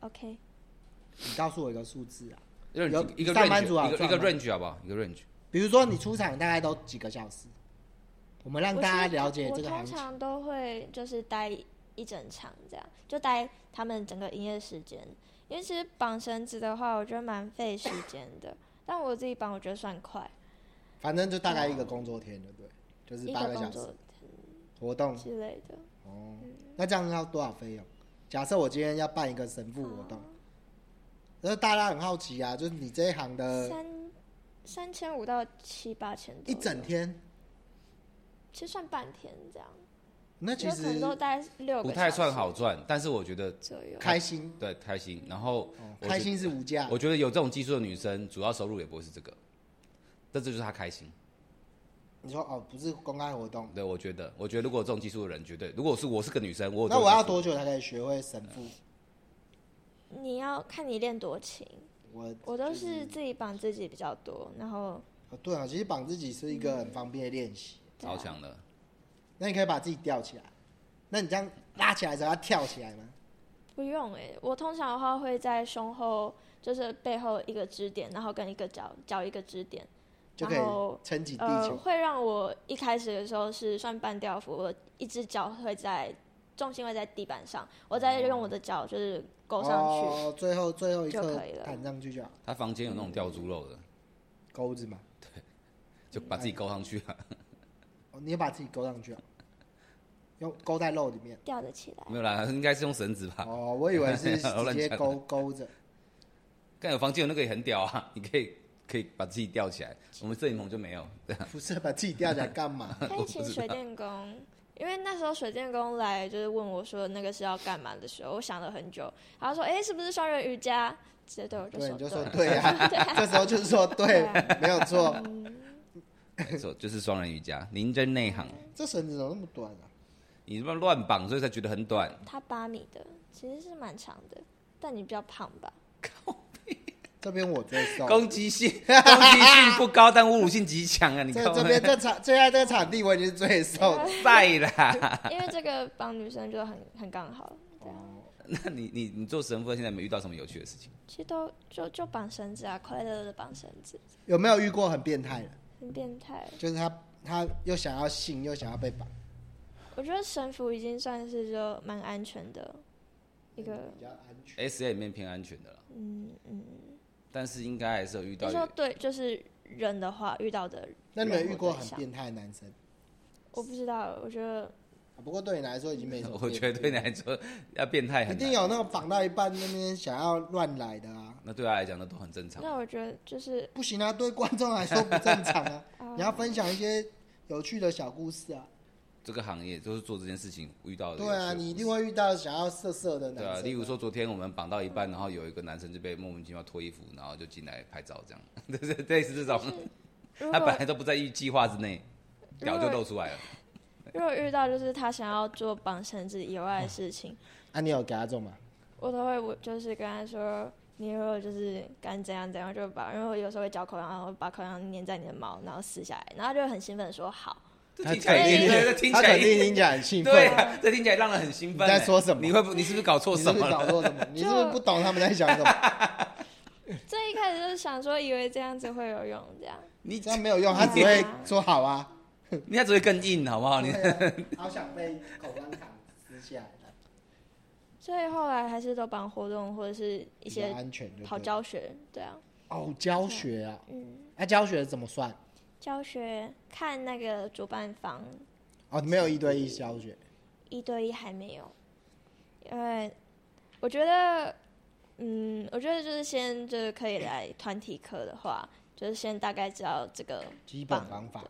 Speaker 5: ，OK，
Speaker 4: 你告诉我一个数字啊，
Speaker 3: 一个
Speaker 4: 有
Speaker 3: 一个
Speaker 4: 上班族
Speaker 3: range，
Speaker 4: 好
Speaker 3: 一个一
Speaker 4: 赚
Speaker 3: 个
Speaker 4: 吗
Speaker 3: range 好不好？一个 range。
Speaker 4: 比如说你出场大概都几个小时？我们让
Speaker 5: 我
Speaker 4: 大家
Speaker 5: 其实
Speaker 4: 了解
Speaker 5: 我
Speaker 4: 这个行
Speaker 5: 通
Speaker 4: 情。
Speaker 5: 常都会就是待一整场这样，就待他们整个营业时间。因为其实绑绳子的话，我觉得蛮费时间的，但我自己绑我觉得算快，
Speaker 4: 反正就大概一个工作天，对不对？就是
Speaker 5: 嗯一
Speaker 4: 八
Speaker 5: 个
Speaker 4: 个小时
Speaker 5: 工作
Speaker 4: 活动。
Speaker 5: 之类的。
Speaker 4: 哦，那这样要多少费用？假设我今天要办一个神父活动，那大家很好奇啊，就是你这一行的
Speaker 5: 三三千五到七八千，
Speaker 4: 呃一整，天，
Speaker 5: 其实算半天这样，
Speaker 4: 那
Speaker 5: 就
Speaker 4: 其
Speaker 5: 可能
Speaker 4: 实
Speaker 5: 都待六个
Speaker 3: 不太
Speaker 5: 小
Speaker 3: 算
Speaker 5: 时
Speaker 3: 好赚，但是我觉得
Speaker 5: 左右。
Speaker 4: 开心，
Speaker 3: 对开心。然后哦我
Speaker 4: 开
Speaker 3: 觉
Speaker 4: 心是无价
Speaker 3: 我。觉得有这种技术的女生，主要收入也不会是这个，但这就是她开心。
Speaker 4: 你说哦，不是公开活动，
Speaker 3: 对，我觉得，我觉得如果有这种技术的人，绝对，如果是我是个女生，我有这
Speaker 4: 那
Speaker 3: 种
Speaker 4: 我
Speaker 3: 技
Speaker 4: 要
Speaker 3: 术
Speaker 4: 多久才可以学会神父？
Speaker 5: 你要看你练多勤，
Speaker 4: 我
Speaker 5: 我都是自己绑自己比较多，然后
Speaker 4: 哦对啊，其实绑自己是一个很方便的练习。
Speaker 5: 对啊
Speaker 3: 超强的，
Speaker 4: 那你可以把自己吊起来，那你这样拉起来的时候要跳起来吗？
Speaker 5: 不用诶、我通常的话会在胸后，就是背后一个支点，然后跟一个脚脚一个支点，
Speaker 4: 就可以
Speaker 5: 然后
Speaker 4: 撑起地
Speaker 5: 呃，
Speaker 4: 球。
Speaker 5: 会让我一开始的时候是算半吊幅，我一只脚会在重心会在地板上，我再用我的脚就是勾上去，
Speaker 4: 哦，最后最后一
Speaker 5: 就
Speaker 4: 刻
Speaker 5: 可以了
Speaker 4: 弹上去就好，
Speaker 3: 她房间有那种吊猪肉的，
Speaker 4: 钩子嘛。
Speaker 3: 就把自
Speaker 4: 哎
Speaker 3: 己勾上去啊了，
Speaker 4: 哦，你也把自己勾上去啊，用勾在肉里面。
Speaker 5: 吊 得起来。
Speaker 3: 没有啦，应该是用绳子吧？
Speaker 4: 哦，我以为是
Speaker 3: 啊 我
Speaker 4: 直
Speaker 3: 乱
Speaker 4: 接
Speaker 3: 讲的
Speaker 4: 勾勾着。
Speaker 3: 但有房间有那个也很屌啊， 你可以可以把自己吊起来，我们摄影棚就 没有，对啊
Speaker 4: 不是把自己吊起来干 嘛？
Speaker 5: 可以请水电工，因为那时候水电工来就是问我说那个是要干嘛的时候，我想了很久，他说：“哎、是不是双人瑜伽？”直接对我就
Speaker 4: 对，
Speaker 5: 说：“
Speaker 4: 你就说
Speaker 5: 对。
Speaker 4: 对啊，这时候就是说对
Speaker 5: 对啊，
Speaker 4: 没有错。
Speaker 3: 没错，就是双人瑜伽，您真内行，
Speaker 4: 这绳子怎么那么短啊？
Speaker 3: 你这么乱绑，所以才觉得很短，”
Speaker 5: 他八米的其实是蛮长的，但你比较胖吧？
Speaker 4: 这边我最瘦。
Speaker 3: 攻击性 攻击性不高，但侮辱性极强啊！你
Speaker 4: 这
Speaker 3: 看我
Speaker 4: 这 边这场现在这个场地我已经是最瘦的。
Speaker 3: 晒啦。
Speaker 5: 因为这个帮女生就很很刚好，对
Speaker 4: 哦
Speaker 5: 啊。
Speaker 3: 那你你你做神父现在有没有遇到什么有趣的事情？
Speaker 5: 其实都就就绑绳子啊，快乐的绑绳子，
Speaker 4: 有没有遇过很变态的？
Speaker 5: 很变态。
Speaker 4: 就是他他又想要性又想要被绑，
Speaker 5: 我觉得神符已经算是就蛮安全的一个，
Speaker 4: 比较安全。
Speaker 3: S A 里面偏安全的了，
Speaker 5: 嗯嗯，
Speaker 3: 但是应该还是有遇到
Speaker 5: 就说对，就是人的话遇到的
Speaker 4: 那你们遇过很变态的男生？啊
Speaker 5: 我不知道，我觉得
Speaker 4: 不过对你来说已经没什么 变。
Speaker 3: 我觉得对你来说要变态
Speaker 4: 一
Speaker 3: 很
Speaker 4: 定
Speaker 3: 难。
Speaker 4: 有那种绑到一半那边想要乱来的啊，
Speaker 3: 那对他来讲，那都很正常。
Speaker 5: 那我觉得就是
Speaker 4: 不行啊，对观众来说不正 常啊。
Speaker 5: 啊
Speaker 4: 你要分享一些有趣的小故事啊。
Speaker 3: 这个行业就是做这件事情遇到哦的。
Speaker 4: 对啊，你一定。会遇到想要色色的男
Speaker 3: 对
Speaker 4: 生、
Speaker 3: 啊，例如说昨天我们绑到一半，然后有一个男生就被莫名其妙脱衣服，然后就进来拍照，这样， 对对，类似这种，
Speaker 5: 如
Speaker 3: 他
Speaker 5: 果
Speaker 3: 本来都不在预计划之内，屌就露出来了。
Speaker 5: 如果遇到就是他想要做绑绳子以外的事情，
Speaker 4: 啊，你有给他中吗？
Speaker 5: 我都会我就是跟他说，你如果就是敢怎样怎样就把，因为我有时候会嚼口香糖，然后把口香糖粘在你的毛，然后撕下来，然后他就会很兴奋地说好。
Speaker 3: 这听起来一定，这听
Speaker 4: 他
Speaker 3: 起来
Speaker 4: 肯
Speaker 3: 一
Speaker 4: 定
Speaker 3: 定，
Speaker 4: 听起来很兴奋。
Speaker 3: 对啊，这听起来让人很兴奋欸。
Speaker 4: 你在说什么
Speaker 3: 你会不？你是不是搞错
Speaker 4: 你是
Speaker 3: 什
Speaker 4: 不
Speaker 3: 么
Speaker 4: 是搞
Speaker 3: 了？
Speaker 4: 错什么？你是不是不懂他们在想什么？
Speaker 5: 这一开始就是想说，以为这样子会有用，这样。
Speaker 3: 你
Speaker 4: 这样没有用，他只会说 好啊。
Speaker 3: 你那只会更硬，好不好？你
Speaker 4: 对啊好想被口香糖撕下来，
Speaker 5: 所以后来还是都绑活动或者是一
Speaker 4: 比
Speaker 5: 些
Speaker 4: 较安全就对了
Speaker 5: 跑教学，对啊，
Speaker 4: 哦，教学啊，
Speaker 5: 嗯，
Speaker 4: 那教学怎么算？
Speaker 5: 教学看那个主办方
Speaker 4: 哦，没有一对一教学，
Speaker 5: 一对一还没有，因为我觉得，嗯，我觉得就是先就是可以来团体课的话，就是先大概知道这个
Speaker 4: 基本
Speaker 5: 绑
Speaker 4: 绑法，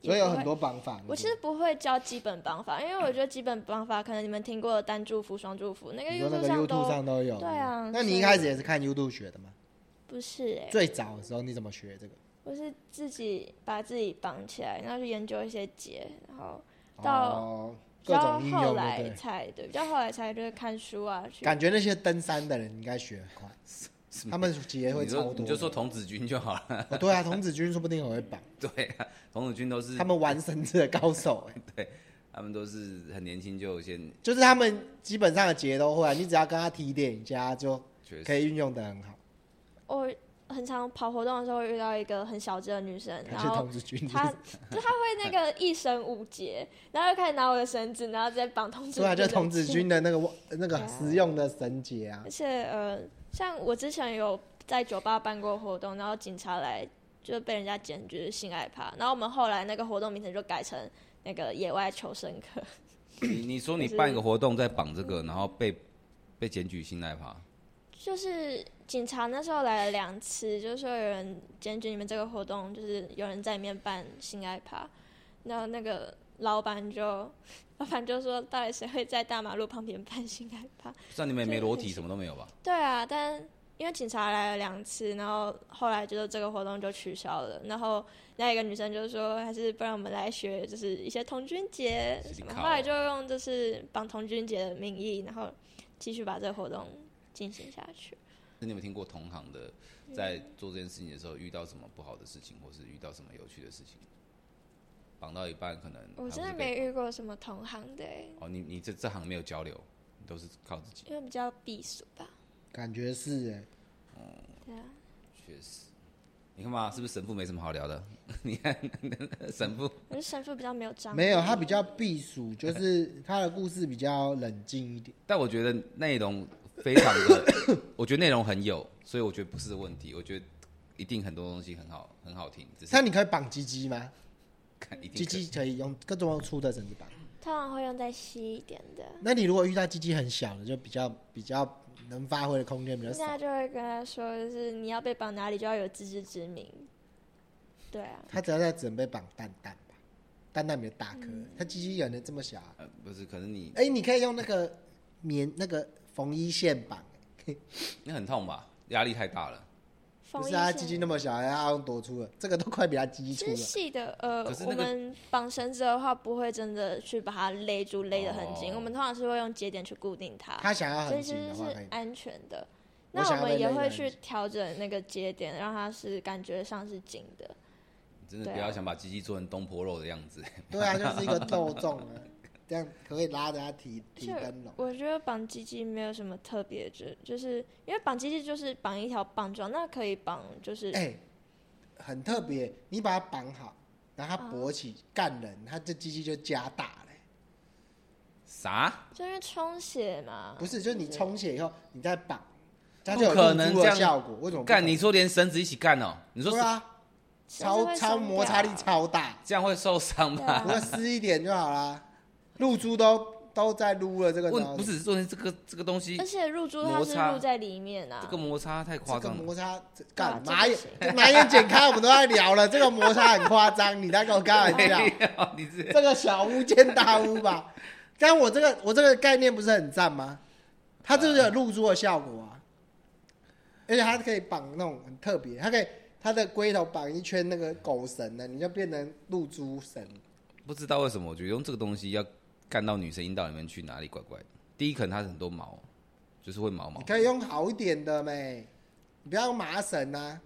Speaker 5: 也
Speaker 4: 所以有
Speaker 5: 不会
Speaker 4: 很多绑法。
Speaker 5: 我其实不会教基本绑法，因为我觉得基本绑法可能你们听过的单祝福、双祝福，那个
Speaker 4: 你说那
Speaker 5: YouTube
Speaker 4: 个
Speaker 5: 上
Speaker 4: YouTube
Speaker 5: 都
Speaker 4: 上都有，
Speaker 5: 对啊
Speaker 4: 那你一
Speaker 5: 所以
Speaker 4: 开始也是看 YouTube 学的吗？
Speaker 5: 不是哎、
Speaker 4: 最早的时候你怎么学这个？
Speaker 5: 我是自己把自己绑起来，然后去研究一些结，然后到
Speaker 4: 哦，
Speaker 5: 比
Speaker 4: 各
Speaker 5: 较
Speaker 4: 种应
Speaker 5: 后
Speaker 4: 用，
Speaker 5: 来
Speaker 4: 对不
Speaker 5: 才对，比较后来才就是看书啊，去
Speaker 4: 对？感觉那些登山的人应该学很快，他们结会
Speaker 3: 你
Speaker 4: 超
Speaker 3: 说
Speaker 4: 多的。
Speaker 3: 你就说童子军就好了。
Speaker 4: 哦，对啊，童子军说不定很会绑，
Speaker 3: 对啊，童子军 都是
Speaker 4: 他们玩绳子的高手、 哎，
Speaker 3: 他们都是很年轻就先
Speaker 4: 就是他们基本上的结都会啊，你只要跟他提点一下，就
Speaker 3: 学
Speaker 4: 可以运用的很好。
Speaker 5: 我很常跑活动的时候会遇到一个很小只的女生，
Speaker 4: 感
Speaker 5: 然
Speaker 4: 谢
Speaker 5: 后
Speaker 4: 童子军，
Speaker 5: 她就她会那个一绳五结，然后就开始拿我的绳子，然后再绑童 子
Speaker 4: 对啊，就
Speaker 5: 的
Speaker 4: 童子
Speaker 5: 结
Speaker 4: 军的那个那
Speaker 5: 啊
Speaker 4: 个实用的绳结啊
Speaker 5: 而，且呃，像我之前有在酒吧办过活动，然后警察来就被人家检举是性爱趴，然后我们后来那个活动名称就改成那个野外求生课。
Speaker 3: 你你说你办一个活动再绑这个，然后被被检举性爱趴，
Speaker 5: 就是警察那时候来了两次，就是说有人检举你们这个活动，就是有人在里面办性爱趴，然后那个老板就老板就说，到底谁会在大马路旁边办性爱趴？
Speaker 3: 像你们也没裸体，什么都没有吧？
Speaker 5: 对啊，但因为警察来了两次，然后后来就是这个活动就取消了。然后那一个女生就说，还是不然我们来学，就是一些童军节
Speaker 3: 自己
Speaker 5: 什么。
Speaker 3: 考
Speaker 5: 后
Speaker 4: 啊
Speaker 5: 来就用就是绑童军节的名义，然后继续把这个活动进行下去。
Speaker 3: 那你有没有听过同行的在做这件事情的时候遇到什么不好的事情，或是遇到什么有趣的事情？绑到一半可能
Speaker 5: 我
Speaker 3: 还
Speaker 5: 真
Speaker 3: 不
Speaker 5: 的
Speaker 3: 是被
Speaker 5: 没遇过什么同行的欸，
Speaker 3: 哦，你你这这行没有交流，你都是靠自己，
Speaker 5: 因为比较避暑吧。
Speaker 4: 感觉是、哎，
Speaker 5: 对啊，
Speaker 3: 确实。你看嘛，是不是神父没什么好聊的？ 你看神父
Speaker 5: 我觉得神父比较没有张力。
Speaker 4: 没有，他比较避暑，就是他的故事比较冷静一点。
Speaker 3: 但我觉得内容非常 的，我觉得内容很有，所以我觉得不是问题。我觉得一定很多东西很好，很好听，只是
Speaker 4: 那你可以绑鸡鸡吗？
Speaker 3: 看一定
Speaker 4: 鸡
Speaker 3: 可以
Speaker 4: 鸡可以用各种粗的绳子绑。
Speaker 5: 通常会用在稀一点的。
Speaker 4: 那你如果遇到鸡鸡很小的，就比较比较能发挥的空间比较
Speaker 5: 那
Speaker 4: 少。
Speaker 5: 就会跟他说，就是你要被绑哪里就要有自知之明。对啊，
Speaker 4: 他只要在准备绑蛋蛋吧，蛋蛋比较大颗，
Speaker 5: 嗯
Speaker 4: 他鸡鸡有能这么小、啊？
Speaker 3: 呃，不是，可能你
Speaker 4: 哎、你可以用那个棉那个缝衣线绑、
Speaker 3: 你很痛吧？压力太大了。
Speaker 5: 缝
Speaker 4: 不
Speaker 5: 一
Speaker 4: 是
Speaker 5: 下
Speaker 4: 啊，鸡鸡那么小，要用多粗了？这个都快比他鸡鸡粗
Speaker 5: 其实
Speaker 4: 了。
Speaker 5: 细的，呃，
Speaker 3: 可是
Speaker 5: 我
Speaker 3: 那个
Speaker 5: 们绑绳子的话，不会真的去把它勒住，勒得很紧。
Speaker 3: 哦
Speaker 5: 我们通常是会用节点去固定它，
Speaker 4: 他想要
Speaker 5: 所
Speaker 4: 很
Speaker 5: 以其
Speaker 4: 紧
Speaker 5: 实
Speaker 4: 的
Speaker 5: 是
Speaker 4: 话，可以。
Speaker 5: 安全的。
Speaker 4: 我
Speaker 5: 那
Speaker 4: 想要
Speaker 5: 我们
Speaker 4: 被
Speaker 5: 也
Speaker 4: 勒得
Speaker 5: 会
Speaker 4: 很
Speaker 5: 去
Speaker 4: 紧
Speaker 5: 调整那个节点，让它是感觉上是紧的。
Speaker 3: 真的
Speaker 5: 对啊
Speaker 3: 不要想把鸡鸡做成东坡肉的样子，
Speaker 4: 对啊，就是一个豆粽啊，这样可以拉着他提
Speaker 5: 而
Speaker 4: 提
Speaker 5: 且
Speaker 4: 灯笼。
Speaker 5: 我觉得绑鸡鸡没有什么特别之，就是因为绑鸡鸡就是绑一条棒状，那可以绑就是
Speaker 4: 哎、很特别，你把它绑好，然后它勃起干人，它这鸡鸡就加大了、
Speaker 3: 啥？
Speaker 5: 就因为充血嘛，
Speaker 4: 不是，就是你充血以后，你再绑，它
Speaker 3: 不
Speaker 4: 就有
Speaker 3: 可
Speaker 4: 露
Speaker 3: 能
Speaker 4: 珠
Speaker 3: 这
Speaker 4: 的
Speaker 3: 样
Speaker 4: 效果。为什么不
Speaker 3: 干？
Speaker 4: 可
Speaker 3: 你
Speaker 4: 能？
Speaker 3: 说连绳子一起干哦？你说
Speaker 4: 对啊，
Speaker 5: 甚至
Speaker 4: 超
Speaker 5: 会
Speaker 4: 超
Speaker 5: 松
Speaker 4: 摩擦力
Speaker 5: 掉啊
Speaker 4: 超大，
Speaker 3: 这样会受伤
Speaker 5: 对
Speaker 3: 吗？
Speaker 5: 啊
Speaker 4: 不要撕一点就好啦。露珠都都在撸了这个刀
Speaker 3: 问
Speaker 4: 子，
Speaker 3: 不是重点，这个这个东西
Speaker 5: 而，且入珠它是
Speaker 3: 摩擦
Speaker 5: 入在里面啊
Speaker 3: 这，个摩擦太
Speaker 4: 这
Speaker 3: 夸
Speaker 4: 个
Speaker 3: 张啊 了。
Speaker 4: 摩擦，这
Speaker 5: 哇
Speaker 4: 干
Speaker 5: 这个
Speaker 4: 马 眼
Speaker 5: 行
Speaker 4: 马眼剪开，我们都在聊了，这个摩擦很夸张，你在跟我开玩笑？
Speaker 3: 没有，哎你这
Speaker 4: 这个小巫见大巫吧。但我这个我这个概念不是很赞吗？它就是
Speaker 3: 嗯
Speaker 4: 有露珠的效果啊，而且它可以绑那种很特别，它可以它的龟头绑一圈那个狗绳呢，你就变成露珠绳。
Speaker 3: 不知道为什么，我觉得用这个东西要干到女生阴道里面去，哪里怪怪的。第一，可能它是很多毛，就是会毛毛
Speaker 4: 你。可以用好一点的没，你不要用麻绳啊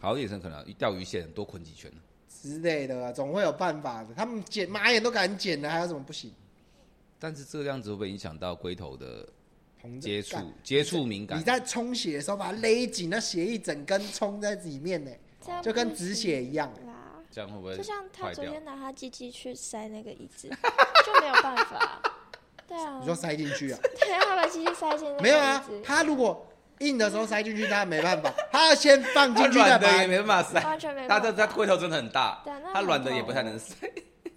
Speaker 3: 好，眼神可能钓鱼线多捆几圈。
Speaker 4: 之类的啊、总会有办法的。他们剪马眼都敢剪了，还有什么不行？
Speaker 3: 但是这个样子会不会影响到龟头的
Speaker 4: 同
Speaker 3: 接触？接触敏感
Speaker 4: 你？在冲血的时候把它勒紧，那血一整根冲在里面呢，
Speaker 5: 这样
Speaker 4: 就跟
Speaker 5: 不行
Speaker 4: 止血一样欸
Speaker 5: 啦。
Speaker 3: 这样会不会
Speaker 5: 就像他
Speaker 3: 坏
Speaker 5: 昨
Speaker 3: 掉
Speaker 5: 天拿他鸡鸡去塞那个椅子，就没有办法。对啊
Speaker 4: 你，说塞进去啊？
Speaker 5: 对啊，他把鸡鸡塞进那个
Speaker 4: 没有啊
Speaker 5: 椅，子，
Speaker 4: 他如果硬的时候塞进去，他没办 法，他要先 放进
Speaker 3: 它
Speaker 4: 去再
Speaker 3: 软
Speaker 4: 拔
Speaker 3: 的也。没办法塞，
Speaker 5: 完全没
Speaker 3: 它
Speaker 5: 办法
Speaker 3: 的它龟头真的很大
Speaker 5: 对啊那，
Speaker 3: 它
Speaker 5: 很
Speaker 3: 软的
Speaker 5: 痛
Speaker 3: 也不太能塞。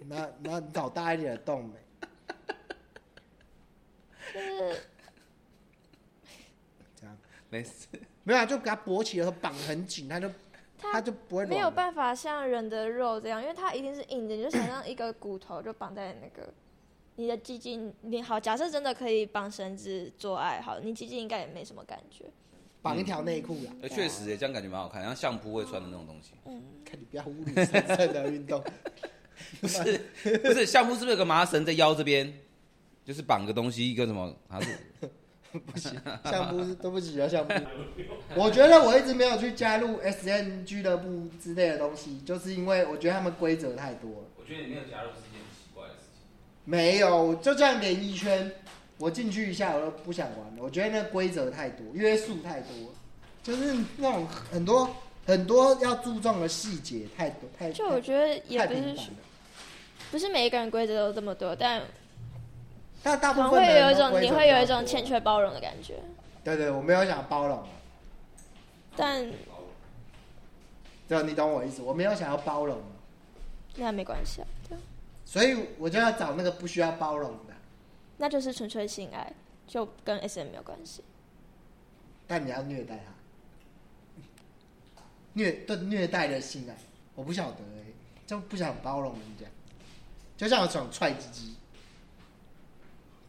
Speaker 4: 那那你找大一点的洞呗。
Speaker 5: 就是
Speaker 4: 这样
Speaker 3: 没事，
Speaker 4: 没有啊，就给他勃起的时候绑很紧，他就他
Speaker 5: 他
Speaker 4: 就不会
Speaker 5: 没有
Speaker 4: 软。
Speaker 5: 办法像人的肉这样，因为它一定是硬的，你就想象一个骨头就绑在那个你的鸡鸡，你好，假设真的可以绑绳子做爱，好，你鸡鸡应该也没什么感觉。
Speaker 4: 绑一条内裤啊啦。
Speaker 5: 嗯啊
Speaker 3: 呃确实耶，这样感觉蛮好看，像相扑会穿的那种东西。
Speaker 4: 看你不要侮辱神圣的运 动。
Speaker 3: 不是不是，相扑是不是有个麻绳在腰这边，就是绑个东西，一个什么？还是
Speaker 4: 相扑是对不起啊，相扑。我觉得我一直没有去加入 S N 俱乐部之类的东西，就是因为我觉得他们规则太多了。
Speaker 3: 我觉得你没有加入是一件奇怪的事情。
Speaker 4: 没有，就像联谊圈，我进去一下我都不想玩了。我觉得那规则太多，约束太多，就是那种很多很多要注重的细节太多太
Speaker 5: 就我
Speaker 4: 太
Speaker 5: 觉得也
Speaker 4: 太
Speaker 5: 不
Speaker 4: 频
Speaker 5: 是
Speaker 4: 繁了。
Speaker 5: 不是每一个人规则都这么多，但
Speaker 4: 但大
Speaker 5: 可能
Speaker 4: 部
Speaker 5: 会
Speaker 4: 分的人
Speaker 5: 有一
Speaker 4: 都
Speaker 5: 种
Speaker 4: 规
Speaker 5: 你
Speaker 4: 则
Speaker 5: 会有
Speaker 4: 比
Speaker 5: 一
Speaker 4: 较
Speaker 5: 种嗯欠
Speaker 4: 多。
Speaker 5: 缺包容的感觉，
Speaker 4: 对对，我没有想包容，啊
Speaker 5: 但
Speaker 4: 对，你懂我意思，我没有想要包容，
Speaker 5: 那没关系啊，对啊
Speaker 4: 所以我就要找那个不需要包容的。
Speaker 5: 那就是纯粹性爱，就跟 S M 没有关系。
Speaker 4: 但你要虐待他，虐对虐待的性爱，我不晓得哎、就不想包容人家，就像我想踹鸡鸡，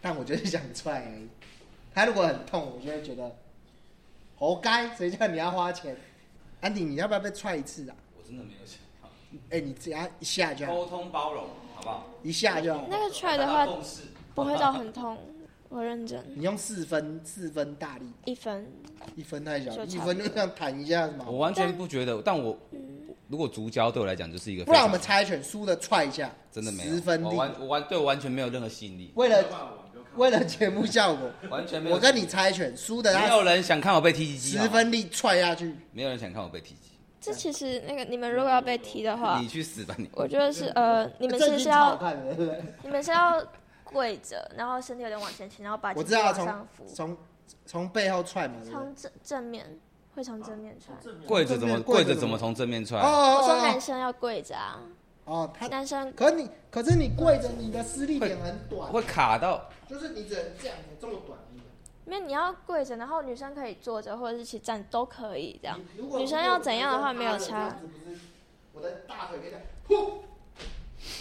Speaker 4: 但我就是想踹而已。他如果很痛，我就会觉得活该，谁叫你要花钱？安迪，你要不要被踹一次啊？
Speaker 3: 我真的没有想到
Speaker 4: 哎、你只要一下就好，
Speaker 3: 沟通包容，好不好？
Speaker 4: 一下就好。
Speaker 5: 哦那个踹的话
Speaker 3: 共识。
Speaker 5: 不会到很痛，我认真
Speaker 4: 你用四分四分大力，
Speaker 5: 一分，
Speaker 4: 一分太小，
Speaker 5: 就
Speaker 4: 一
Speaker 5: 差不
Speaker 4: 分
Speaker 5: 多
Speaker 4: 就像弹一下什
Speaker 3: 我
Speaker 4: 么。
Speaker 3: 完全不觉得，但我
Speaker 5: 嗯
Speaker 3: 如果足交对我来讲就是一个非
Speaker 4: 不
Speaker 3: 常，
Speaker 4: 然我们猜拳输的踹一下，
Speaker 3: 真的没有
Speaker 4: 十分
Speaker 3: 我
Speaker 4: 力。
Speaker 3: 完我完对我完全没有任何吸引力，
Speaker 4: 为了为了节目效果，
Speaker 3: 完全 没有。
Speaker 4: 我跟你猜拳，输的
Speaker 3: 没有
Speaker 4: 他
Speaker 3: 人想看我被踢鸡鸡，
Speaker 4: 十
Speaker 3: 好吗
Speaker 4: 分力踹下去，
Speaker 3: 没有人想看我被踢鸡，
Speaker 5: 这其实那个你们如果要被踢的话
Speaker 3: 你，去死吧你！
Speaker 5: 我觉得是呃，你们
Speaker 4: 这
Speaker 5: 是
Speaker 4: 已
Speaker 5: 是
Speaker 4: 经超好
Speaker 5: 要
Speaker 4: 看了，对不对？
Speaker 5: 你们是要跪着，然后身体有点往前倾，然后把
Speaker 4: 我
Speaker 5: 鸡
Speaker 4: 知
Speaker 5: 鸡
Speaker 4: 道
Speaker 5: 往上
Speaker 4: 从
Speaker 5: 扶，
Speaker 4: 从从背后踹嘛，对不对？
Speaker 5: 从正正面会从正面踹。
Speaker 3: 跪着怎么
Speaker 4: 跪
Speaker 3: 跪
Speaker 4: 着
Speaker 3: 着
Speaker 4: 怎么
Speaker 3: 怎么从正面出
Speaker 4: 哦
Speaker 3: 来？
Speaker 5: 我说
Speaker 4: 哦
Speaker 5: 男生要跪着啊，
Speaker 4: 哦哦，他
Speaker 5: 男生
Speaker 4: 可你可是你跪着，你的施力点很短，
Speaker 3: 会卡到。
Speaker 4: 就是你只能这样子这么短。
Speaker 5: 没有你要跪着，然后女生可以坐着或者是起站都可以这样。
Speaker 4: 如果
Speaker 5: 啊女生要怎样的话没有差。
Speaker 4: 如果我这样趴着这样子不是我的大腿跟你呼，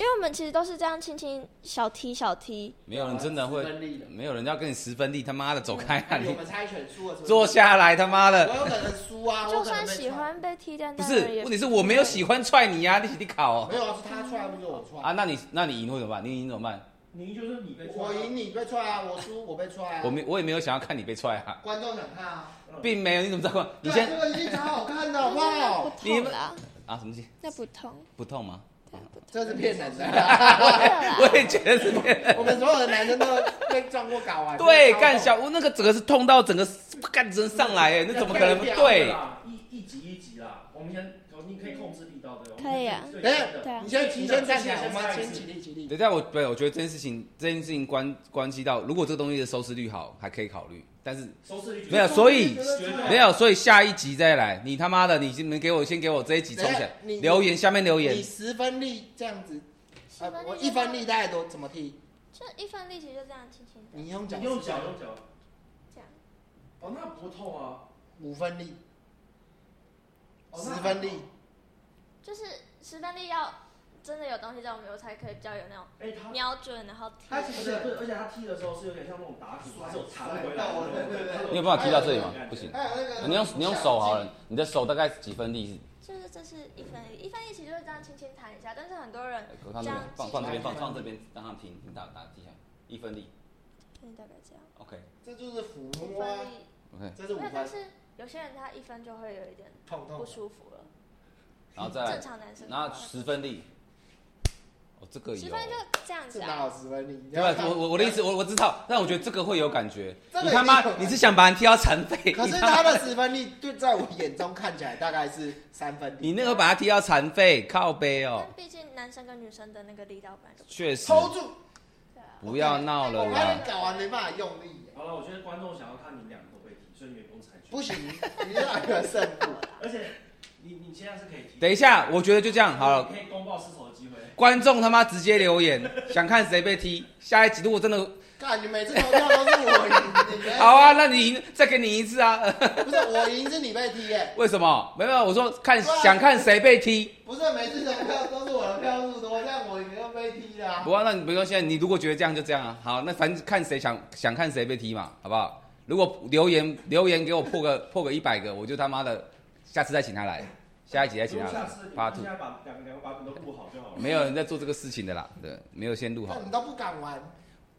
Speaker 5: 因为我们其实都是这样轻轻小踢小踢，
Speaker 3: 没有人真的会
Speaker 4: 十分力了，
Speaker 3: 没有人要跟你十分力，他妈的走开啊！
Speaker 4: 我
Speaker 3: 你
Speaker 4: 们猜拳输了是不是，
Speaker 3: 坐下来，他妈
Speaker 4: 我
Speaker 3: 的！
Speaker 4: 有可能输啊，我
Speaker 5: 就
Speaker 4: 可能
Speaker 5: 算
Speaker 4: 被
Speaker 5: 喜
Speaker 4: 踹，
Speaker 5: 欢被踢，但
Speaker 3: 不
Speaker 5: 当然
Speaker 3: 是，
Speaker 5: 也
Speaker 3: 问题是我没有喜欢踹你呀、啊，你你考哦
Speaker 4: 没有啊，是他踹不是我踹
Speaker 3: 啊？那你那你赢会怎么办？你赢怎么办？
Speaker 2: 你就是你被
Speaker 4: 我赢你被踹啊，我输我被踹啊。
Speaker 3: 我没我也没有想要看你被踹啊，
Speaker 4: 观众想看啊，
Speaker 3: 并没有，你怎么知道？你先
Speaker 4: 对啊这个一定超好看 哦的，好不
Speaker 5: 那不
Speaker 4: 好？
Speaker 5: 痛啦，
Speaker 3: 啊什么东西？
Speaker 5: 那不 痛，
Speaker 3: 不痛吗？
Speaker 5: 对不痛。
Speaker 4: 这是骗人的，
Speaker 3: 我也觉得是骗人。
Speaker 4: 我们所有的男生都被撞过睾丸。
Speaker 3: 对，干小吴那个整个是痛到整个干真上来哎，那怎么可能不对？
Speaker 2: 啦，一一集一集啦，我们先，你可以控制力道对吧？
Speaker 5: 可以啊
Speaker 2: 对
Speaker 4: 等一下
Speaker 5: 对啊
Speaker 4: 你先你先站起来，我们先起立起立。
Speaker 3: 等一下我对我觉得这件事情这件事情关关系到，如果这个东西的收视率好，还可以考虑，但是
Speaker 2: 收视率绝对
Speaker 3: 没有，所以
Speaker 2: 绝对
Speaker 3: 没有，所以下一集再来。你他妈的，你们给我先给我这一集冲起来
Speaker 4: 等一下你，
Speaker 3: 留言下面留
Speaker 4: 你
Speaker 3: 言。
Speaker 4: 呃十分力这样子，啊，我一分力大概多怎么踢？
Speaker 5: 就一分力气就这样轻轻
Speaker 4: 你
Speaker 5: 的
Speaker 4: 用脚，
Speaker 2: 你用脚用脚，
Speaker 5: 这样，
Speaker 2: 哦，那不痛啊，
Speaker 4: 五分力、
Speaker 2: 哦
Speaker 4: 十分力，，
Speaker 5: 就是十分力要真的有东西在我面，我才可以比较有那种
Speaker 2: 那还好哎，他
Speaker 5: 瞄准，然后踢
Speaker 2: 他。其实对，而且他踢的时候是有点像那种打鼓，
Speaker 4: 甩
Speaker 2: 是有弹回来
Speaker 4: 甩到
Speaker 2: 的
Speaker 4: 我对对对
Speaker 2: 那种，
Speaker 4: 你
Speaker 3: 你有办法踢到这里吗
Speaker 2: 那种感？觉
Speaker 3: 不行，
Speaker 4: 还有那个
Speaker 3: 啊你用你用手好了，你的手大概几分力？
Speaker 5: 就是这是一分一，一分一起就是这样轻轻弹一下，但是很多人
Speaker 3: 我看这边放放这边放放这边，让他们听，你打打踢一下，一分力
Speaker 5: 就是大概这样，
Speaker 3: ，OK
Speaker 4: 这就是抚
Speaker 5: 一
Speaker 4: 摸啊
Speaker 5: 分，力
Speaker 3: OK，
Speaker 4: 这是五
Speaker 5: 没有，
Speaker 4: 分
Speaker 5: 但，是有些人他一分就会有一点
Speaker 4: 痛
Speaker 5: 不
Speaker 4: 痛。
Speaker 5: 舒服了，
Speaker 3: 然哦后再
Speaker 5: 正
Speaker 3: 来，
Speaker 5: 常男生可能
Speaker 3: 然
Speaker 5: 会。
Speaker 3: 后十分力，哦，这个
Speaker 5: 十
Speaker 3: 有
Speaker 5: 分。就这样
Speaker 4: 这
Speaker 5: 子
Speaker 4: 哪
Speaker 5: 啊，
Speaker 4: 有十分力？你
Speaker 3: 对
Speaker 4: 要
Speaker 3: 吧？
Speaker 4: 看
Speaker 3: 我我我的意思，我我知道，但我觉得这个会有感觉。
Speaker 4: 这个
Speaker 3: 你他妈
Speaker 4: 一定有，感觉
Speaker 3: 你是想把人踢到残废？
Speaker 4: 可
Speaker 3: 你
Speaker 4: 是
Speaker 3: 妈
Speaker 4: 他的十分力，就在我眼中看起来大概是三分啊力。
Speaker 3: 你那个把他踢到残废，靠背哦，
Speaker 5: 但毕竟男生跟女生的那个力道本来就不
Speaker 3: 确实。
Speaker 4: 抽住，
Speaker 5: 对啊。
Speaker 3: 不要闹了
Speaker 4: 我
Speaker 3: 啦
Speaker 4: 怕！你搞完没办法用力，
Speaker 2: 好了，我觉得观众想要看你们两个都被踢，所以你们不用猜拳。
Speaker 4: 不行，你要有个胜 负。
Speaker 2: 而且你你现在是可以踢，
Speaker 3: 等一下，我觉得就这样好了。
Speaker 2: 你可以公报失手的机会。
Speaker 3: 观众他妈直接留言，想看谁被踢。下一集如果真的
Speaker 4: 看你每次投票都是我赢，你没
Speaker 3: 好啊，那你赢再给你一次啊？
Speaker 4: 不是我赢是你被踢耶，
Speaker 3: 为什么？没有，我说看
Speaker 4: 对啊
Speaker 3: 想看谁被踢。
Speaker 4: 不是每次投票都是我的票数多，这样我赢又被踢啊啦
Speaker 3: 不。过那你不用现在，你如果觉得这样就这样啊。好，那反正看谁想想看谁被踢嘛，好不好？如果留言留言给我破个破个一百个，我就他妈的下次再请他来，下一集再请他
Speaker 2: 下
Speaker 3: 来
Speaker 2: 次你
Speaker 3: Part
Speaker 2: 们
Speaker 3: Two
Speaker 2: 现在把两个两个版本都录好就好了。
Speaker 3: 没有人在做这个事情的啦，对，没有先录好
Speaker 4: 那。你都不敢玩，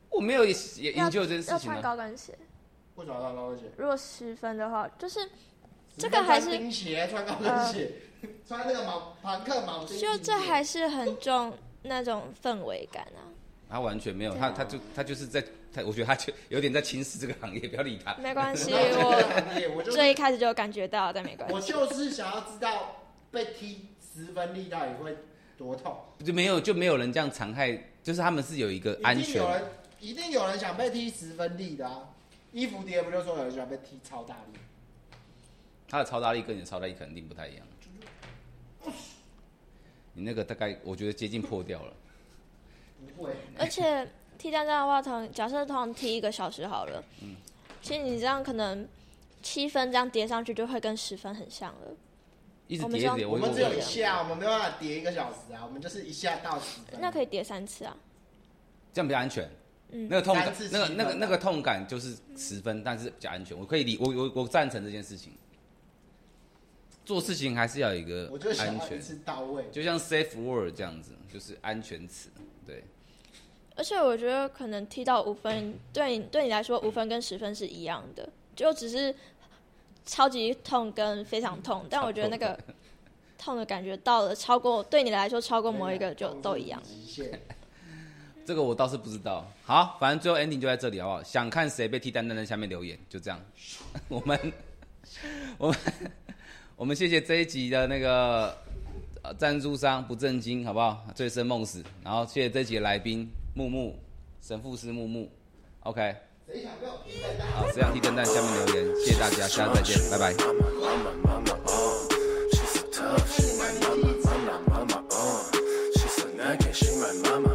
Speaker 3: 我没有也也研究这件
Speaker 5: 嗯要
Speaker 3: 事情
Speaker 5: 穿
Speaker 3: 啊。
Speaker 5: 高跟鞋，
Speaker 4: 为什么穿高跟鞋？
Speaker 5: 如果十分的话，就是这个还是
Speaker 4: 你穿钉鞋，穿高跟鞋，穿那个毛朋克毛巾。
Speaker 5: 就这还是很重那种氛围感 啊。
Speaker 3: 他完全没有，
Speaker 5: 对
Speaker 3: 他
Speaker 5: 啊
Speaker 3: 他就他就是在他，我觉得他就 有点在侵蚀这个行业，不要理他。
Speaker 5: 没关
Speaker 4: 啊
Speaker 5: 系，我
Speaker 4: 我我就
Speaker 5: 最一开始就有感觉到，但没关
Speaker 4: 我
Speaker 5: 系。
Speaker 4: 就是想要知道被踢十分力到底会多痛。
Speaker 3: 就没有就没有人这样残害，就是他们是有一个呃安
Speaker 4: 一定
Speaker 3: 全
Speaker 4: 有。人，一定有人想被踢十分力的啊！伊芙蝶不就说有人喜欢被踢超大力？
Speaker 3: 他的超大力跟你的超大力肯定不太一样。你那个大概我觉得接近破掉了，
Speaker 4: 不会，
Speaker 5: 而且踢单战的话，同假设同踢一个小时好了，其实你这样可能七分这样叠上去，就会跟十分很像了。
Speaker 3: 一直
Speaker 5: 我们
Speaker 3: 叠一
Speaker 5: 这
Speaker 3: 直
Speaker 5: 样
Speaker 3: 叠。
Speaker 4: 我
Speaker 3: 我
Speaker 4: 们只有一
Speaker 3: 我
Speaker 4: 下，我们没有办法叠一个小时啊，我们就是一下到十分。
Speaker 5: 那可以叠三次啊，
Speaker 3: 这样比较安全。
Speaker 5: 嗯
Speaker 3: 那个痛感
Speaker 4: 三次，
Speaker 3: 那个
Speaker 4: 七分
Speaker 3: 那个
Speaker 4: 吧
Speaker 3: 那个痛感就是十分，但是比较安全。我可以理我我我赞成这件事情。做事情还是要有一个
Speaker 4: 我就想
Speaker 3: 呃安
Speaker 4: 要一
Speaker 3: 全，
Speaker 4: 次到位。
Speaker 3: 就像 safe word 这样子，就是安全词。对，
Speaker 5: 而且我觉得可能踢到五分，对你对你来说五分跟十分是一样的，就只是超级痛跟非常痛，但我觉得那个痛的感觉到了超过对你来说超过某一个就都一样。
Speaker 4: 极限。
Speaker 3: 这个我倒是不知道。好，反正最后 ending 就在这里，好不好？想看谁被踢单，单在下面留言，就这样。 我们，我们，我们谢谢这一集的那个呃赞助商不正经，好不好？醉生梦死。然后谢谢这一集的来宾木木神父师木木。OK，
Speaker 4: 谁想被我踢的大？
Speaker 3: 好，谁想踢灯蛋？下面留言，谢谢大家，下次再见，拜拜。
Speaker 6: I'm a- I'm a- I'm a- oh, she's so tough. She my mama. I'm a- I'm a- I'm a- oh, she's so naked. She my mama.